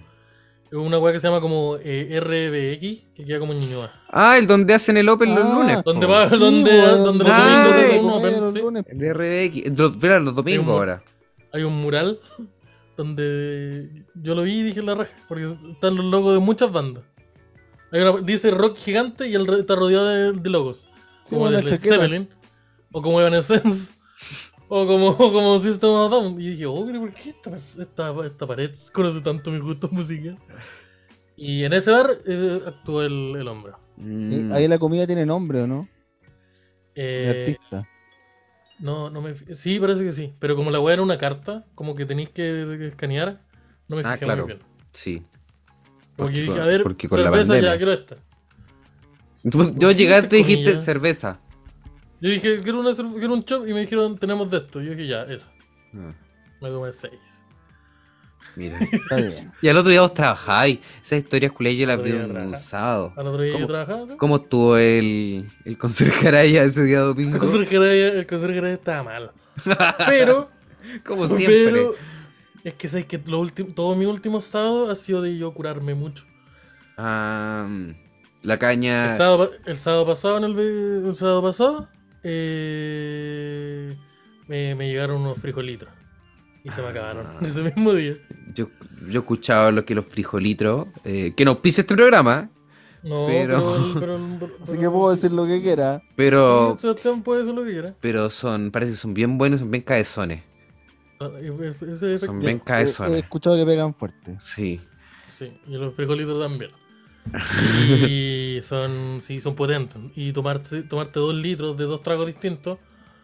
[SPEAKER 1] Es una weá que se llama como eh, RBX, que queda como en Ñuñoa.
[SPEAKER 2] Ah, el donde hacen el Open los
[SPEAKER 3] Ah,
[SPEAKER 2] lunes.
[SPEAKER 1] Donde
[SPEAKER 2] po.
[SPEAKER 1] va- ¿Dónde-
[SPEAKER 3] weón,
[SPEAKER 1] dónde
[SPEAKER 2] los domingos
[SPEAKER 3] ah,
[SPEAKER 2] se
[SPEAKER 3] eh,
[SPEAKER 2] come
[SPEAKER 3] comer
[SPEAKER 1] open,
[SPEAKER 3] los
[SPEAKER 1] sí?
[SPEAKER 3] lunes.
[SPEAKER 2] El RBX. Los, era los domingos
[SPEAKER 1] Tengo-
[SPEAKER 2] ahora.
[SPEAKER 1] Hay un mural [LAUGHS] donde yo lo vi y dije la raja, porque están los logos de muchas bandas. Hay una- dice rock gigante y el, re- está rodeado de, de logos.
[SPEAKER 3] Sí,
[SPEAKER 1] Como
[SPEAKER 3] una
[SPEAKER 1] de Led
[SPEAKER 3] chaqueta.
[SPEAKER 1] Zeppelin, o como Evanescence, [LAUGHS] o como, o como System of a Down. Y dije, oh, pero ¿por qué esta, pers- esta, esta pared conoce tanto mi gusto musical? Y en ese bar eh, actuó el, el hombre.
[SPEAKER 2] Mm.
[SPEAKER 3] Eh, Ahí la comida tiene nombre, ¿o no? De
[SPEAKER 1] Eh,
[SPEAKER 3] artista.
[SPEAKER 1] No, no me. fi- Sí, parece que sí. Pero como la weá era una carta, como que tenéis que, que escanear, no me
[SPEAKER 2] Ah,
[SPEAKER 1] fijé
[SPEAKER 2] claro.
[SPEAKER 1] muy bien.
[SPEAKER 2] Sí.
[SPEAKER 1] Porque
[SPEAKER 2] Porque
[SPEAKER 1] dije,
[SPEAKER 2] con-
[SPEAKER 1] a ver,
[SPEAKER 2] porque con la
[SPEAKER 1] cerveza,
[SPEAKER 2] pandemia.
[SPEAKER 1] ya quiero esta.
[SPEAKER 2] Tú- Yo
[SPEAKER 1] qué
[SPEAKER 2] llegaste y
[SPEAKER 1] te
[SPEAKER 2] dijiste
[SPEAKER 1] comía?
[SPEAKER 2] cerveza.
[SPEAKER 1] Yo dije, quiero, una, cerve- quiero un chop y me dijeron, tenemos de esto. Yo dije, ya, esa.
[SPEAKER 2] Ah,
[SPEAKER 1] Me comí seis.
[SPEAKER 2] mira.
[SPEAKER 1] [LAUGHS]
[SPEAKER 3] Está bien.
[SPEAKER 2] y al otro día vos trabajáis. Esas historias culiadas yo las
[SPEAKER 1] Otro
[SPEAKER 2] vi
[SPEAKER 1] día
[SPEAKER 2] un,
[SPEAKER 1] trabajar.
[SPEAKER 2] un sábado.
[SPEAKER 1] Al otro día yo
[SPEAKER 2] ¿Cómo?
[SPEAKER 1] trabajaba. ¿no?
[SPEAKER 2] ¿Cómo estuvo el, el conserje Araya ese día domingo?
[SPEAKER 1] El conserje Araya- el conserje Araya estaba
[SPEAKER 2] [LAUGHS]
[SPEAKER 1] mal. Pero,
[SPEAKER 2] Como siempre.
[SPEAKER 1] pero. Es que sabes que lo último, todo mi último sábado ha sido de yo curarme mucho.
[SPEAKER 2] Ah, la
[SPEAKER 1] El
[SPEAKER 2] caña.
[SPEAKER 1] sábado, pa- el sábado pasado, en el, ve- el sábado pasado, eh, me, me llegaron unos frijolitos. Y se me
[SPEAKER 2] Ah.
[SPEAKER 1] acabaron [LAUGHS] ese mismo día.
[SPEAKER 2] Yo, yo escuchaba lo que los frijolitos. eh, que nos pisa este programa.
[SPEAKER 1] No,
[SPEAKER 2] Pero-
[SPEAKER 1] pero. el- pero el- pero-
[SPEAKER 3] Así que puedo decir lo que quiera.
[SPEAKER 2] Pero,
[SPEAKER 1] Sebastián puede hacer lo que quiera.
[SPEAKER 2] pero son, parece que son bien buenos y son bien cabezones.
[SPEAKER 1] Ah, y- Ese ese efecto.
[SPEAKER 2] Son bien
[SPEAKER 3] He, he
[SPEAKER 2] cabezones.
[SPEAKER 3] escuchado que pegan fuerte.
[SPEAKER 1] [LAUGHS]
[SPEAKER 2] Sí. [LAUGHS]
[SPEAKER 1] Sí, y los frijolitos también. Y son, sí, son potentes. Y tomarse, tomarte dos litros de dos tragos distintos. [LAUGHS]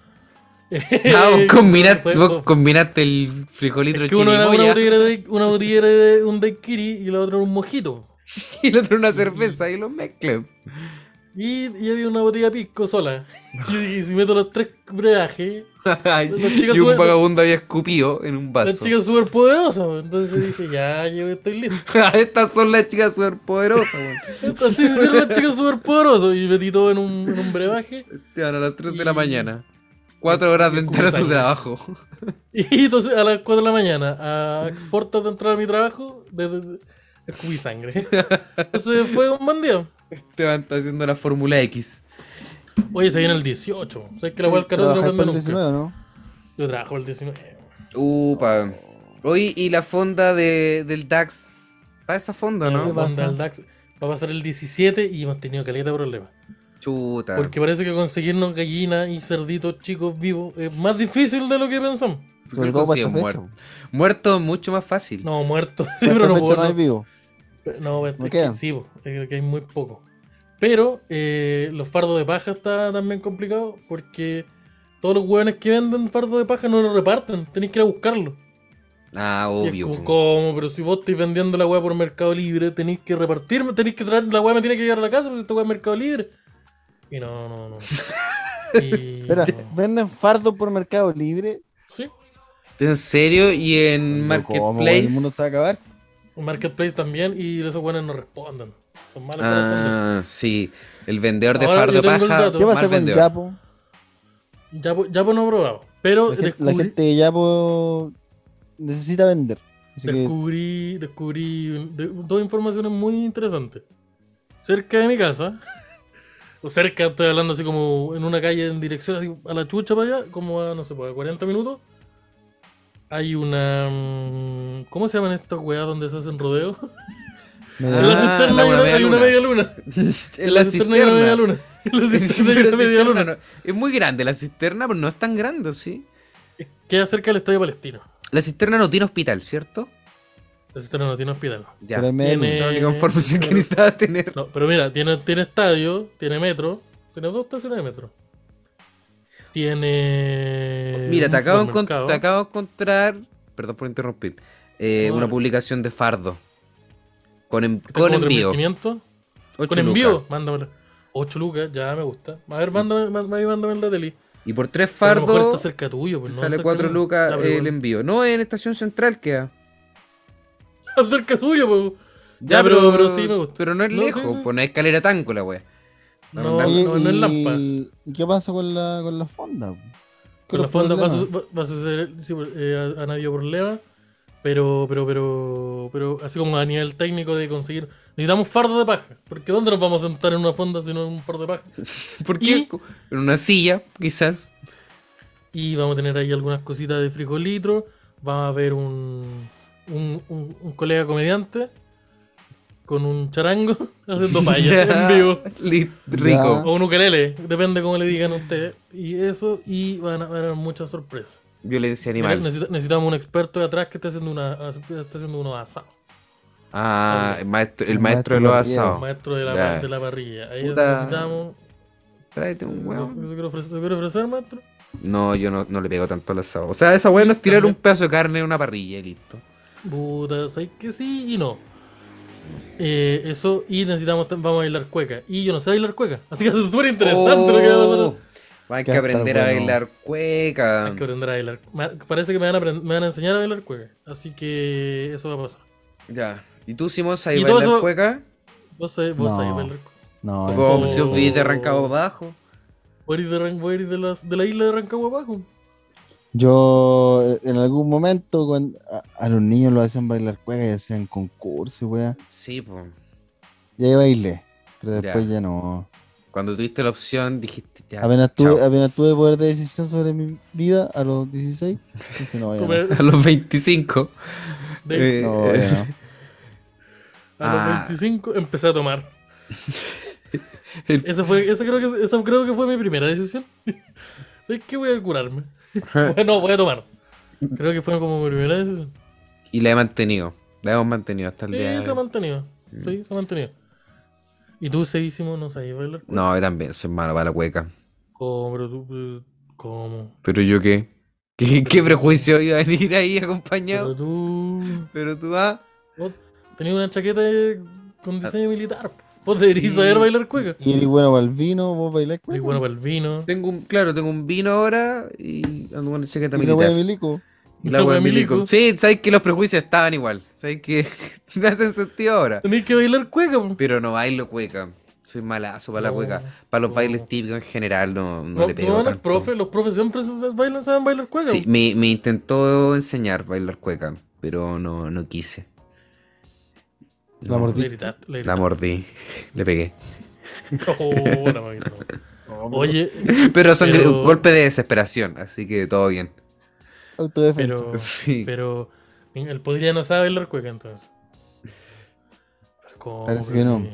[SPEAKER 1] pues,
[SPEAKER 2] Ah, vos, combinaste,
[SPEAKER 1] Fue-
[SPEAKER 2] vos
[SPEAKER 1] fue-
[SPEAKER 2] combinaste el frijolito
[SPEAKER 1] es que uno era una
[SPEAKER 2] chirimoya
[SPEAKER 1] botella era de, una botella era de un daiquiri y la otra era un mojito.
[SPEAKER 2] [LAUGHS] y el otro una cerveza y los [LAUGHS] mezclé.
[SPEAKER 1] Y, y había una botella de pisco sola. Y dije, si meto los tres brebajes, Los chicos
[SPEAKER 2] y un
[SPEAKER 1] suben-
[SPEAKER 2] vagabundo había escupido en un
[SPEAKER 1] la
[SPEAKER 2] vaso.
[SPEAKER 1] chica es súper poderosa. Entonces dije, ya, yo estoy listo.
[SPEAKER 2] [LAUGHS] Estas son las chicas superpoderosas, weón.
[SPEAKER 1] Entonces se hicieron las chicas súper poderosas. Y metí todo en un, en un brebaje.
[SPEAKER 2] Te van Este, a las 3 de la
[SPEAKER 1] Y-
[SPEAKER 2] mañana. 4 horas de
[SPEAKER 1] y
[SPEAKER 2] entrar a su
[SPEAKER 1] cubetaña.
[SPEAKER 2] trabajo. [LAUGHS]
[SPEAKER 1] Y entonces a las 4 de la mañana, a exportas de entrar a mi trabajo, desde de, escupí sangre. Entonces fue un buen día.
[SPEAKER 2] Te van a estar haciendo la Fórmula X.
[SPEAKER 1] Oye, se viene el 18. ¿Sabes que la hueá del Carosi no
[SPEAKER 3] Trabajáis
[SPEAKER 1] cambia
[SPEAKER 3] para el
[SPEAKER 1] nunca?
[SPEAKER 3] 19, ¿no?
[SPEAKER 1] Yo trabajo el 19.
[SPEAKER 2] Upa. Hoy y la fonda de, del DAX. Para esa fonda,
[SPEAKER 1] La
[SPEAKER 3] ¿Qué
[SPEAKER 2] ¿no?
[SPEAKER 3] pasa?
[SPEAKER 1] fonda del DAX va a pasar el 17 y hemos tenido caleta de problemas.
[SPEAKER 2] Chuta.
[SPEAKER 1] Porque parece que conseguirnos gallinas y cerditos chicos vivos es más difícil de lo que pensamos.
[SPEAKER 3] Sobre todo para esta fecha.
[SPEAKER 2] muerto. Muerto es mucho más fácil.
[SPEAKER 1] No, muertos. [LAUGHS] Sí,
[SPEAKER 3] Para
[SPEAKER 1] pero
[SPEAKER 3] esta
[SPEAKER 1] no
[SPEAKER 3] fecha
[SPEAKER 1] puedo.
[SPEAKER 3] no hay vivo.
[SPEAKER 1] No, es
[SPEAKER 3] ¿No
[SPEAKER 1] es
[SPEAKER 3] quedan?
[SPEAKER 1] que sí, po, es que hay muy poco. Pero eh, los fardos de paja está también complicado porque todos los hueones que venden fardos de paja no lo reparten, tenéis que ir a buscarlo.
[SPEAKER 2] Ah,
[SPEAKER 1] Y es
[SPEAKER 2] obvio.
[SPEAKER 1] como,
[SPEAKER 2] po.
[SPEAKER 1] ¿cómo? Pero si vos estáis vendiendo la hueá por Mercado Libre, tenéis que repartirme, tenéis que traer, la hueá me tiene que llegar a la casa, porque esta hueá es Mercado Libre. Y no, no,
[SPEAKER 3] [LAUGHS]
[SPEAKER 1] no. Y,
[SPEAKER 3] Espera,
[SPEAKER 1] no.
[SPEAKER 3] ¿venden fardo por Mercado Libre?
[SPEAKER 1] Sí,
[SPEAKER 2] ¿En serio? ¿Y en
[SPEAKER 3] Pero ¿cómo, güey?
[SPEAKER 2] Marketplace?
[SPEAKER 3] ¿El mundo se va a acabar?
[SPEAKER 1] un marketplace también y esos hueones no responden. Son malos para responder.
[SPEAKER 2] Ah, sí. El vendedor de
[SPEAKER 1] Ahora yo
[SPEAKER 2] fardo
[SPEAKER 1] tengo el
[SPEAKER 2] paja.
[SPEAKER 1] dato.
[SPEAKER 3] ¿Qué va a
[SPEAKER 2] mal
[SPEAKER 3] hacer con
[SPEAKER 2] vendedor.
[SPEAKER 3] Yapo?
[SPEAKER 1] Ya, po- ya po no he probado. Pero
[SPEAKER 3] La gente, la
[SPEAKER 1] descubrí-
[SPEAKER 3] gente de Yapo necesita vender. Así que
[SPEAKER 1] Descubrí, descubrí un- de- dos informaciones muy interesantes. Cerca de mi casa, [LAUGHS] o cerca, estoy hablando así como en una calle en dirección así a la chucha para allá, como a, no sé, pues, a 40 minutos, hay una... mm, ¿Cómo se llaman estas weas donde se hacen rodeos?
[SPEAKER 3] me
[SPEAKER 2] Ah,
[SPEAKER 1] en la
[SPEAKER 2] la
[SPEAKER 1] cisterna hay
[SPEAKER 2] una
[SPEAKER 1] una,
[SPEAKER 2] media
[SPEAKER 1] hay una
[SPEAKER 2] luna.
[SPEAKER 1] media luna.
[SPEAKER 2] [LAUGHS] En la
[SPEAKER 1] cisterna hay una media
[SPEAKER 2] cisterna.
[SPEAKER 1] luna. [LAUGHS] En la
[SPEAKER 2] Sí, sí,
[SPEAKER 1] cisterna hay
[SPEAKER 2] pero
[SPEAKER 1] una media
[SPEAKER 2] cisterna
[SPEAKER 1] luna.
[SPEAKER 2] no- Es muy grande la cisterna, pero no es tan grande, ¿sí?
[SPEAKER 1] Queda cerca del Estadio Palestino.
[SPEAKER 2] La cisterna no tiene hospital, ¿cierto?
[SPEAKER 1] La cisterna no tiene hospital.
[SPEAKER 2] Ya.
[SPEAKER 3] pero me-
[SPEAKER 1] Tiene-
[SPEAKER 2] Esa es la
[SPEAKER 1] [LAUGHS]
[SPEAKER 2] única información que necesitaba tener.
[SPEAKER 1] No, pero mira, tiene, tiene estadio, tiene metro, tiene dos estaciones de metro. Tiene.
[SPEAKER 2] Mira, te
[SPEAKER 1] eh, un
[SPEAKER 2] acabo, de encon-
[SPEAKER 1] supermercado.
[SPEAKER 2] te acabo de encontrar, perdón por interrumpir, eh,
[SPEAKER 1] No,
[SPEAKER 2] una
[SPEAKER 1] no.
[SPEAKER 2] publicación de Fardo. Con, en-
[SPEAKER 1] Está
[SPEAKER 2] con
[SPEAKER 1] como
[SPEAKER 2] envío.
[SPEAKER 1] 3.500.
[SPEAKER 2] Ocho
[SPEAKER 1] Con envío, mándamela. 8 lucas, ya me gusta. A ver, mándame, mándame, mándame en la tele.
[SPEAKER 2] lucas. Y por tres
[SPEAKER 1] Pero A lo mejor
[SPEAKER 2] Mm. Fardo
[SPEAKER 1] está cerca tuyo, pues, no
[SPEAKER 2] sale
[SPEAKER 1] cerca
[SPEAKER 2] cuatro
[SPEAKER 1] mío.
[SPEAKER 2] lucas
[SPEAKER 1] Ya, pero
[SPEAKER 2] el
[SPEAKER 1] igual.
[SPEAKER 2] envío. No, en Estación Central queda.
[SPEAKER 1] [LAUGHS] cerca tuyo, pues. Ya, pero, pero sí me gusta.
[SPEAKER 2] Pero no es
[SPEAKER 1] No, sí,
[SPEAKER 2] lejos,
[SPEAKER 1] sí.
[SPEAKER 2] pues no es escalera tanco la
[SPEAKER 1] [LAUGHS]
[SPEAKER 2] wea.
[SPEAKER 1] No,
[SPEAKER 2] No,
[SPEAKER 3] Oye,
[SPEAKER 1] no, no es lampa.
[SPEAKER 3] y, ¿y qué pasa con la, con la fonda?
[SPEAKER 1] Con la fonda va a,
[SPEAKER 3] pasos
[SPEAKER 1] su- va- va a suceder, sí, eh, han habido problemas, pero, pero, pero, pero, así como a nivel técnico de conseguir, necesitamos fardo de paja, porque ¿dónde nos vamos a sentar en una fonda si no en un fardo de paja?
[SPEAKER 2] ¿Por qué?
[SPEAKER 1] Y-
[SPEAKER 2] En una silla, quizás.
[SPEAKER 1] Y vamos a tener ahí algunas cositas de frijolitro, va a haber un, un, un- un colega comediante con un charango [LAUGHS] haciendo
[SPEAKER 2] [LAUGHS]
[SPEAKER 1] payas en vivo.
[SPEAKER 2] Li- Rico.
[SPEAKER 1] O un ukelele, depende cómo le digan a ustedes. Y eso, y van a van a haber muchas sorpresas.
[SPEAKER 2] Violencia
[SPEAKER 1] Mira,
[SPEAKER 2] animal.
[SPEAKER 1] necesita- necesitamos un experto de atrás que esté haciendo, una, esté haciendo unos asados.
[SPEAKER 2] Ah, el maestro, el
[SPEAKER 3] El
[SPEAKER 2] maestro de
[SPEAKER 3] maestro
[SPEAKER 2] los
[SPEAKER 3] parrillero.
[SPEAKER 1] Un
[SPEAKER 2] asados.
[SPEAKER 1] maestro de la,
[SPEAKER 2] Oh, Ya.
[SPEAKER 1] de la parrilla. Ahí
[SPEAKER 2] Puta.
[SPEAKER 1] necesitamos.
[SPEAKER 2] Tráete un
[SPEAKER 1] ¿Se
[SPEAKER 2] huevo.
[SPEAKER 1] quiere ofrecer, se quiere ofrecer, maestro?
[SPEAKER 2] No, yo no, no le pego tanto al asado. O sea, esa hueá no es tirar un pedazo de carne en una parrilla y listo.
[SPEAKER 1] Puta, sabéis que sí y no. Eh, eso, y necesitamos, tam- vamos a bailar cueca. Y yo no sé bailar cueca. Así que [LAUGHS] es súper interesante lo que va a
[SPEAKER 2] Oh,
[SPEAKER 1] pasar.
[SPEAKER 2] Hay que
[SPEAKER 3] Que va a estar
[SPEAKER 2] aprender a
[SPEAKER 3] bueno.
[SPEAKER 2] bailar cueca.
[SPEAKER 1] Hay que aprender a bailar. Me- Parece que me van, a, aprend- me van a enseñar a bailar cueca. Así que eso va a pasar.
[SPEAKER 2] Ya. ¿Y tú, Simón, sabes
[SPEAKER 1] Y todo
[SPEAKER 2] bailar
[SPEAKER 1] eso-
[SPEAKER 2] cueca?
[SPEAKER 1] Vos sabés, vos
[SPEAKER 3] No.
[SPEAKER 1] sabés bailar cueca.
[SPEAKER 3] No, en
[SPEAKER 2] Como
[SPEAKER 1] sí.
[SPEAKER 2] si os
[SPEAKER 3] serio.
[SPEAKER 2] hubiese arrancado abajo.
[SPEAKER 1] Vos eres de, Ran- vos eres de, las- de la isla de Rancagua abajo.
[SPEAKER 3] yo eh, en algún momento cuando a, a los niños lo hacían bailar cueca y hacían concurso y weá.
[SPEAKER 2] Sí, pues.
[SPEAKER 3] Y ahí bailé. Pero
[SPEAKER 2] Ya.
[SPEAKER 3] después ya, no.
[SPEAKER 2] Cuando tuviste la opción, dijiste ya.
[SPEAKER 3] Apenas
[SPEAKER 2] chao.
[SPEAKER 3] tuve, apenas tuve poder de decisión sobre mi vida a los 16. Dije, no, ya no.
[SPEAKER 1] Comer-
[SPEAKER 2] [LAUGHS] A los 25.
[SPEAKER 1] de-
[SPEAKER 2] [LAUGHS] Eh,
[SPEAKER 3] eh,
[SPEAKER 2] [LAUGHS]
[SPEAKER 3] No, ya no.
[SPEAKER 1] A los
[SPEAKER 2] Ah. [LAUGHS]
[SPEAKER 1] 25 empecé a tomar. Esa fue, esa creo que, esa creo que fue mi primera decisión. [LAUGHS] ¿Sabes qué? Voy a curarme. [LAUGHS] No, voy a tomar. Creo que fue como mi primera decisión.
[SPEAKER 2] Y la he mantenido. La hemos mantenido hasta el
[SPEAKER 1] Sí,
[SPEAKER 2] día.
[SPEAKER 1] se ha
[SPEAKER 2] de hoy.
[SPEAKER 1] mantenido.
[SPEAKER 2] Mm.
[SPEAKER 1] Sí, se ha mantenido. ¿Y tú, seguísimo, no sabías bailar?
[SPEAKER 2] No, yo también soy malo para la cueca.
[SPEAKER 1] ¿Cómo? Pero tú, eh, ¿Cómo?
[SPEAKER 2] Pero yo qué. ¿Qué, qué prejuicio iba a venir ahí
[SPEAKER 1] Pero
[SPEAKER 2] acompañado?
[SPEAKER 1] tú...
[SPEAKER 2] Pero tú ah, vas.
[SPEAKER 1] Vos tenías una chaqueta de-
[SPEAKER 2] Ah.
[SPEAKER 1] con diseño militar. po. Vos deberías saber bailar cueca.
[SPEAKER 3] Y eres bueno para el vino, vos bailás
[SPEAKER 1] Y
[SPEAKER 3] cueca.
[SPEAKER 1] bueno, para el vino.
[SPEAKER 2] Tengo un, claro, tengo un vino ahora y ando con una chaqueta
[SPEAKER 3] Y la wea de
[SPEAKER 2] militar.
[SPEAKER 3] milico.
[SPEAKER 2] Y
[SPEAKER 1] [LAUGHS]
[SPEAKER 2] la
[SPEAKER 1] wea
[SPEAKER 2] wea milico. Sí, sabes que los prejuicios estaban igual. Sabes que [LAUGHS] me hacen sentido ahora.
[SPEAKER 1] Tenéis que bailar cueca. po.
[SPEAKER 2] Pero no bailo cueca. Soy malazo para la
[SPEAKER 1] No,
[SPEAKER 2] cueca. Para los
[SPEAKER 1] no.
[SPEAKER 2] bailes típicos en general no, no
[SPEAKER 1] No,
[SPEAKER 2] le
[SPEAKER 1] no,
[SPEAKER 2] pego
[SPEAKER 1] los
[SPEAKER 2] tanto.
[SPEAKER 1] profes- los profes siempre se- se bailan, saben bailar cueca.
[SPEAKER 2] Sí,
[SPEAKER 1] po.
[SPEAKER 2] me, me intentó enseñar a bailar cueca, pero no, no quise.
[SPEAKER 3] La
[SPEAKER 2] No,
[SPEAKER 3] mordí.
[SPEAKER 1] Le gritaste, le [LAUGHS]
[SPEAKER 2] La mordí. [LAUGHS] Le pegué.
[SPEAKER 1] gritaste. Oh, la
[SPEAKER 2] [LAUGHS]
[SPEAKER 1] máquina, no. Oye,
[SPEAKER 2] Pero son gr-
[SPEAKER 1] Pero-
[SPEAKER 2] golpes de desesperación, así que todo bien.
[SPEAKER 3] Autodefensa.
[SPEAKER 1] pero,
[SPEAKER 2] [LAUGHS] Sí.
[SPEAKER 1] pero él podría no saber bailar cueca entonces. Pero ¿cómo,
[SPEAKER 3] Parece
[SPEAKER 1] pero
[SPEAKER 3] que no.
[SPEAKER 1] sí?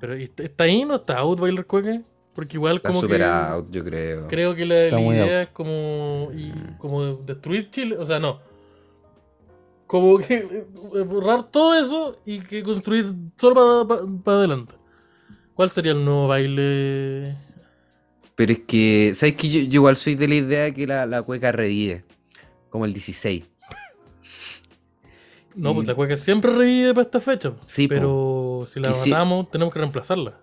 [SPEAKER 1] Pero ¿y ¿está está ahí no está out bailar cueca? Porque igual
[SPEAKER 2] Está
[SPEAKER 1] como
[SPEAKER 2] super
[SPEAKER 1] que
[SPEAKER 2] out, yo creo.
[SPEAKER 1] creo que la,
[SPEAKER 3] Está
[SPEAKER 1] la
[SPEAKER 3] muy
[SPEAKER 1] idea es como y, como destruir Chile, o sea, no. Como que eh, borrar todo eso y que construir solo para adelante. ¿Cuál sería el nuevo baile?
[SPEAKER 2] Pero es que, ¿sabes que yo, yo igual soy de la idea que la, la cueca revive? Como el 16.
[SPEAKER 1] No, pues
[SPEAKER 2] Y-
[SPEAKER 1] la cueca siempre revive para esta fecha.
[SPEAKER 2] Mm. Sí, po.
[SPEAKER 1] pero si la
[SPEAKER 2] Y si-
[SPEAKER 1] matamos, tenemos que reemplazarla.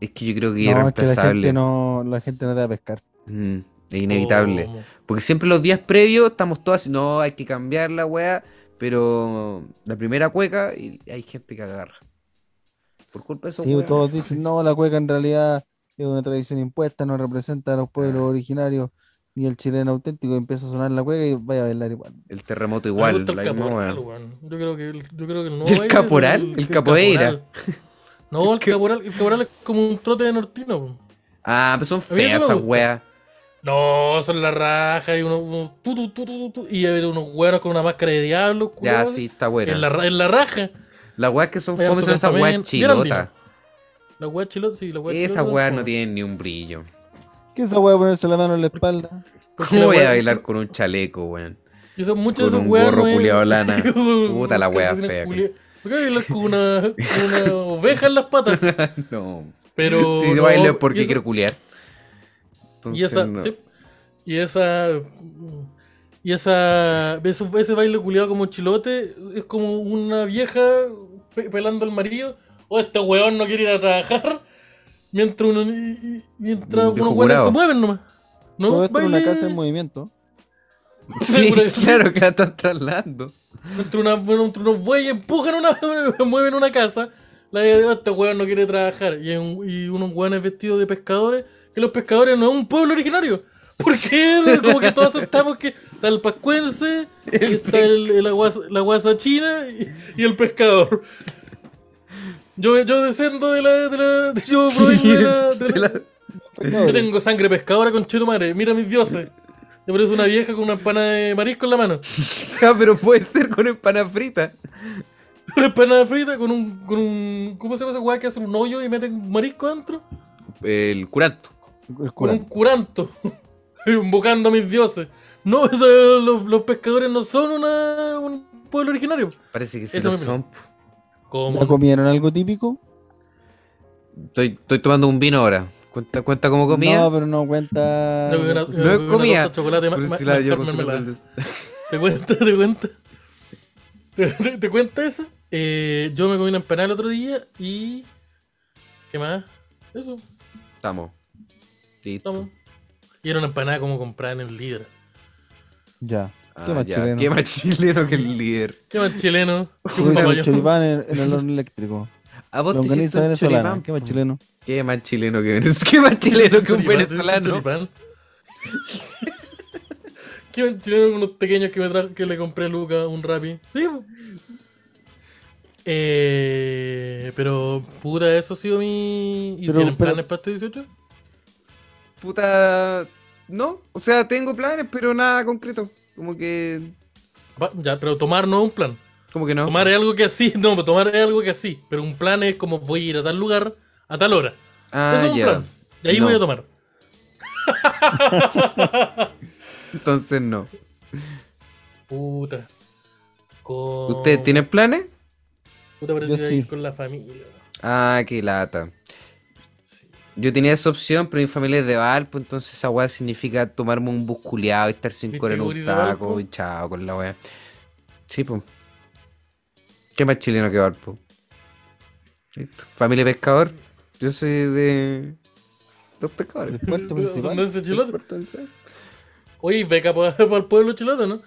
[SPEAKER 2] Es que yo creo que es
[SPEAKER 3] No, es que la gente
[SPEAKER 2] irreemplazable.
[SPEAKER 3] no, la gente no te va a pescar.
[SPEAKER 2] Mm, es inevitable.
[SPEAKER 1] Como-
[SPEAKER 2] Porque siempre los días previos estamos todos así, no, hay que cambiar la weá, pero la primera cueca y hay gente que agarra. Por culpa de esos
[SPEAKER 3] Sí,
[SPEAKER 2] weones.
[SPEAKER 3] pues, todos dicen, no, la cueca en realidad es una tradición impuesta, no representa a los pueblos originarios ni el chileno auténtico. Y empieza a sonar la cueca y vaya a bailar igual.
[SPEAKER 2] El terremoto
[SPEAKER 1] Me
[SPEAKER 2] igual,
[SPEAKER 1] gusta el
[SPEAKER 2] la misma
[SPEAKER 1] caporal,
[SPEAKER 2] weá.
[SPEAKER 1] weón. Yo creo que el, yo
[SPEAKER 2] [LAUGHS]
[SPEAKER 1] creo que el nuevo
[SPEAKER 2] ¿Y el
[SPEAKER 1] baile es
[SPEAKER 2] caporal? ¿El capoeira?
[SPEAKER 1] caporal.
[SPEAKER 2] [LAUGHS]
[SPEAKER 1] No, el caporal, el caporal es como un trote de nortino. weón.
[SPEAKER 2] Ah, pero
[SPEAKER 1] A
[SPEAKER 2] son
[SPEAKER 1] mí eso
[SPEAKER 2] feas
[SPEAKER 1] me
[SPEAKER 2] esas
[SPEAKER 1] gusta.
[SPEAKER 2] weas.
[SPEAKER 1] No, son la raja y unos unos tu, tu, tu, tu, tu, tu, y haber unos hueonos con una máscara de diablo,
[SPEAKER 2] Ya,
[SPEAKER 1] culiao,
[SPEAKER 2] sí, está
[SPEAKER 1] en
[SPEAKER 2] buena.
[SPEAKER 1] la, ra- en la raja.
[SPEAKER 2] Las weas que son
[SPEAKER 1] Hay
[SPEAKER 2] fome son esas weas
[SPEAKER 1] autocampamento.
[SPEAKER 2] chilotas.
[SPEAKER 1] Mira, La hueá chilota, sí, la hueá
[SPEAKER 2] Esas
[SPEAKER 1] chilota, pues.
[SPEAKER 2] weas
[SPEAKER 1] no.
[SPEAKER 2] no tienen ni un brillo.
[SPEAKER 3] ¿Qué esa wea de ponerse la mano en la espalda?
[SPEAKER 1] Porque
[SPEAKER 2] ¿Cómo
[SPEAKER 1] Pues la
[SPEAKER 2] voy
[SPEAKER 1] wea-
[SPEAKER 2] a bailar con un chaleco, weón?
[SPEAKER 1] Y son muchas
[SPEAKER 2] Con
[SPEAKER 1] de esas
[SPEAKER 2] un
[SPEAKER 1] weas
[SPEAKER 2] gorro
[SPEAKER 1] no es-
[SPEAKER 2] culiao de
[SPEAKER 1] [LAUGHS]
[SPEAKER 2] lana.
[SPEAKER 1] Con
[SPEAKER 2] Puta la wea
[SPEAKER 1] calcetines
[SPEAKER 2] fea,
[SPEAKER 1] culia- ¿Por qué bailar con una, con una oveja en las
[SPEAKER 2] [LAUGHS]
[SPEAKER 1] patas?
[SPEAKER 2] [LAUGHS] No.
[SPEAKER 1] Pero.
[SPEAKER 2] [LAUGHS] si
[SPEAKER 1] no,
[SPEAKER 2] bailo es
[SPEAKER 1] y
[SPEAKER 2] porque
[SPEAKER 1] esa-
[SPEAKER 2] quiero culiar.
[SPEAKER 1] Y
[SPEAKER 2] Entonces,
[SPEAKER 1] esa,
[SPEAKER 2] no.
[SPEAKER 1] sí, pues, y esa, y esa, ese, ese baile culiado como chilote es como una vieja pe- pelando al marido. O este weón no quiere ir a trabajar mientras uno, y- y- mientras
[SPEAKER 2] Un viejo
[SPEAKER 1] unos weones
[SPEAKER 2] curado.
[SPEAKER 1] se mueven nomás. No,
[SPEAKER 3] Todo esto en una
[SPEAKER 1] baile
[SPEAKER 3] casa en movimiento.
[SPEAKER 2] Sí,
[SPEAKER 1] Seguro que-
[SPEAKER 2] claro que la están traslando.
[SPEAKER 1] entre, una- entre unos bueyes empujan una, [LAUGHS] mueven una casa. La idea de este weón no quiere trabajar. Y, hay un- y unos weones vestidos de pescadores, que los pescadores no es un pueblo originario. Porque [LAUGHS] como que todos aceptamos que está el pascuense, está el, el aguas- la guasa china y, y el pescador. Yo, yo descendo de la. De la [LAUGHS] yo provengo de la- de la- [LAUGHS] yo tengo sangre pescadora con chito madre. Mira mis dioses. Me parece una vieja con una empana de marisco en la mano.
[SPEAKER 2] Ya, Ah, pero puede ser con empana frita.
[SPEAKER 1] Una empanada frita con un, con un. ¿Cómo se llama esa weá que hace un hoyo y meten marisco adentro?
[SPEAKER 2] El curanto.
[SPEAKER 3] El
[SPEAKER 1] Con
[SPEAKER 3] cura.
[SPEAKER 1] un curanto. [LAUGHS] Invocando a mis dioses. No, eso- los, los pescadores no son una, un pueblo originario.
[SPEAKER 2] Parece que sí
[SPEAKER 1] Eso
[SPEAKER 2] lo
[SPEAKER 1] mismo.
[SPEAKER 2] son. po.
[SPEAKER 1] ¿Cómo?
[SPEAKER 3] ¿Ya comieron algo típico?
[SPEAKER 2] Estoy, estoy tomando un vino ahora. ¿Cuenta, cuenta como comida?
[SPEAKER 3] No, pero no cuenta.
[SPEAKER 1] [LAUGHS] Yo creo que una-
[SPEAKER 3] no
[SPEAKER 1] yo creo que una
[SPEAKER 2] comida.
[SPEAKER 1] torta de chocolate, ma-
[SPEAKER 2] Pero
[SPEAKER 1] ma-
[SPEAKER 2] si la
[SPEAKER 1] manjar
[SPEAKER 2] yo consumo
[SPEAKER 1] mermelada.
[SPEAKER 2] del des-
[SPEAKER 1] ¿Te cuenta? ¿Te cuenta? ¿Te, te- te cuenta esa? Eh, yo me comí una empanada el otro día y. ¿Qué más? Eso,
[SPEAKER 2] Estamos. Listo.
[SPEAKER 1] estamos. Y era una empanada como comprada en el líder.
[SPEAKER 3] Ya.
[SPEAKER 2] Ah,
[SPEAKER 3] Qué más
[SPEAKER 2] ya.
[SPEAKER 3] chileno.
[SPEAKER 2] Qué más chileno que el líder.
[SPEAKER 1] ¿Qué más chileno? ¿Qué
[SPEAKER 3] Yo hice un
[SPEAKER 1] papayón?
[SPEAKER 3] choripán en, en el
[SPEAKER 2] [LAUGHS]
[SPEAKER 3] horno eléctrico.
[SPEAKER 2] ¿A Ah, vos te hiciste
[SPEAKER 3] Longaniza
[SPEAKER 2] un
[SPEAKER 3] venezolana.
[SPEAKER 2] choripán,
[SPEAKER 3] ¿Qué más
[SPEAKER 2] po?
[SPEAKER 3] chileno?
[SPEAKER 2] Qué más chileno que venez- [LAUGHS] Qué más chileno que un
[SPEAKER 1] Choripán,
[SPEAKER 2] venezolano.
[SPEAKER 1] choripán. ¿Qué un chileno con unos pequeños que, me tra- que le compré a Luca un rapi? Sí. po. Eh, pero, puta, eso ha sido mi. ¿Y
[SPEAKER 3] Pero-
[SPEAKER 1] tienen
[SPEAKER 3] pero-
[SPEAKER 1] planes para este 18?
[SPEAKER 2] Puta. No, o sea, tengo planes, pero nada concreto. Como que.
[SPEAKER 1] Va- ya, pero tomar no es un plan.
[SPEAKER 2] ¿Cómo que no?
[SPEAKER 1] Tomar es algo que así, [LAUGHS] no, pero tomar es algo que así. Pero un plan es como voy a ir a tal lugar a tal hora.
[SPEAKER 2] ah,
[SPEAKER 1] Eso es un
[SPEAKER 2] ya.
[SPEAKER 1] plan. Y ahí
[SPEAKER 2] No,
[SPEAKER 1] voy a tomar.
[SPEAKER 2] Entonces no.
[SPEAKER 1] Puta. Con...
[SPEAKER 2] ¿Ustedes tienen planes?
[SPEAKER 1] Puta, pero
[SPEAKER 3] Yo
[SPEAKER 1] si hay
[SPEAKER 3] sí.
[SPEAKER 1] con la familia.
[SPEAKER 2] Ah, qué lata.
[SPEAKER 1] Sí.
[SPEAKER 2] Yo tenía esa opción, pero mi familia es de Valpo, entonces esa weá significa tomarme un bus culiao y estar
[SPEAKER 1] ¿Viste
[SPEAKER 2] cinco horas en
[SPEAKER 1] que
[SPEAKER 2] un
[SPEAKER 1] Uri de
[SPEAKER 2] taco
[SPEAKER 1] Valpo?
[SPEAKER 2] y chao con la weá. Sí, po. ¿Qué más chileno que Valpo? Listo. Familia pescador. Yo soy de. Dos pescadores.
[SPEAKER 3] Del puerto principal.
[SPEAKER 1] ¿Dónde es el chilote?
[SPEAKER 2] Puerto del Sol.
[SPEAKER 1] Oye, beca [LAUGHS] para, el pueblo chilote, ¿no?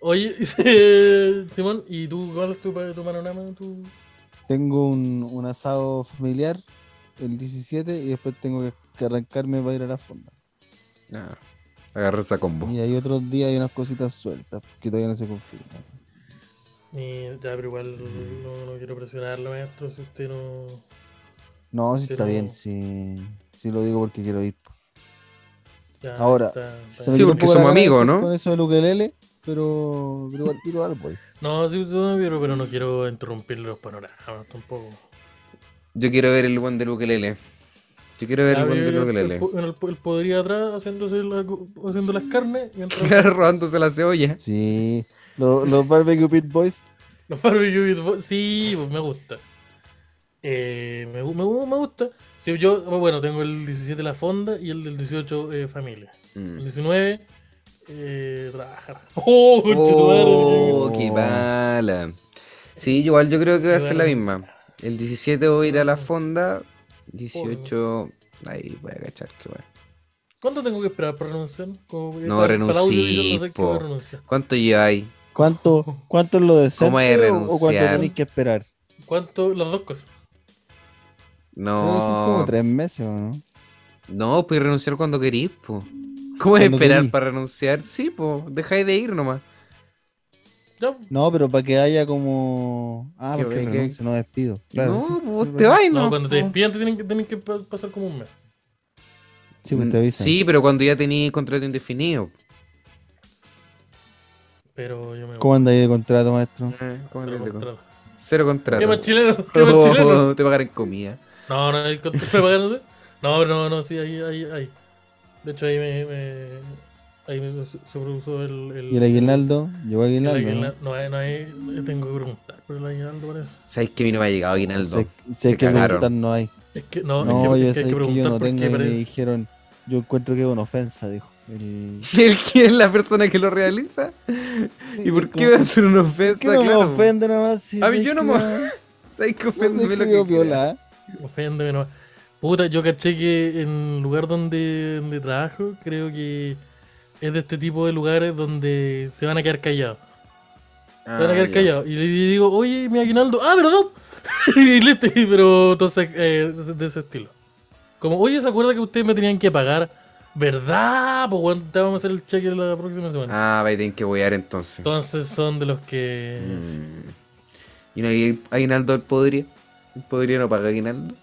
[SPEAKER 1] Oye, [LAUGHS] dice, Simón, ¿y tú cuál es tu, pa- tu panorama? Tu...
[SPEAKER 3] Tengo un, un asado familiar el 17 y después tengo que, que arrancarme para ir a la fonda.
[SPEAKER 2] Ah, agarré esa combo.
[SPEAKER 3] Y hay otros días hay unas cositas sueltas que todavía no se confirman.
[SPEAKER 1] Ni- Eh, ya, pero igual no, no quiero presionarlo, maestro, si usted no...
[SPEAKER 3] No, sí está
[SPEAKER 1] Pero-
[SPEAKER 3] bien, sí, sí lo digo porque quiero ir.
[SPEAKER 1] ya,
[SPEAKER 3] Ahora,
[SPEAKER 1] está- está-
[SPEAKER 3] Se me
[SPEAKER 2] Sí,
[SPEAKER 3] quitó un
[SPEAKER 2] porque
[SPEAKER 3] poco la
[SPEAKER 2] somos
[SPEAKER 3] gana de
[SPEAKER 2] amigos,
[SPEAKER 3] hacer
[SPEAKER 2] ¿no?
[SPEAKER 3] Con eso del ukelele, pero, pero igual tiro algo. ahí.
[SPEAKER 1] No, sí, sí, no, pero, pero no quiero interrumpir los panoramas tampoco.
[SPEAKER 2] Yo quiero ver el one del ukelele. Yo quiero ver
[SPEAKER 1] Ya,
[SPEAKER 2] el one
[SPEAKER 1] pero
[SPEAKER 2] del
[SPEAKER 1] yo creo que
[SPEAKER 2] [LAUGHS] ukelele.
[SPEAKER 1] él, po- él, po- él podría atrás haciéndose la- haciendo las carnes [LAUGHS] mientras
[SPEAKER 2] Robándose la cebolla.
[SPEAKER 3] Sí, lo- los Barbecue Pit Boys.
[SPEAKER 1] Los barbecue Pit Boys, Sí, pues me gusta. Eh, me, gu- me, gu- me gusta. Sí, yo, bueno, tengo el 17 la fonda y el del 18 eh, familia.
[SPEAKER 2] Mm.
[SPEAKER 1] El 19 eh, trabajar. [LAUGHS] ¡Oh,
[SPEAKER 2] Oh,
[SPEAKER 1] conchetumare!
[SPEAKER 2] qué mala. Sí, igual yo creo que va a
[SPEAKER 1] Qué
[SPEAKER 2] ser la
[SPEAKER 1] mala.
[SPEAKER 2] misma. El 17 voy a ir a la fonda. 18. Ahí voy a cachar que bueno.
[SPEAKER 1] ¿Cuánto tengo que esperar para renunciar? Como que
[SPEAKER 2] No
[SPEAKER 1] para- para audio
[SPEAKER 2] renuncié,
[SPEAKER 1] dicen, no sé qué voy a
[SPEAKER 2] po.
[SPEAKER 1] renunciar.
[SPEAKER 2] ¿Cuánto lleva ahí?
[SPEAKER 3] ¿Cuánto, cuánto es lo decente
[SPEAKER 2] ¿Cómo es
[SPEAKER 3] o- o cuánto
[SPEAKER 2] renunciar?
[SPEAKER 3] tenéis que esperar?
[SPEAKER 1] ¿Cuánto? Las dos cosas.
[SPEAKER 3] Creo que son como
[SPEAKER 2] No.
[SPEAKER 3] tres meses, ¿o ¿no?
[SPEAKER 2] No, puedes renunciar cuando querís, po. ¿Cómo es
[SPEAKER 3] Cuando
[SPEAKER 2] esperar
[SPEAKER 3] querís.
[SPEAKER 2] para renunciar? Sí, po. Dejáis de ir nomás.
[SPEAKER 1] Ya,
[SPEAKER 3] No, pero para que haya como... Ah,
[SPEAKER 2] Que
[SPEAKER 3] porque
[SPEAKER 2] ve que-
[SPEAKER 3] renuncio, no despido. Claro,
[SPEAKER 2] no,
[SPEAKER 3] sí,
[SPEAKER 2] po, vos
[SPEAKER 3] sí,
[SPEAKER 2] te
[SPEAKER 3] verdad.
[SPEAKER 2] vas,
[SPEAKER 1] no,
[SPEAKER 2] ¿no?
[SPEAKER 1] cuando te despiden te tienen que, tienen que pa- pasar como un mes.
[SPEAKER 3] Sí, pues te avisan.
[SPEAKER 2] Sí, pero cuando ya tenéis contrato indefinido.
[SPEAKER 1] Pero yo me voy.
[SPEAKER 3] ¿Cómo andáis de contrato, maestro?
[SPEAKER 2] Eh, ¿cómo
[SPEAKER 1] Cero
[SPEAKER 2] le digo?
[SPEAKER 1] contrato.
[SPEAKER 2] Cero
[SPEAKER 1] ¿Qué más
[SPEAKER 2] contrato.
[SPEAKER 1] chileno? ¿Qué más
[SPEAKER 2] [LAUGHS]
[SPEAKER 1] chileno?
[SPEAKER 2] Oh, te pagarán comida.
[SPEAKER 1] No, no, hay control propagándose. No, pero no, no, sí, ahí, ahí, ahí. De hecho, ahí me. me- ahí me se se produjo el. el
[SPEAKER 3] ¿Y el aguinaldo? Llegó
[SPEAKER 1] el
[SPEAKER 3] aguinaldo,
[SPEAKER 1] aguinaldo. No, eh, no, ahí tengo que preguntar por el aguinaldo parece.
[SPEAKER 2] ¿Sabéis que a mí no me ha llegado
[SPEAKER 3] ¿no?
[SPEAKER 2] Aguinaldo?
[SPEAKER 3] Sé, sé
[SPEAKER 2] Se
[SPEAKER 3] que
[SPEAKER 2] cagaron.
[SPEAKER 3] preguntar no hay.
[SPEAKER 1] Es que no,
[SPEAKER 3] No,
[SPEAKER 1] es que,
[SPEAKER 3] yo
[SPEAKER 1] es que
[SPEAKER 3] sé
[SPEAKER 1] hay que
[SPEAKER 3] que yo
[SPEAKER 1] preguntar
[SPEAKER 3] no
[SPEAKER 1] por
[SPEAKER 3] tengo
[SPEAKER 1] qué
[SPEAKER 3] y me
[SPEAKER 1] parece.
[SPEAKER 3] dijeron... Yo encuentro que es una ofensa, dijo. El-
[SPEAKER 2] [LAUGHS] ¿El que es la persona que lo realiza? ¿Y por
[SPEAKER 3] [LAUGHS]
[SPEAKER 2] qué va a ser una ofensa?
[SPEAKER 3] ¿Qué no me
[SPEAKER 2] Claro.
[SPEAKER 3] ofende nomás? Si
[SPEAKER 2] A mí
[SPEAKER 3] sé
[SPEAKER 2] yo no
[SPEAKER 3] que
[SPEAKER 2] [LAUGHS] me-
[SPEAKER 3] no-
[SPEAKER 2] ¿Sabes qué
[SPEAKER 3] no
[SPEAKER 2] ofende?
[SPEAKER 3] sé
[SPEAKER 2] Ve
[SPEAKER 3] que
[SPEAKER 2] lo
[SPEAKER 3] yo
[SPEAKER 2] que quiera.
[SPEAKER 3] viola.
[SPEAKER 1] Oféndeme nomás. Puta, yo caché que en el lugar donde, donde trabajo, creo que es de este tipo de lugares donde se van a quedar callados.
[SPEAKER 2] Ah,
[SPEAKER 1] Van a quedar
[SPEAKER 2] ya.
[SPEAKER 1] callados. Y le digo, oye, mi aguinaldo. Ah, perdón. [LAUGHS] y listo. y- Pero entonces, eh, de- de ese estilo. Como, oye, ¿se acuerda que ustedes me tenían que pagar? ¿Verdad? Pues bueno, te vamos a hacer el cheque la próxima semana.
[SPEAKER 2] Ah, va, tienen que huear entonces.
[SPEAKER 1] Entonces son de los que.
[SPEAKER 2] Mm. ¿Y no hay Aguinaldo al podría? ¿El podría no paga Aguinaldo?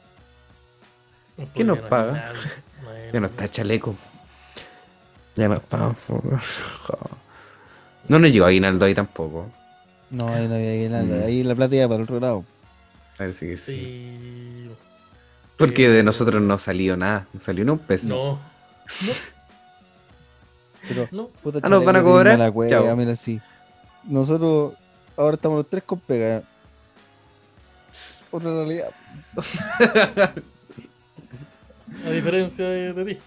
[SPEAKER 2] ¿Quién nos
[SPEAKER 1] Podrían
[SPEAKER 2] paga?
[SPEAKER 1] aguinaldo.
[SPEAKER 2] [LAUGHS] Ya no
[SPEAKER 1] Bueno,
[SPEAKER 2] está chaleco. Ya no está. [LAUGHS] No nos llegó Aguinaldo ahí tampoco.
[SPEAKER 3] No, ahí no había aguinaldo.
[SPEAKER 2] Mm.
[SPEAKER 3] Ahí la plata iba para el otro lado.
[SPEAKER 2] Parece que sí.
[SPEAKER 1] sí.
[SPEAKER 2] Porque de nosotros no salió nada. No salió ni un peso.
[SPEAKER 1] Eh, No.
[SPEAKER 3] Pero,
[SPEAKER 1] No.
[SPEAKER 3] puta,
[SPEAKER 2] Ah, ¿nos
[SPEAKER 3] chaleco,
[SPEAKER 2] van a
[SPEAKER 3] tenés
[SPEAKER 2] cobrar?
[SPEAKER 3] mala cueva,
[SPEAKER 2] Chao.
[SPEAKER 3] mira, sí. Nosotros ahora estamos los tres con pega.
[SPEAKER 2] Pss,
[SPEAKER 3] Otra realidad.
[SPEAKER 1] A diferencia de, de ti.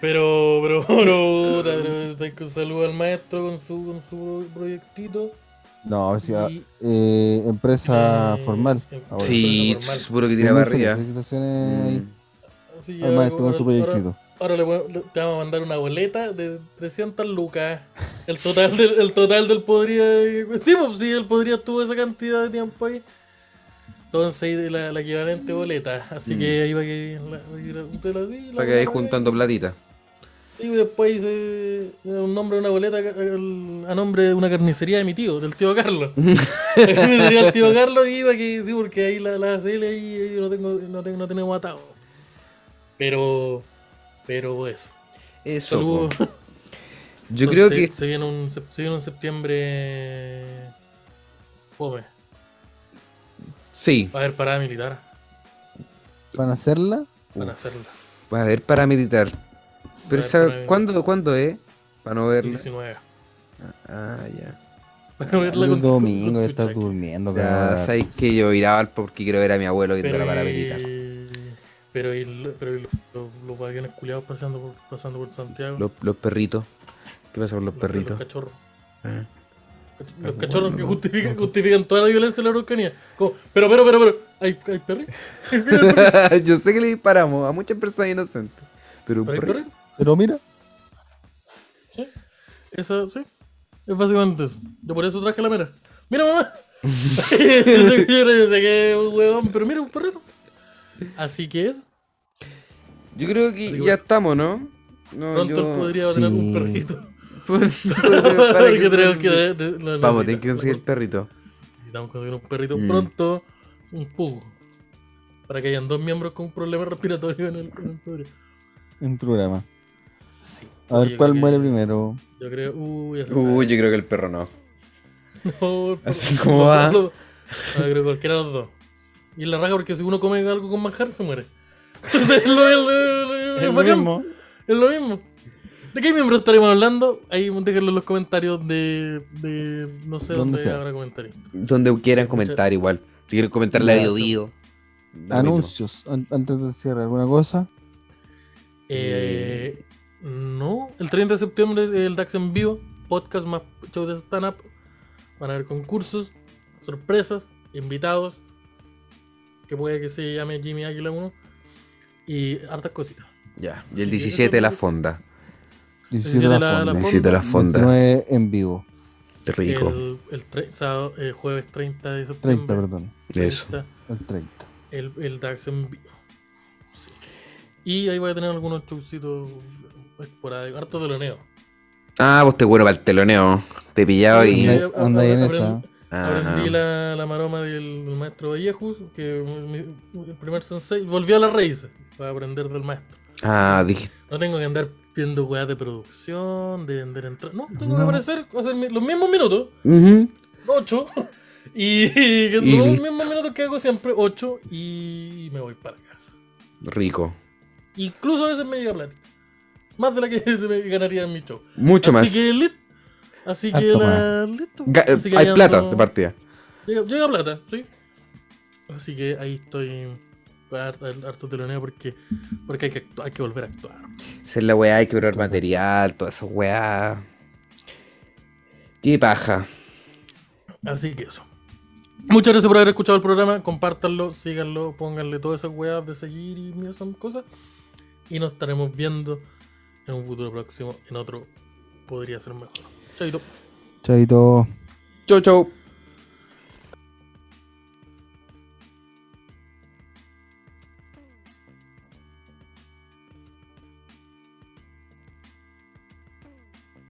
[SPEAKER 1] Pero, pero, [LAUGHS] pero, pero, pero, un saludo al maestro con su, con su proyectito.
[SPEAKER 3] No, o sea,
[SPEAKER 1] Y-
[SPEAKER 3] eh, empresa
[SPEAKER 1] Eh,
[SPEAKER 3] formal.
[SPEAKER 1] eh,
[SPEAKER 3] ahora.
[SPEAKER 2] Sí,
[SPEAKER 1] Pero eso normal.
[SPEAKER 2] seguro que
[SPEAKER 3] Muy
[SPEAKER 2] tira para
[SPEAKER 3] feliz,
[SPEAKER 2] arriba.
[SPEAKER 3] Felicitaciones ahí
[SPEAKER 2] Mm.
[SPEAKER 1] Así que
[SPEAKER 3] al maestro con
[SPEAKER 1] ahora-
[SPEAKER 3] su
[SPEAKER 1] ahora-
[SPEAKER 3] proyectito.
[SPEAKER 1] Ahora le, voy- le- te vamos a mandar una boleta de 300 lucas. El total del, el total del podría. Sí, pues sí, el podría tuvo esa cantidad de tiempo ahí. Entonces, ahí de la, la equivalente boleta.
[SPEAKER 3] Mm.
[SPEAKER 1] Así que ahí va que. La, va que la- usted la- sí, la-
[SPEAKER 2] Para que ahí
[SPEAKER 1] la-
[SPEAKER 2] juntando platita.
[SPEAKER 1] Sí, y después hice eh, un nombre de una boleta ca- al- a nombre de una carnicería de mi tío, del tío Carlos.
[SPEAKER 2] [LAUGHS]
[SPEAKER 1] [LAUGHS] La carnicería del tío Carlos iba que sí, porque ahí la, la CL ahí, ahí no, tengo, no, tengo, no tenemos atado. Pero, pero eso.
[SPEAKER 2] Eso. po.
[SPEAKER 1] Saludos.
[SPEAKER 2] Yo
[SPEAKER 1] Entonces,
[SPEAKER 2] creo que
[SPEAKER 1] se viene un, sep- se viene un septiembre fome.
[SPEAKER 2] Sí,
[SPEAKER 1] Va a haber parada militar
[SPEAKER 3] ¿Van a hacerla?
[SPEAKER 1] para
[SPEAKER 2] Uf.
[SPEAKER 1] hacerla.
[SPEAKER 2] va a haber paramilitar. Pero
[SPEAKER 1] haber
[SPEAKER 2] esa-
[SPEAKER 1] paramilitar.
[SPEAKER 2] ¿cuándo, ¿cuándo es? Para no
[SPEAKER 1] El
[SPEAKER 2] verla.
[SPEAKER 1] 19.
[SPEAKER 2] Ah, ya.
[SPEAKER 1] Van a verla
[SPEAKER 3] El
[SPEAKER 1] con-
[SPEAKER 3] domingo
[SPEAKER 1] con-
[SPEAKER 3] de
[SPEAKER 1] con
[SPEAKER 3] estar
[SPEAKER 1] chucha.
[SPEAKER 3] durmiendo,
[SPEAKER 2] Ya
[SPEAKER 3] pero-
[SPEAKER 2] sabéis que yo irá porque quiero ver a mi abuelo viendo
[SPEAKER 1] Pero
[SPEAKER 2] la paramilitar.
[SPEAKER 1] y- Pero y, lo- pero y lo- lo- los aviones culiados pasando por, pasando por Santiago.
[SPEAKER 2] Los, los perritos. ¿Qué pasa con los perritos?
[SPEAKER 1] Los cachorros.
[SPEAKER 2] Ah.
[SPEAKER 1] Cach- Los cachorros que
[SPEAKER 2] no,
[SPEAKER 1] justifican, justifican toda la violencia de la Araucanía. Como, pero, pero, pero, pero, hay, hay perritos. Hay perritos.
[SPEAKER 2] [LAUGHS] yo sé que le disparamos a muchas personas inocentes. Pero un
[SPEAKER 1] Pero hay
[SPEAKER 2] perrito.
[SPEAKER 1] perritos.
[SPEAKER 3] Pero mira,
[SPEAKER 1] Sí. Eso, sí. Es básicamente eso. Yo por eso traje la mera. ¡Mira,
[SPEAKER 2] [LAUGHS]
[SPEAKER 1] mamá! yo sé que es un huevón, pero mira, un perrito. Así que eso.
[SPEAKER 2] Yo creo
[SPEAKER 1] Así
[SPEAKER 2] que
[SPEAKER 1] que
[SPEAKER 2] ya
[SPEAKER 1] bueno.
[SPEAKER 2] estamos, ¿no? No,
[SPEAKER 1] Pronto
[SPEAKER 2] yo-
[SPEAKER 1] podría tener un
[SPEAKER 3] sí.
[SPEAKER 1] perrito.
[SPEAKER 2] Pues,
[SPEAKER 1] [LAUGHS]
[SPEAKER 2] [LAUGHS] Para que
[SPEAKER 1] Porque tenemos
[SPEAKER 2] se-
[SPEAKER 1] que dar- la- la
[SPEAKER 2] Vamos,
[SPEAKER 1] cita.
[SPEAKER 2] tenés que conseguir el perrito.
[SPEAKER 1] Necesitamos conseguir un perrito
[SPEAKER 2] Mm.
[SPEAKER 1] pronto, un pugo. Para que hayan dos miembros con problemas respiratorios en el, en el pobre.
[SPEAKER 3] un programa.
[SPEAKER 1] Sí.
[SPEAKER 3] A ver
[SPEAKER 1] Yo
[SPEAKER 3] cuál
[SPEAKER 1] creo que-
[SPEAKER 3] muere primero.
[SPEAKER 1] Yo creo. Uy, ya se
[SPEAKER 2] Uy,
[SPEAKER 1] sabe.
[SPEAKER 2] yo creo que el perro no.
[SPEAKER 1] No, [LAUGHS] por-
[SPEAKER 2] Así como
[SPEAKER 1] no,
[SPEAKER 2] va.
[SPEAKER 1] no, no. No, yo creo que cualquiera de los dos. Y la raja, porque si uno come algo con manjar, se muere. [LAUGHS] Entonces, es lo, es lo- es lo- es
[SPEAKER 3] Es lo
[SPEAKER 1] bacán,
[SPEAKER 3] mismo.
[SPEAKER 1] es lo mismo. ¿De qué miembro estaremos hablando? Ahí déjenlo en los comentarios de. de no sé
[SPEAKER 3] Donde
[SPEAKER 1] dónde,
[SPEAKER 3] sea.
[SPEAKER 1] habrá comentarios.
[SPEAKER 2] Donde quieran comentar igual. Si quieren comentar la
[SPEAKER 3] Ya,
[SPEAKER 2] video,
[SPEAKER 1] sí. Ah,
[SPEAKER 2] digo. Da lo mismo.
[SPEAKER 3] Anuncios. an- Antes de cierre, ¿alguna cosa?
[SPEAKER 1] Eh, No, el 30 de septiembre es el DAX en vivo, podcast más show de stand-up. Van a haber concursos, sorpresas, invitados, que puede que se llame Jimmy Águila 1, y hartas cositas.
[SPEAKER 2] Ya. Y el 17 la fonda.
[SPEAKER 3] 17 de la,
[SPEAKER 1] la- la
[SPEAKER 3] fonda.
[SPEAKER 2] 17 la fonda.
[SPEAKER 3] 29 en vivo.
[SPEAKER 2] Rico.
[SPEAKER 1] El, el tre- sábado- el jueves 30 de
[SPEAKER 3] 30,
[SPEAKER 1] septiembre.
[SPEAKER 3] perdón.
[SPEAKER 1] 30,
[SPEAKER 2] Eso.
[SPEAKER 3] El 30.
[SPEAKER 1] El, el DAX en vivo. Sí. Y ahí voy a tener algunos showcitos esporádicos, harto de loneo.
[SPEAKER 2] Ah, vos te cuero para el teloneo. Te pillaba
[SPEAKER 1] Y
[SPEAKER 2] y.
[SPEAKER 3] Anda- anda ahí en
[SPEAKER 1] aprend-
[SPEAKER 3] esa.
[SPEAKER 1] Aprendí
[SPEAKER 2] Ah.
[SPEAKER 1] la, la maroma del, del maestro Vallejos, que mi- el primer sensei volvió a las raíces para aprender del maestro.
[SPEAKER 2] Ah, dije.
[SPEAKER 1] No tengo que andar viendo weas de producción, de vender entradas. No, tengo que
[SPEAKER 3] No.
[SPEAKER 1] aparecer, hacer mi- los mismos minutos,
[SPEAKER 2] Ujú.
[SPEAKER 1] ocho, [LAUGHS] y, y que-
[SPEAKER 2] Y
[SPEAKER 1] los
[SPEAKER 2] listo.
[SPEAKER 1] mismos minutos que hago siempre, ocho, y me voy para casa.
[SPEAKER 2] Rico.
[SPEAKER 1] Incluso a veces me llega plata. Más de la que [LAUGHS] me ganaría en mi show.
[SPEAKER 2] Mucho
[SPEAKER 1] Así
[SPEAKER 2] más. Ah,
[SPEAKER 1] que lit- Así que
[SPEAKER 3] Harto
[SPEAKER 1] la, listo.
[SPEAKER 2] Ga-
[SPEAKER 1] Así que
[SPEAKER 2] Hay
[SPEAKER 1] ya
[SPEAKER 2] plata
[SPEAKER 1] no-
[SPEAKER 2] de partida.
[SPEAKER 1] Llega, llega plata, sí. Así que ahí estoy con harto, harto teloneo porque, porque hay, que actu- hay que volver a actuar.
[SPEAKER 2] Esa es la weá, hay que probar material, toda esa weá. Qué paja.
[SPEAKER 1] Así que eso. Muchas gracias por haber escuchado el programa. Compártanlo, síganlo, pónganle todas esas weas de seguir y mira esas cosas. Y nos estaremos viendo en un futuro próximo, en otro podría ser mejor. Chaito.
[SPEAKER 3] Chaito.
[SPEAKER 2] Chau, chau.